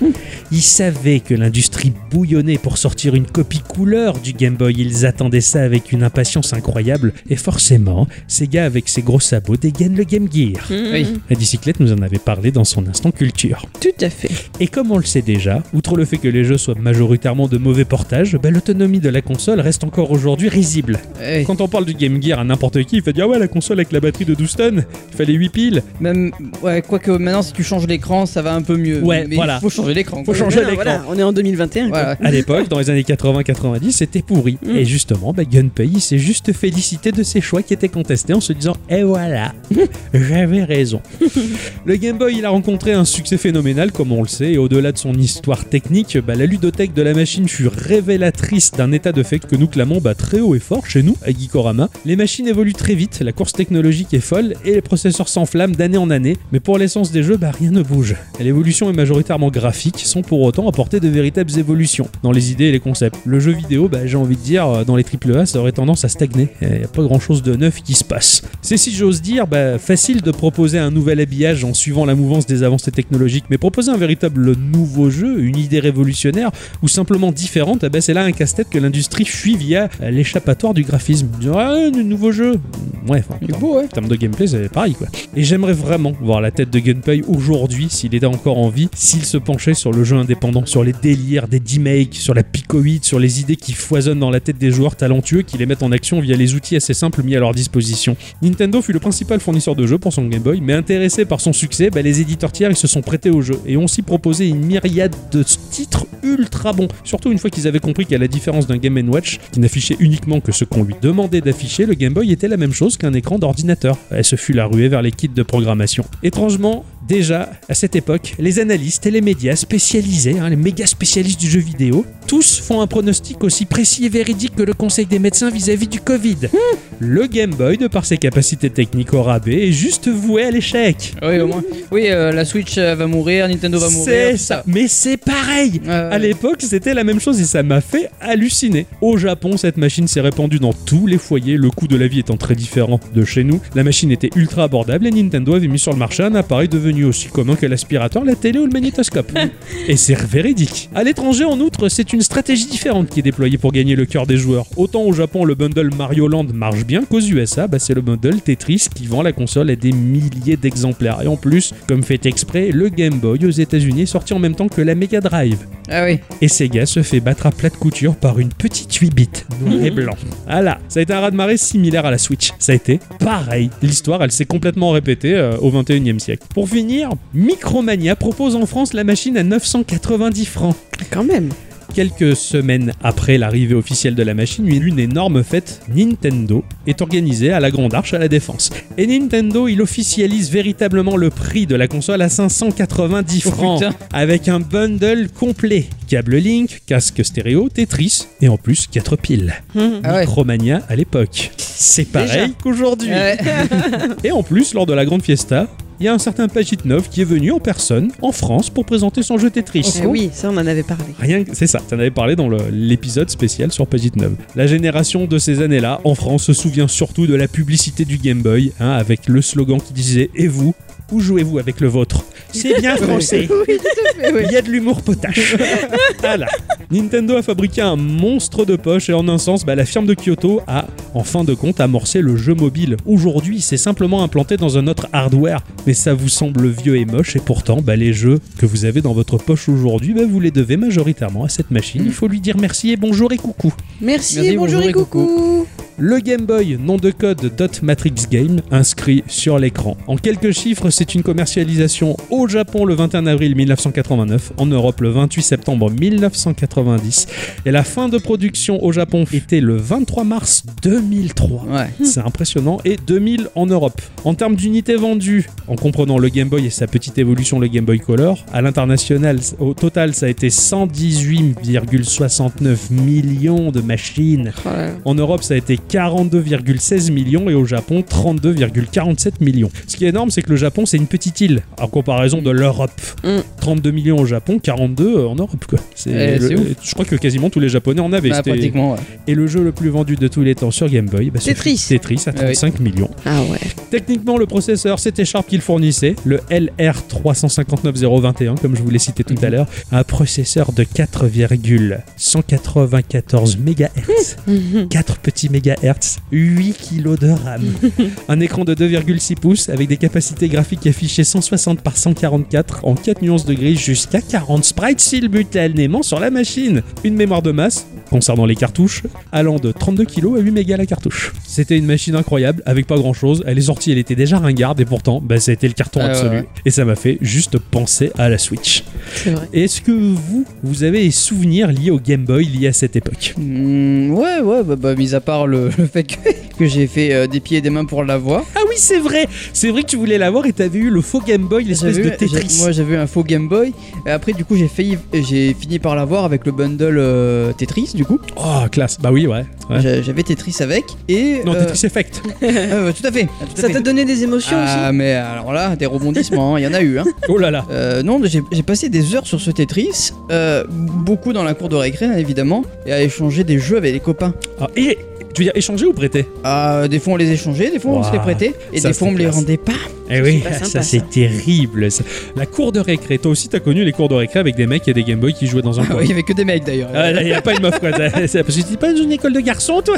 Speaker 1: Il savait que l'industrie bouillonnait pour sortir une copie couleur du Game Boy. Ils attendaient ça avec une impatience incroyable. Et forcément, Sega, avec ses gros sabots, dégaine le Game Gear.
Speaker 2: Hmm. Mmh.
Speaker 3: Oui.
Speaker 1: La bicyclette nous en avait parlé dans son instant culture.
Speaker 2: Tout à fait.
Speaker 1: Et comme on le sait déjà, outre le fait que les jeux soient majoritairement de mauvais portage, bah, l'autonomie de la console reste encore aujourd'hui risible.
Speaker 3: Eh.
Speaker 1: Quand on parle du Game Gear à n'importe qui, il fait dire Ah ouais, la console avec la batterie de 12 tonnes, il fallait 8 piles.
Speaker 3: Même, ouais, quoique maintenant, si tu changes l'écran, ça va un peu mieux.
Speaker 1: Ouais,
Speaker 3: mais
Speaker 1: voilà.
Speaker 3: Faut changer l'écran.
Speaker 1: Faut
Speaker 3: quoi.
Speaker 1: changer
Speaker 2: Voilà,
Speaker 1: l'écran.
Speaker 2: voilà, on est en 2021. quoi.
Speaker 3: Voilà.
Speaker 1: À l'époque, dans les années 80-90, c'était pourri.
Speaker 2: Mm.
Speaker 1: Et justement, bah, Gunpei il s'est juste félicité de ses choix qui étaient contestés en se disant Et voilà, j'avais raison. le Game Boy, il a rencontré un succès phénoménal, comme on le sait, et au-delà de son histoire technique, bah, la ludothèque de la machine fut révélatrice d'un état de fait que nous clamons bah, très haut et fort chez nous, à Geekorama. Les machines évoluent très vite, la course technologique est folle, et les processeurs s'enflamment d'année en année, mais pour l'essence des jeux, bah, rien ne bouge. L'évolution est majoritairement graphiques sans pour autant apporter de véritables évolutions dans les idées et les concepts. Le jeu vidéo, bah, j'ai envie de dire, euh, dans les AAA, ça aurait tendance à stagner. Il n'y a pas grand chose de neuf qui se passe. C'est si j'ose dire, bah, facile de proposer un nouvel habillage en suivant la mouvance des avancées technologiques, mais proposer un véritable nouveau jeu, une idée révolutionnaire ou simplement différente, eh ben, c'est là un casse-tête que l'industrie fuit via euh, l'échappatoire du graphisme. Ils disent, Ah, un nouveau jeu Ouais, enfin,
Speaker 3: Il est
Speaker 1: en-
Speaker 3: beau, ouais.
Speaker 1: en termes de gameplay, c'est pareil quoi. Et j'aimerais vraiment voir la tête de Gunpei aujourd'hui, s'il était encore en vie, s'il se penchait sur le jeu indépendant, sur les délires des d sur la picoïde, sur les idées qui foisonnent dans la tête des joueurs talentueux qui les mettent en action via les outils assez simples mis à leur disposition. Nintendo fut le principal fournisseur de jeux pour son Game Boy, mais intéressé par son succès, bah, les éditeurs tiers ils se sont prêtés au jeu et ont aussi proposé une myriade de titres ultra bons. Surtout une fois qu'ils avaient compris qu'à la différence d'un Game Watch qui n'affichait uniquement que ce qu'on lui demandait d'afficher, le Game Boy était la même chose qu'un écran d'ordinateur. Et ce fut la ruée vers les kits de programmation. Étrangement, déjà, à cette époque, les analystes et les médias spécialisés, hein, les méga spécialistes du jeu vidéo, tous font un pronostic aussi précis et véridique que le conseil des médecins vis-à-vis du Covid. Le Game Boy, de par ses capacités techniques au rabais, est juste voué à l'échec.
Speaker 3: Oui, au moins. Oui, euh, la Switch euh, va mourir, Nintendo va mourir.
Speaker 1: C'est
Speaker 3: tout
Speaker 1: ça. Mais c'est pareil.
Speaker 3: Euh,
Speaker 1: À l'époque, c'était la même chose et ça m'a fait halluciner. Au Japon, cette machine s'est répandue dans tous les foyers, le coût de la vie étant très différent de chez nous. La machine était ultra abordable et Nintendo avait mis sur le marché un appareil devenu aussi commun que l'aspirateur, la télé ou le magnétoscope. et c'est véridique. À l'étranger, en outre, c'est une stratégie différente qui est déployée pour gagner le cœur des joueurs. Autant au Japon, le bundle Mario Land marche bien qu'aux USA, bah, c'est le bundle Tetris qui vend la console à des milliers d'exemplaires. Et en plus, comme fait exprès, le Game Boy aux États-Unis est sorti en même temps que la Mega Drive
Speaker 3: Ah oui.
Speaker 1: et Sega se fait battre à plate couture par une petite 8 bits noir et blanc. Voilà, ça a été un raz-de-marée similaire à la Switch. Ça a été pareil. L'histoire, elle s'est complètement répétée euh, au 21e siècle. Pour finir, Micromania propose en France la machine à 990 francs.
Speaker 2: Ah, Quand même.
Speaker 1: Quelques semaines après l'arrivée officielle de la machine, une énorme fête Nintendo est organisée à la Grande Arche à la Défense. Et Nintendo, il officialise véritablement le prix de la console à 590
Speaker 3: Oh,
Speaker 1: francs
Speaker 3: putain.
Speaker 1: avec un bundle complet, câble Link, casque stéréo, Tetris et en plus 4 piles.
Speaker 3: Ah ouais.
Speaker 1: Micromania à l'époque. C'est
Speaker 3: Déjà.
Speaker 1: pareil qu'aujourd'hui.
Speaker 3: Ouais.
Speaker 1: Et en plus, lors de la grande fiesta, il y a un certain Pagitnov qui est venu en personne en France pour présenter son jeu Tetris.
Speaker 3: Eh
Speaker 2: Ah oui, ça on en avait parlé.
Speaker 1: Rien que c'est ça, t'en avais parlé dans le- l'épisode spécial sur Petite Neuve. La génération de ces années-là, en France, se souvient surtout de la publicité du Game Boy, hein, avec le slogan qui disait Et vous Où jouez-vous avec le vôtre C'est bien français il y a de l'humour potache. voilà. Nintendo a fabriqué un monstre de poche et en un sens, bah, la firme de Kyoto a, en fin de compte, amorcé le jeu mobile. Aujourd'hui, c'est simplement implanté dans un autre hardware. Mais ça vous semble vieux et moche et pourtant, bah, les jeux que vous avez dans votre poche aujourd'hui, bah, vous les devez majoritairement à cette machine. Il faut lui dire merci et bonjour et coucou.
Speaker 2: Merci,
Speaker 3: Merci,
Speaker 2: bonjour, et coucou.
Speaker 1: Le Game Boy, nom de code Dot Matrix Game, inscrit sur l'écran. En quelques chiffres, c'est une commercialisation au Japon le 21 avril 1989, en Europe le 28 septembre 1990, et la fin de production au Japon était le 23 mars 2003.
Speaker 3: Ouais.
Speaker 1: C'est impressionnant. Et 2000 en Europe. En termes d'unités vendues, en comprenant le Game Boy et sa petite évolution, le Game Boy Color, à l'international, au total, ça a été 118,69 millions de machines. En Europe, ça a été 42,16 millions et au Japon, 32,47 millions. Ce qui est énorme, c'est que le Japon, c'est une petite île en comparaison de l'Europe.
Speaker 2: Mm.
Speaker 1: 32 millions au Japon, 42 en Europe. Quoi. C'est
Speaker 3: Eh,
Speaker 1: le-
Speaker 3: c'est ouf.
Speaker 1: Je crois que quasiment tous les Japonais en avaient.
Speaker 3: Bah,
Speaker 1: C'était-
Speaker 3: pratiquement, ouais.
Speaker 1: et le jeu le plus vendu de tous les temps sur Game Boy, bah, ce
Speaker 2: Tetris.
Speaker 1: fut Tetris
Speaker 3: Eh
Speaker 1: à 35 millions.
Speaker 2: Ah ouais.
Speaker 1: Techniquement, le processeur, c'était Sharp qu'il fournissait, le LR359021, comme je vous l'ai cité tout
Speaker 3: Mhm.
Speaker 1: à l'heure, un processeur de 4,194 MHz, 4 petits MHz, 8 kg de RAM, un écran de 2,6 pouces avec des capacités graphiques affichées 160 par 144 en 4 nuances de gris jusqu'à 40 sprites simultanément sur la machine, une mémoire de masse concernant les cartouches, allant de 32 kg à 8 mégas la cartouche. C'était une machine incroyable, avec pas grand chose. Elle est sortie, elle était déjà ringarde, et pourtant, bah, ça a été le carton
Speaker 3: Ah ouais,
Speaker 1: absolu.
Speaker 3: ouais.
Speaker 1: Et ça m'a fait juste penser à la Switch.
Speaker 2: C'est vrai.
Speaker 1: Est-ce que vous, vous avez des souvenirs liés au Game Boy liés à cette époque
Speaker 3: Hmm, ouais, ouais, bah, bah, mis à part le, le fait que, que j'ai fait euh, des pieds et des mains pour l'avoir.
Speaker 1: Ah oui, c'est vrai C'est vrai que tu voulais l'avoir et t'avais eu le faux Game Boy, l'espèce
Speaker 3: J'avais
Speaker 1: de
Speaker 3: eu- j'ai-
Speaker 1: Tetris.
Speaker 3: Moi j'avais un faux Game Boy. Et après du coup j'ai failli, j'ai fini par l'avoir avec le bundle euh, Tetris du du coup.
Speaker 1: Oh, classe. Bah oui, ouais. ouais.
Speaker 3: J'a- J'avais Tetris avec et.
Speaker 1: Non,
Speaker 3: euh,
Speaker 1: Tetris Effect.
Speaker 3: euh, tout à fait. tout à
Speaker 2: Ça
Speaker 3: fait.
Speaker 2: t'a donné des émotions
Speaker 1: Euh,
Speaker 3: Ah, mais alors là, des rebondissements, hein, il y en a eu. Hein.
Speaker 1: Oh là là.
Speaker 3: Euh, non, j'ai j'ai passé des heures sur ce Tetris, euh, beaucoup dans la cour de récré, hein, évidemment, et à échanger des jeux avec les copains.
Speaker 1: Ah, et tu veux dire échanger ou prêter
Speaker 3: Ah, des fois, on les échangeait, des fois, on
Speaker 1: Ouah,
Speaker 3: se les prêtait, et
Speaker 1: ça,
Speaker 3: des fois, on
Speaker 1: c'est
Speaker 3: me les
Speaker 1: classe.
Speaker 3: rendait pas.
Speaker 1: Eh oui,
Speaker 2: pas sympa,
Speaker 1: ça c'est terrible. ça. La cour de récré. Toi aussi, t'as connu les cours de récré avec des mecs et des Game Boy qui jouaient dans un
Speaker 3: Ah
Speaker 1: coin.
Speaker 3: oui, il y avait que des mecs d'ailleurs.
Speaker 1: Ah, là, y a pas une meuf quoi. C'est- c'est- Parce que t'es pas dans une école de garçons, toi.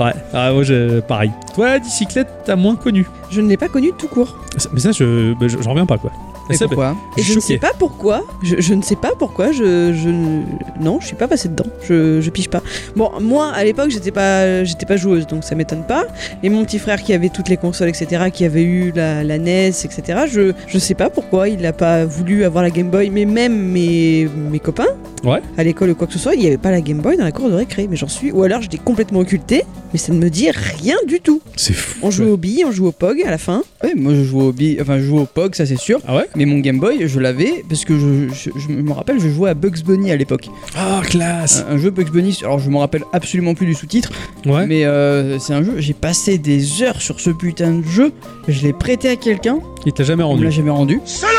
Speaker 1: ouais. Ah, moi, je- pareil. Toi, bicyclette, t'as moins connu.
Speaker 2: aussi Je ne l'ai pas connu tout court.
Speaker 1: Ça- Mais ça, je, bah, je- j'en reviens pas quoi.
Speaker 3: Et
Speaker 1: Ça, bah,
Speaker 3: pourquoi
Speaker 2: Et je ne sais
Speaker 1: choqué.
Speaker 2: pas pourquoi. Je, je ne sais pas pourquoi. Je, je ne- non, je suis pas passée dedans. Je, je pige pas. Bon, moi à l'époque j'étais pas j'étais pas joueuse, donc ça m'étonne pas. Et mon petit frère qui avait toutes les consoles, etc., qui avait eu la, E la NES, etc. Je je sais pas pourquoi il n'a pas voulu avoir la Game Boy. Mais même mes mes copains.
Speaker 1: Ouais.
Speaker 2: À l'école ou quoi que ce soit, il n'y avait pas la Game Boy dans la cour de récré. Mais j'en suis. Ou alors je l'ai complètement occulté. Mais ça ne me dit rien du tout.
Speaker 1: C'est fou.
Speaker 2: On jouait aux billes, on jouait au pog à la fin.
Speaker 3: hein Ouais, moi, je jouais au, bi- enfin, je jouais au POG, ça c'est sûr.
Speaker 1: Ah ouais
Speaker 3: Mais mon Game Boy, je l'avais parce que je, je- je me rappelle, je jouais à Bugs Bunny à l'époque.
Speaker 1: Ah, classe.
Speaker 3: Un, un jeu Bugs Bunny, alors je me rappelle absolument plus du sous-titre,
Speaker 1: Ouais.
Speaker 3: mais euh, c'est un jeu. J'ai passé des heures sur ce putain de jeu. Je l'ai prêté à quelqu'un,
Speaker 1: Il t'a jamais
Speaker 3: on me l'a
Speaker 1: rendu.
Speaker 3: jamais rendu. Salaud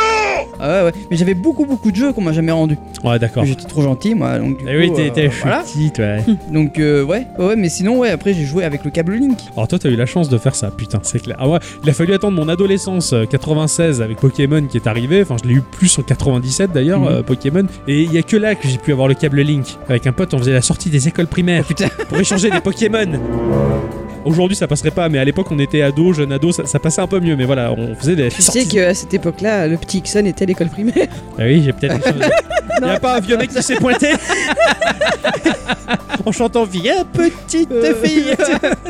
Speaker 3: Ah ouais, ouais, mais j'avais beaucoup beaucoup de jeux qu'on m'a jamais rendu.
Speaker 1: Ouais, d'accord.
Speaker 3: J'étais trop gentil moi, donc du
Speaker 1: Eh oui,
Speaker 3: coup,
Speaker 1: t'es
Speaker 3: euh,
Speaker 1: t'es
Speaker 3: voilà.
Speaker 1: petit, toi.
Speaker 3: Donc euh, ouais, ouais, ouais, mais sinon ouais, après j'ai joué avec le câble Link.
Speaker 1: Alors toi, t'as eu la chance de faire ça, putain, c'est clair. Ah ouais, il a fallu attendre mon adolescence euh, 96 avec Pokémon qui est arrivé. Enfin, je l'ai eu plus en 97 d'ailleurs,
Speaker 3: Mhm.
Speaker 1: euh, Pokémon. Et il y a que là que j'ai pu avoir le câble Link. Avec un pote, on faisait la sortie des écoles primaires
Speaker 3: Putain.
Speaker 1: pour échanger des Pokémon. Aujourd'hui, ça passerait pas, mais à l'époque, on était ado, jeune ado, ça, ça passait un peu mieux. Mais voilà, on faisait des
Speaker 2: Tu sais
Speaker 1: sorties.
Speaker 2: qu'à cette époque-là, le petit Ixon était à l'école primaire.
Speaker 1: Ah oui, j'ai peut-être. Il y a
Speaker 2: Non.
Speaker 1: pas un vieux mec qui s'est pointé en chantant Viens petite
Speaker 3: Euh.
Speaker 1: fille.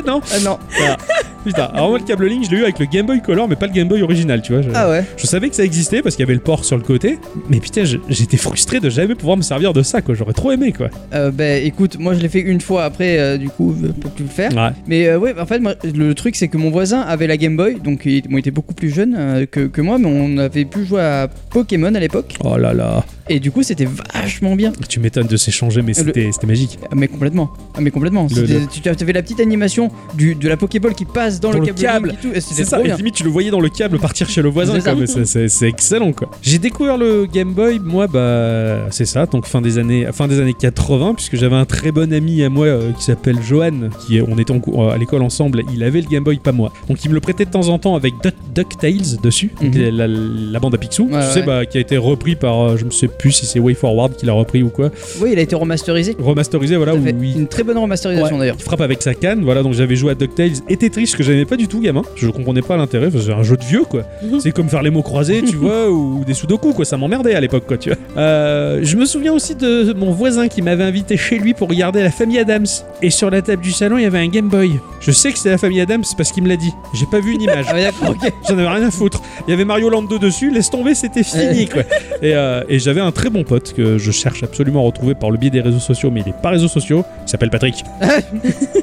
Speaker 1: non.
Speaker 3: Ah non.
Speaker 1: Voilà. Putain, alors moi le câble ligne, je l'ai eu avec le Game Boy Color, mais pas le Game Boy original, tu vois. Je,
Speaker 3: Ah ouais.
Speaker 1: je savais que ça existait parce qu'il y avait le port sur le côté, mais putain, je- j'étais frustré de jamais pouvoir me servir de ça, quoi. J'aurais trop aimé, quoi.
Speaker 3: Euh, bah écoute, moi je l'ai fait une fois après, euh, du coup, je peux plus le faire.
Speaker 1: Ouais.
Speaker 3: Mais euh, ouais, en fait, moi, le truc, c'est que mon voisin avait la Game Boy, donc il, bon, il était beaucoup plus jeune euh, que, que moi, mais on avait pu jouer à Pokémon à l'époque,
Speaker 1: Oh là là.
Speaker 3: et du coup, c'était vachement bien.
Speaker 1: Tu m'étonnes de s'échanger, mais
Speaker 3: Le-
Speaker 1: c'était c'était magique.
Speaker 3: Ah, Mais complètement, Ah, mais complètement.
Speaker 1: Le-
Speaker 3: C'était-
Speaker 1: le-
Speaker 3: Tu avais la petite animation du, de la Pokéball qui passe dans,
Speaker 1: Dans
Speaker 3: le
Speaker 1: le
Speaker 3: câble,
Speaker 1: câble.
Speaker 3: Link et tout, et
Speaker 1: C'est
Speaker 3: c'était
Speaker 1: ça,
Speaker 3: trop
Speaker 1: et
Speaker 3: bien.
Speaker 1: limite tu le voyais dans le câble partir chez le voisin,
Speaker 3: C'est
Speaker 1: quoi,
Speaker 3: ça.
Speaker 1: mais c'est- c'est c'est excellent quoi. J'ai découvert le Game Boy, moi bah c'est ça, donc fin des années fin des années 80, puisque j'avais un très bon ami à moi euh, qui s'appelle Johan, qui est- on était en cours- euh, à l'école ensemble, il avait le Game Boy, pas moi. Donc il me le prêtait de temps en temps avec Duck- DuckTales dessus, donc
Speaker 3: Mhm.
Speaker 1: la, la bande à Picsou,
Speaker 3: Ouais,
Speaker 1: tu sais
Speaker 3: ouais.
Speaker 1: bah qui a été repris par, euh, je ne sais plus si c'est Way Forward qui l'a repris ou quoi,
Speaker 3: Oui, il a été remasterisé.
Speaker 1: remasterisé voilà
Speaker 3: Tout à
Speaker 1: où
Speaker 3: fait.
Speaker 1: il
Speaker 3: Une très bonne remasterisation
Speaker 1: Ah Ouais.
Speaker 3: d'ailleurs.
Speaker 1: il frappe avec sa canne, voilà, donc j'avais joué à DuckTales et Tetris que j'aimais pas du tout gamin, je comprenais pas l'intérêt, parce que c'est un jeu de vieux quoi.
Speaker 2: Mhm.
Speaker 1: C'est comme faire les mots croisés, tu vois, ou des sudoku quoi, ça m'emmerdait à l'époque quoi, tu vois. Euh, je me souviens aussi de mon voisin qui m'avait invité chez lui pour regarder la famille Adams et sur la table du salon, il y avait un Game Boy. Je sais que c'est la famille Adams parce qu'il me l'a dit. J'ai pas vu une image.
Speaker 3: Ah ouais, d'accord, ok.
Speaker 1: J'en avais rien à foutre. Il y avait Mario Land 2 dessus, laisse tomber, c'était fini quoi. Et, euh, et j'avais un très bon pote que je cherche absolument à retrouver par le biais des réseaux sociaux, mais il est pas réseaux sociaux, il s'appelle Patrick.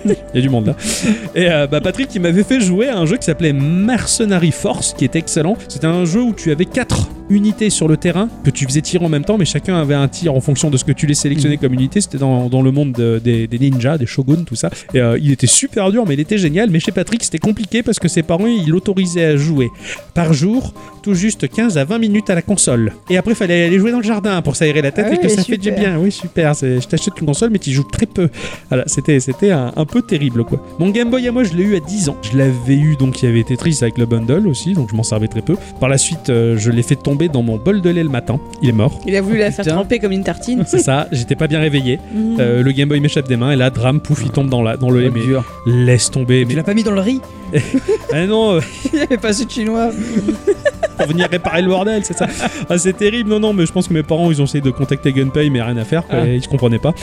Speaker 1: il y a du monde là. Et euh, bah, Patrick, il m'avait fait jouer à un jeu qui s'appelait Mercenary Force, qui était excellent. C'était un jeu où tu avais quatre unités sur le terrain que tu faisais tirer en même temps, mais chacun avait un tir en fonction de ce que tu les sélectionnais comme unité. C'était dans, dans le monde de- des, des ninjas, des shoguns, tout ça. Et euh, il était super dur, mais il était génial. Mais chez Patrick, c'était compliqué parce que ses parents, ils l'autorisaient à jouer par jour, tout juste 15 à 20 minutes à la console. Et après, fallait aller jouer dans le jardin pour s'aérer la tête
Speaker 3: Ah
Speaker 1: et que
Speaker 3: ouais,
Speaker 1: ça fait du
Speaker 3: super.
Speaker 1: bien. Oui, super. c'est- Je t'achète une console, mais tu joues très peu. Voilà, c'était, c'était un, un peu terrible, quoi. Mon Game Boy à moi, je l'ai eu à 10 ans. Je l'avais eu, donc il y avait Tetris avec le bundle aussi, donc je m'en servais très peu. Par la suite, euh, je l'ai fait tomber dans mon bol de lait le matin. Il est mort.
Speaker 2: Il a voulu la faire
Speaker 3: Putain.
Speaker 2: tremper comme une tartine.
Speaker 1: C'est ça, j'étais pas bien réveillé.
Speaker 2: Mhm.
Speaker 1: Euh, le Game Boy m'échappe des mains et là, drame, pouf, il tombe dans, la, dans le lait.
Speaker 3: Oh,
Speaker 1: Mais
Speaker 3: dur.
Speaker 1: laisse tomber.
Speaker 3: Tu
Speaker 1: Mais...
Speaker 3: l'as pas mis dans le riz
Speaker 1: Ah non, euh,
Speaker 3: Il y avait pas assez de chinois.
Speaker 1: pour venir réparer le bordel, c'est ça. Ah, c'est terrible, non, non, mais je pense que mes parents, ils ont essayé de contacter Gunpei, mais rien à faire, quoi,
Speaker 3: Ah.
Speaker 1: et ils comprenaient pas.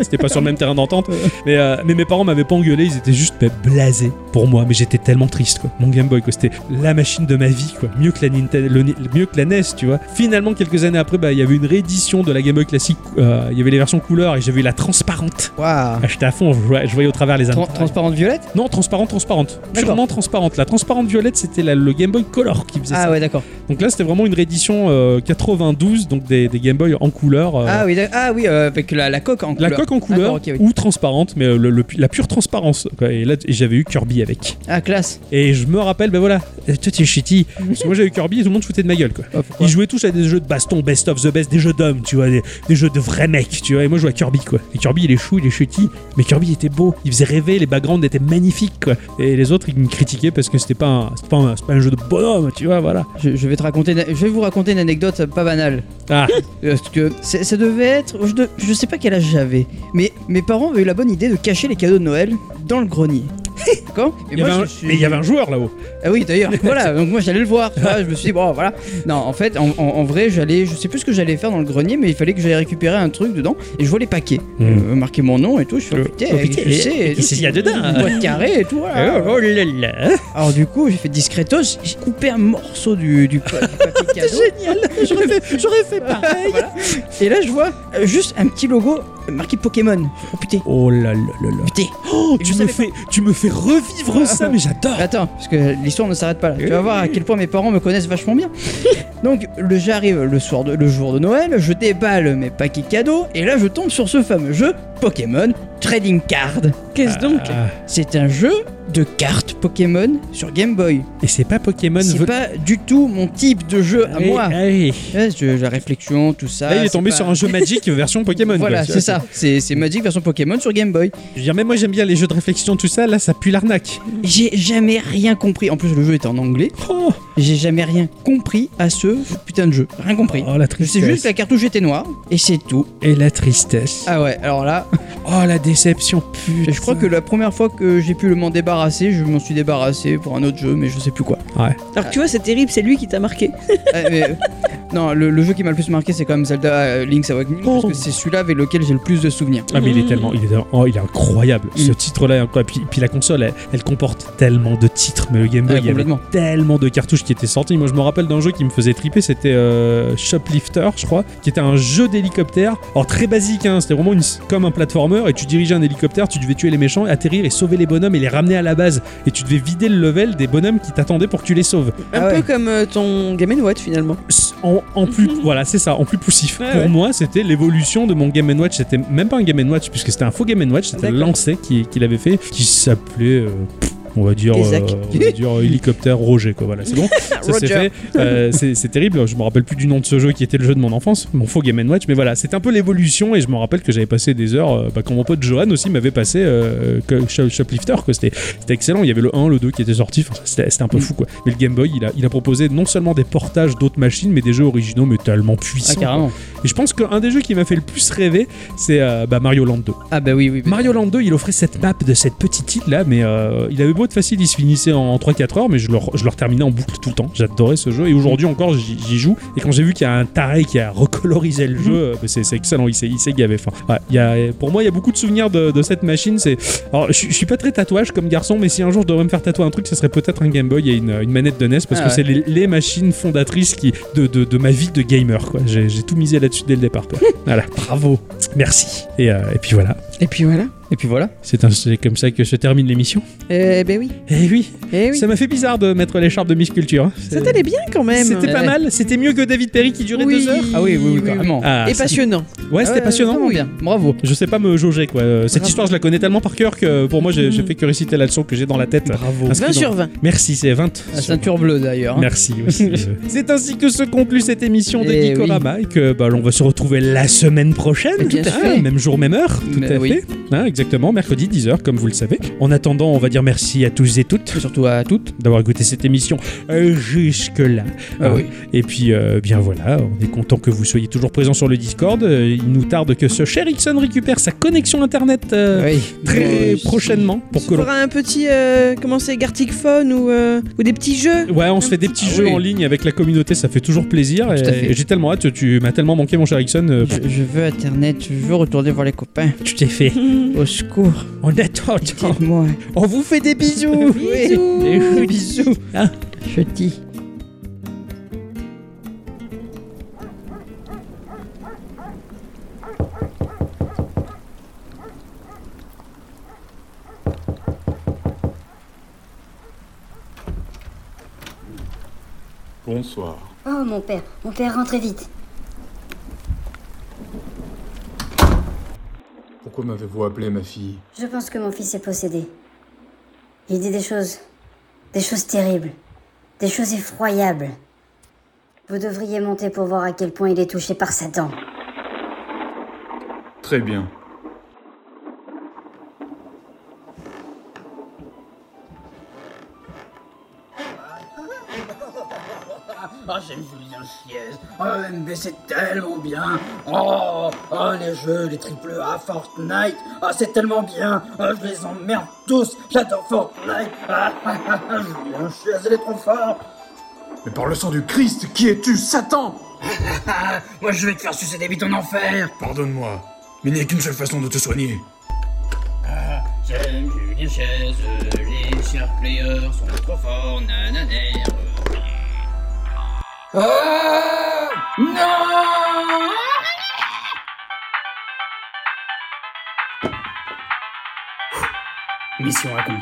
Speaker 1: C'était pas sur le même terrain d'entente. Mais, euh, mais mes parents m'avaient pas engueulé, ils étaient juste mais, blasés pour moi, mais j'étais tellement triste, quoi. Mon Game Boy, quoi, c'était la machine de ma vie, quoi. Mieux que la Nintendo, le Ni- mieux que la NES, tu vois. Finalement, quelques années après, bah, il y avait une réédition de la Game Boy classique, euh, il y avait les versions couleur et j'avais eu la transparente.
Speaker 3: Waouh.
Speaker 1: Ah, J'étais à fond, je voyais, je voyais au travers les
Speaker 3: Tran-
Speaker 1: anneaux.
Speaker 3: transparente violette
Speaker 1: non, transparente, transparente.
Speaker 3: D'accord.
Speaker 1: Purement transparente. La transparente violette, c'était la- le Game Boy Color qui faisait ça.
Speaker 3: Ah ouais, D'accord.
Speaker 1: Donc là, c'était vraiment une réédition euh, 92, donc des, des Game Boy en couleur. euh,
Speaker 3: Ah oui, d'ac- ah oui, euh, avec la, la coque en
Speaker 1: la
Speaker 3: couleur.
Speaker 1: coque en couleur
Speaker 3: D'accord, ok, oui.
Speaker 1: ou transparente, mais euh, le- le- la pure transparence. quoi. Et là, t- et j'avais eu Kirby avec.
Speaker 3: Ah classe.
Speaker 1: Et je me rappelle, ben voilà, euh, toi t'es shitty. Parce que moi j'avais eu Kirby et tout le monde se foutait de ma gueule quoi.
Speaker 3: Ah, pourquoi
Speaker 1: Ils jouaient tous à des jeux de baston, best of the best, des jeux d'hommes, tu vois, des, des jeux de vrais mecs, tu vois. Et moi, je jouais à Kirby, quoi. Et Kirby, il est chou, il est chutty, mais Kirby il était beau, il faisait rêver, les backgrounds étaient magnifiques, quoi. Et les autres, ils me critiquaient parce que c'était pas, un- c'était pas, un- c'était pas un jeu de bonhomme, tu vois, voilà.
Speaker 3: je, je vais te raconter, une- je vais vous raconter une anecdote pas banale.
Speaker 1: Ah,
Speaker 3: Euh, Parce que c'est- ça devait être, je, de- je sais pas quel âge j'avais, mais mes parents avaient eu la bonne idée de cacher les cadeaux de Noël dans le grenier. D'accord Et
Speaker 1: il y avait
Speaker 3: moi,
Speaker 1: un-
Speaker 3: je suis-
Speaker 1: mais il y avait un joueur là-haut.
Speaker 3: Ah oui, d'ailleurs, voilà, donc moi j'allais le voir, tu vois, je me suis dit, bon, voilà. Non, en fait, en, en- en vrai, j'allais, je sais plus ce que j'allais faire dans le grenier, mais il fallait que j'aille récupérer un truc dedans, et je vois les paquets,
Speaker 1: Mm.
Speaker 3: Euh, marquer mon nom et tout, je suis
Speaker 1: Le-
Speaker 3: oh, putain,
Speaker 1: oh, putain,
Speaker 3: je sais,
Speaker 1: et- et
Speaker 3: et tout,
Speaker 1: qu'est-ce qu'il y a dedans hein Eh, oh,
Speaker 3: une boîte carrée et tout, voilà.
Speaker 1: là là.
Speaker 3: Alors du coup, j'ai fait discretos, j'ai coupé un morceau du, du, pa- du papier cadeau.
Speaker 1: Génial, j'aurais fait, j'aurais fait pareil.
Speaker 3: Voilà. Et là, je vois euh, juste un petit logo marqué Pokémon. Oh putain,
Speaker 1: Oh là là là là.
Speaker 3: putain.
Speaker 1: Oh,
Speaker 3: Et
Speaker 1: tu
Speaker 3: vous
Speaker 1: me,
Speaker 3: savez- Ah.
Speaker 1: fais, tu me fais revivre ça, mais j'adore.
Speaker 3: Attends, parce que l'histoire ne s'arrête pas là. Tu vas voir à quel point mes parents me connaissent vachement bien. Donc, le- j'arrive le soir, de, le jour de Noël, je déballe mes paquets cadeaux, et là, je tombe sur ce fameux jeu Pokémon Trading Card.
Speaker 2: Qu'est-ce donc
Speaker 1: Ah,
Speaker 3: C'est un jeu de cartes Pokémon sur Game Boy.
Speaker 1: et c'est pas Pokémon. Ah
Speaker 3: C'est
Speaker 1: vo-
Speaker 3: pas du tout mon type de jeu à
Speaker 1: Allez,
Speaker 3: moi.
Speaker 1: allez.
Speaker 3: Ouais, je- la réflexion, tout ça.
Speaker 1: Là, il est
Speaker 3: Ah, c'est
Speaker 1: tombé
Speaker 3: pas-
Speaker 1: sur un jeu Magic version Pokémon.
Speaker 3: Voilà,
Speaker 1: quoi, tu
Speaker 3: c'est
Speaker 1: vois.
Speaker 3: ça. C'est c'est Magic version Pokémon sur Game Boy.
Speaker 1: Je veux dire, même moi, j'aime bien les jeux de réflexion, tout ça. Là, ça pue l'arnaque.
Speaker 3: J'ai jamais rien compris. En plus, le jeu est en anglais.
Speaker 1: Oh,
Speaker 3: J'ai jamais rien compris à ce putain de jeu. Rien compris.
Speaker 1: oh, la
Speaker 3: Je sais juste que la cartouche était noire et c'est tout.
Speaker 1: Et la tristesse.
Speaker 3: Ah ouais, alors là,
Speaker 1: Oh, la déception. Putain.
Speaker 3: je crois que la première fois que j'ai pu le m'en débarrasser, je m'en suis débarrassé pour un autre jeu, mais je sais plus quoi.
Speaker 2: Alors que tu vois, c'est terrible, c'est lui qui t'a marqué.
Speaker 3: Ah, mais, euh, non, le, le jeu qui m'a le plus marqué, c'est quand même Zelda euh, Link's Awakening,
Speaker 1: Oh.
Speaker 3: parce que c'est celui-là avec lequel j'ai le plus de souvenirs.
Speaker 1: Ah, mais il est tellement. Il est, oh, il est incroyable. Ce
Speaker 3: Mm.
Speaker 1: titre-là est incroyable. Puis, puis la console, elle, elle comporte tellement de titres. Mais le Game Boy,
Speaker 3: Ah,
Speaker 1: il y avait
Speaker 3: complètement.
Speaker 1: tellement de cartouches qui étaient sorties. Moi, je me rappelle d'un jeu qui me faisait triper, c'était euh, Shoplifter, je crois, qui était un jeu d'hélicoptère. Alors, très basique, hein, c'était vraiment une, comme un platformer, et tu dirigeais un hélicoptère, tu devais tuer les méchants, atterrir et sauver les bonhommes et les ramener à la base. Et tu devais vider le level des bonhommes qui t'attendaient pour que tu les sauves.
Speaker 2: Un
Speaker 3: Ah
Speaker 2: peu
Speaker 3: ouais.
Speaker 2: comme euh, ton Game Watch finalement.
Speaker 1: S- En, en plus, voilà, c'est ça, en plus poussif.
Speaker 2: Mhm. Ouais,
Speaker 1: pour
Speaker 2: ouais.
Speaker 1: moi, c'était l'évolution de mon Game Watch. C'était même pas un Game Watch, puisque c'était un faux Game Watch, c'était
Speaker 2: D'accord.
Speaker 1: Lancet qui, qui l'avait fait, qui s'appelait. euh, pff, on va dire,
Speaker 2: Isaac.
Speaker 1: euh, on va dire euh, hélicoptère Roger, quoi. Voilà, c'est bon. Ça s'est
Speaker 2: Roger.
Speaker 1: fait. Euh, c'est c'est terrible. Je me rappelle plus du nom de ce jeu qui était le jeu de mon enfance, mon faux Game Watch. Mais voilà, c'est un peu l'évolution. Et je me rappelle que j'avais passé des heures, euh, bah, quand mon pote Johan aussi m'avait passé euh, que- Shop- Shoplifter, quoi. C'était c'était excellent. Il y avait le 1, le 2 qui était sorti. Enfin, c'était c'était un peu
Speaker 3: Mm.
Speaker 1: fou, quoi. Mais le Game Boy, il a, il a proposé non seulement des portages d'autres machines, mais des jeux originaux, mais tellement
Speaker 3: Ah,
Speaker 1: puissants.
Speaker 3: carrément.
Speaker 1: et je pense qu'un des jeux qui m'a fait le plus rêver, c'est euh, bah, Mario Land 2.
Speaker 3: Ah, bah oui, oui. bah-
Speaker 1: Mario Land 2, il offrait cette map de cette petite île là, mais euh, il avait beau être facile, il se finissait en 3-4 heures, mais je le, re- je le terminais en boucle tout le temps. J'adorais ce jeu et aujourd'hui encore j'y j'y joue. Et quand j'ai vu qu'il y a un taré qui a recolorisé le jeu, euh, bah, c'est c'est excellent, il s'est il s'est gavé. Enfin, ouais, il y a- pour moi, il y a beaucoup de souvenirs de, de cette machine. C'est, alors, je, je suis pas très tatouage comme garçon, mais si un jour je devrais me faire tatouer un truc, ce serait peut-être un Game Boy et une, une manette de NES parce
Speaker 3: Ah
Speaker 1: que
Speaker 3: ouais.
Speaker 1: c'est les, les machines fondatrices qui, de, de- de ma vie de gamer. quoi. J'ai j'ai tout misé là-dessus dès le départ. quoi. voilà, bravo, merci. Et, euh, et puis voilà.
Speaker 2: Et puis voilà.
Speaker 3: Et puis voilà.
Speaker 1: C'est un- c'est comme ça que se termine l'émission.
Speaker 2: Eh ben oui.
Speaker 1: Eh oui,
Speaker 2: Eh oui.
Speaker 1: ça m'a fait bizarre de mettre l'écharpe de Miss Culture. hein.
Speaker 2: Ça t'allait bien quand même.
Speaker 1: C'était pas
Speaker 3: Ouais.
Speaker 1: mal, c'était mieux que David Perry qui durait
Speaker 2: Oui.
Speaker 1: deux heures.
Speaker 3: Ah, oui, oui, oui,
Speaker 2: oui,
Speaker 3: carrément.
Speaker 1: Ah,
Speaker 2: Et
Speaker 1: ça-
Speaker 2: passionnant.
Speaker 1: Ouais, c'était
Speaker 3: Ah,
Speaker 1: passionnant.
Speaker 3: vraiment bien. Bravo.
Speaker 1: Je sais pas me jauger quoi. Euh, Cette
Speaker 2: Bravo.
Speaker 1: histoire, je la connais tellement par cœur que euh, pour moi, j'ai j'ai
Speaker 2: Mm.
Speaker 1: fait que réciter la leçon que j'ai dans la tête. Bravo.
Speaker 2: 20 sur 20.
Speaker 1: Merci, c'est 20.
Speaker 3: La ceinture bleue d'ailleurs. hein.
Speaker 1: Merci aussi. euh. c'est ainsi que se conclut cette émission de
Speaker 3: Eh
Speaker 1: Geekorama et que bah, l'on va se retrouver la semaine prochaine.
Speaker 3: Mais bien
Speaker 1: Tout à
Speaker 3: sûr.
Speaker 1: fait. Même jour, même heure. Tout
Speaker 3: Mais
Speaker 1: à
Speaker 3: oui.
Speaker 1: fait. Hein, exactement, mercredi 10h, comme vous le savez. En attendant, on va dire merci à tous et toutes.
Speaker 3: Et Surtout à toutes.
Speaker 1: d'avoir écouté cette émission euh, jusque-là.
Speaker 3: Ah oui.
Speaker 1: Et puis, euh, bien voilà, on est content que vous soyez toujours présents sur le Discord. Euh, il nous tarde que ce cher Ixon récupère sa connexion Internet euh,
Speaker 3: Oui.
Speaker 1: très
Speaker 3: Euh,
Speaker 1: prochainement pour que
Speaker 2: On
Speaker 1: l'on...
Speaker 2: fera un petit, euh, comment c'est, Gartic Phone ou, euh, ou des petits jeux.
Speaker 1: Ouais, on se fait des petits
Speaker 3: Ah
Speaker 1: jeux
Speaker 3: oui.
Speaker 1: en ligne avec la communauté, ça fait toujours plaisir.
Speaker 3: Tout à
Speaker 1: Et,
Speaker 3: fait.
Speaker 1: et j'ai tellement hâte, tu m'as tellement manqué, mon cher Ixon. euh,
Speaker 3: Je, je veux internet, je veux retourner voir les copains.
Speaker 1: tu t'es fait.
Speaker 3: Au secours,
Speaker 1: On attend.
Speaker 3: dites-moi.
Speaker 1: On vous fait des bisous.
Speaker 3: Bisous. Bisous.
Speaker 1: Ah.
Speaker 3: Je dis.
Speaker 6: Bonsoir.
Speaker 7: Oh, mon père, mon père, rentrez vite.
Speaker 6: Pourquoi m'avez-vous appelé, ma fille
Speaker 7: Je pense que mon fils est possédé. Il dit des choses. des choses terribles. Des choses effroyables. Vous devriez monter pour voir à quel point il est touché par Satan.
Speaker 6: Très bien.
Speaker 8: Oh, j'aime Julien Chiez. Oh, MB, c'est tellement bien. Oh, oh, les jeux, les triple A, Fortnite. Oh, c'est tellement bien. Oh, je les emmerde tous. J'adore Fortnite. Ah, ah, ah, ah, Julien Chiez, il est trop fort.
Speaker 6: Mais par le sang du Christ, qui es-tu, Satan
Speaker 8: Ah, moi, je vais te faire sucer des bites en enfer.
Speaker 6: Pardonne-moi, mais il n'y a qu'une seule façon de te soigner.
Speaker 8: J'aime Julien Chiez. Les chers players sont trop forts. Nananère. Ah, non Mission accomplie.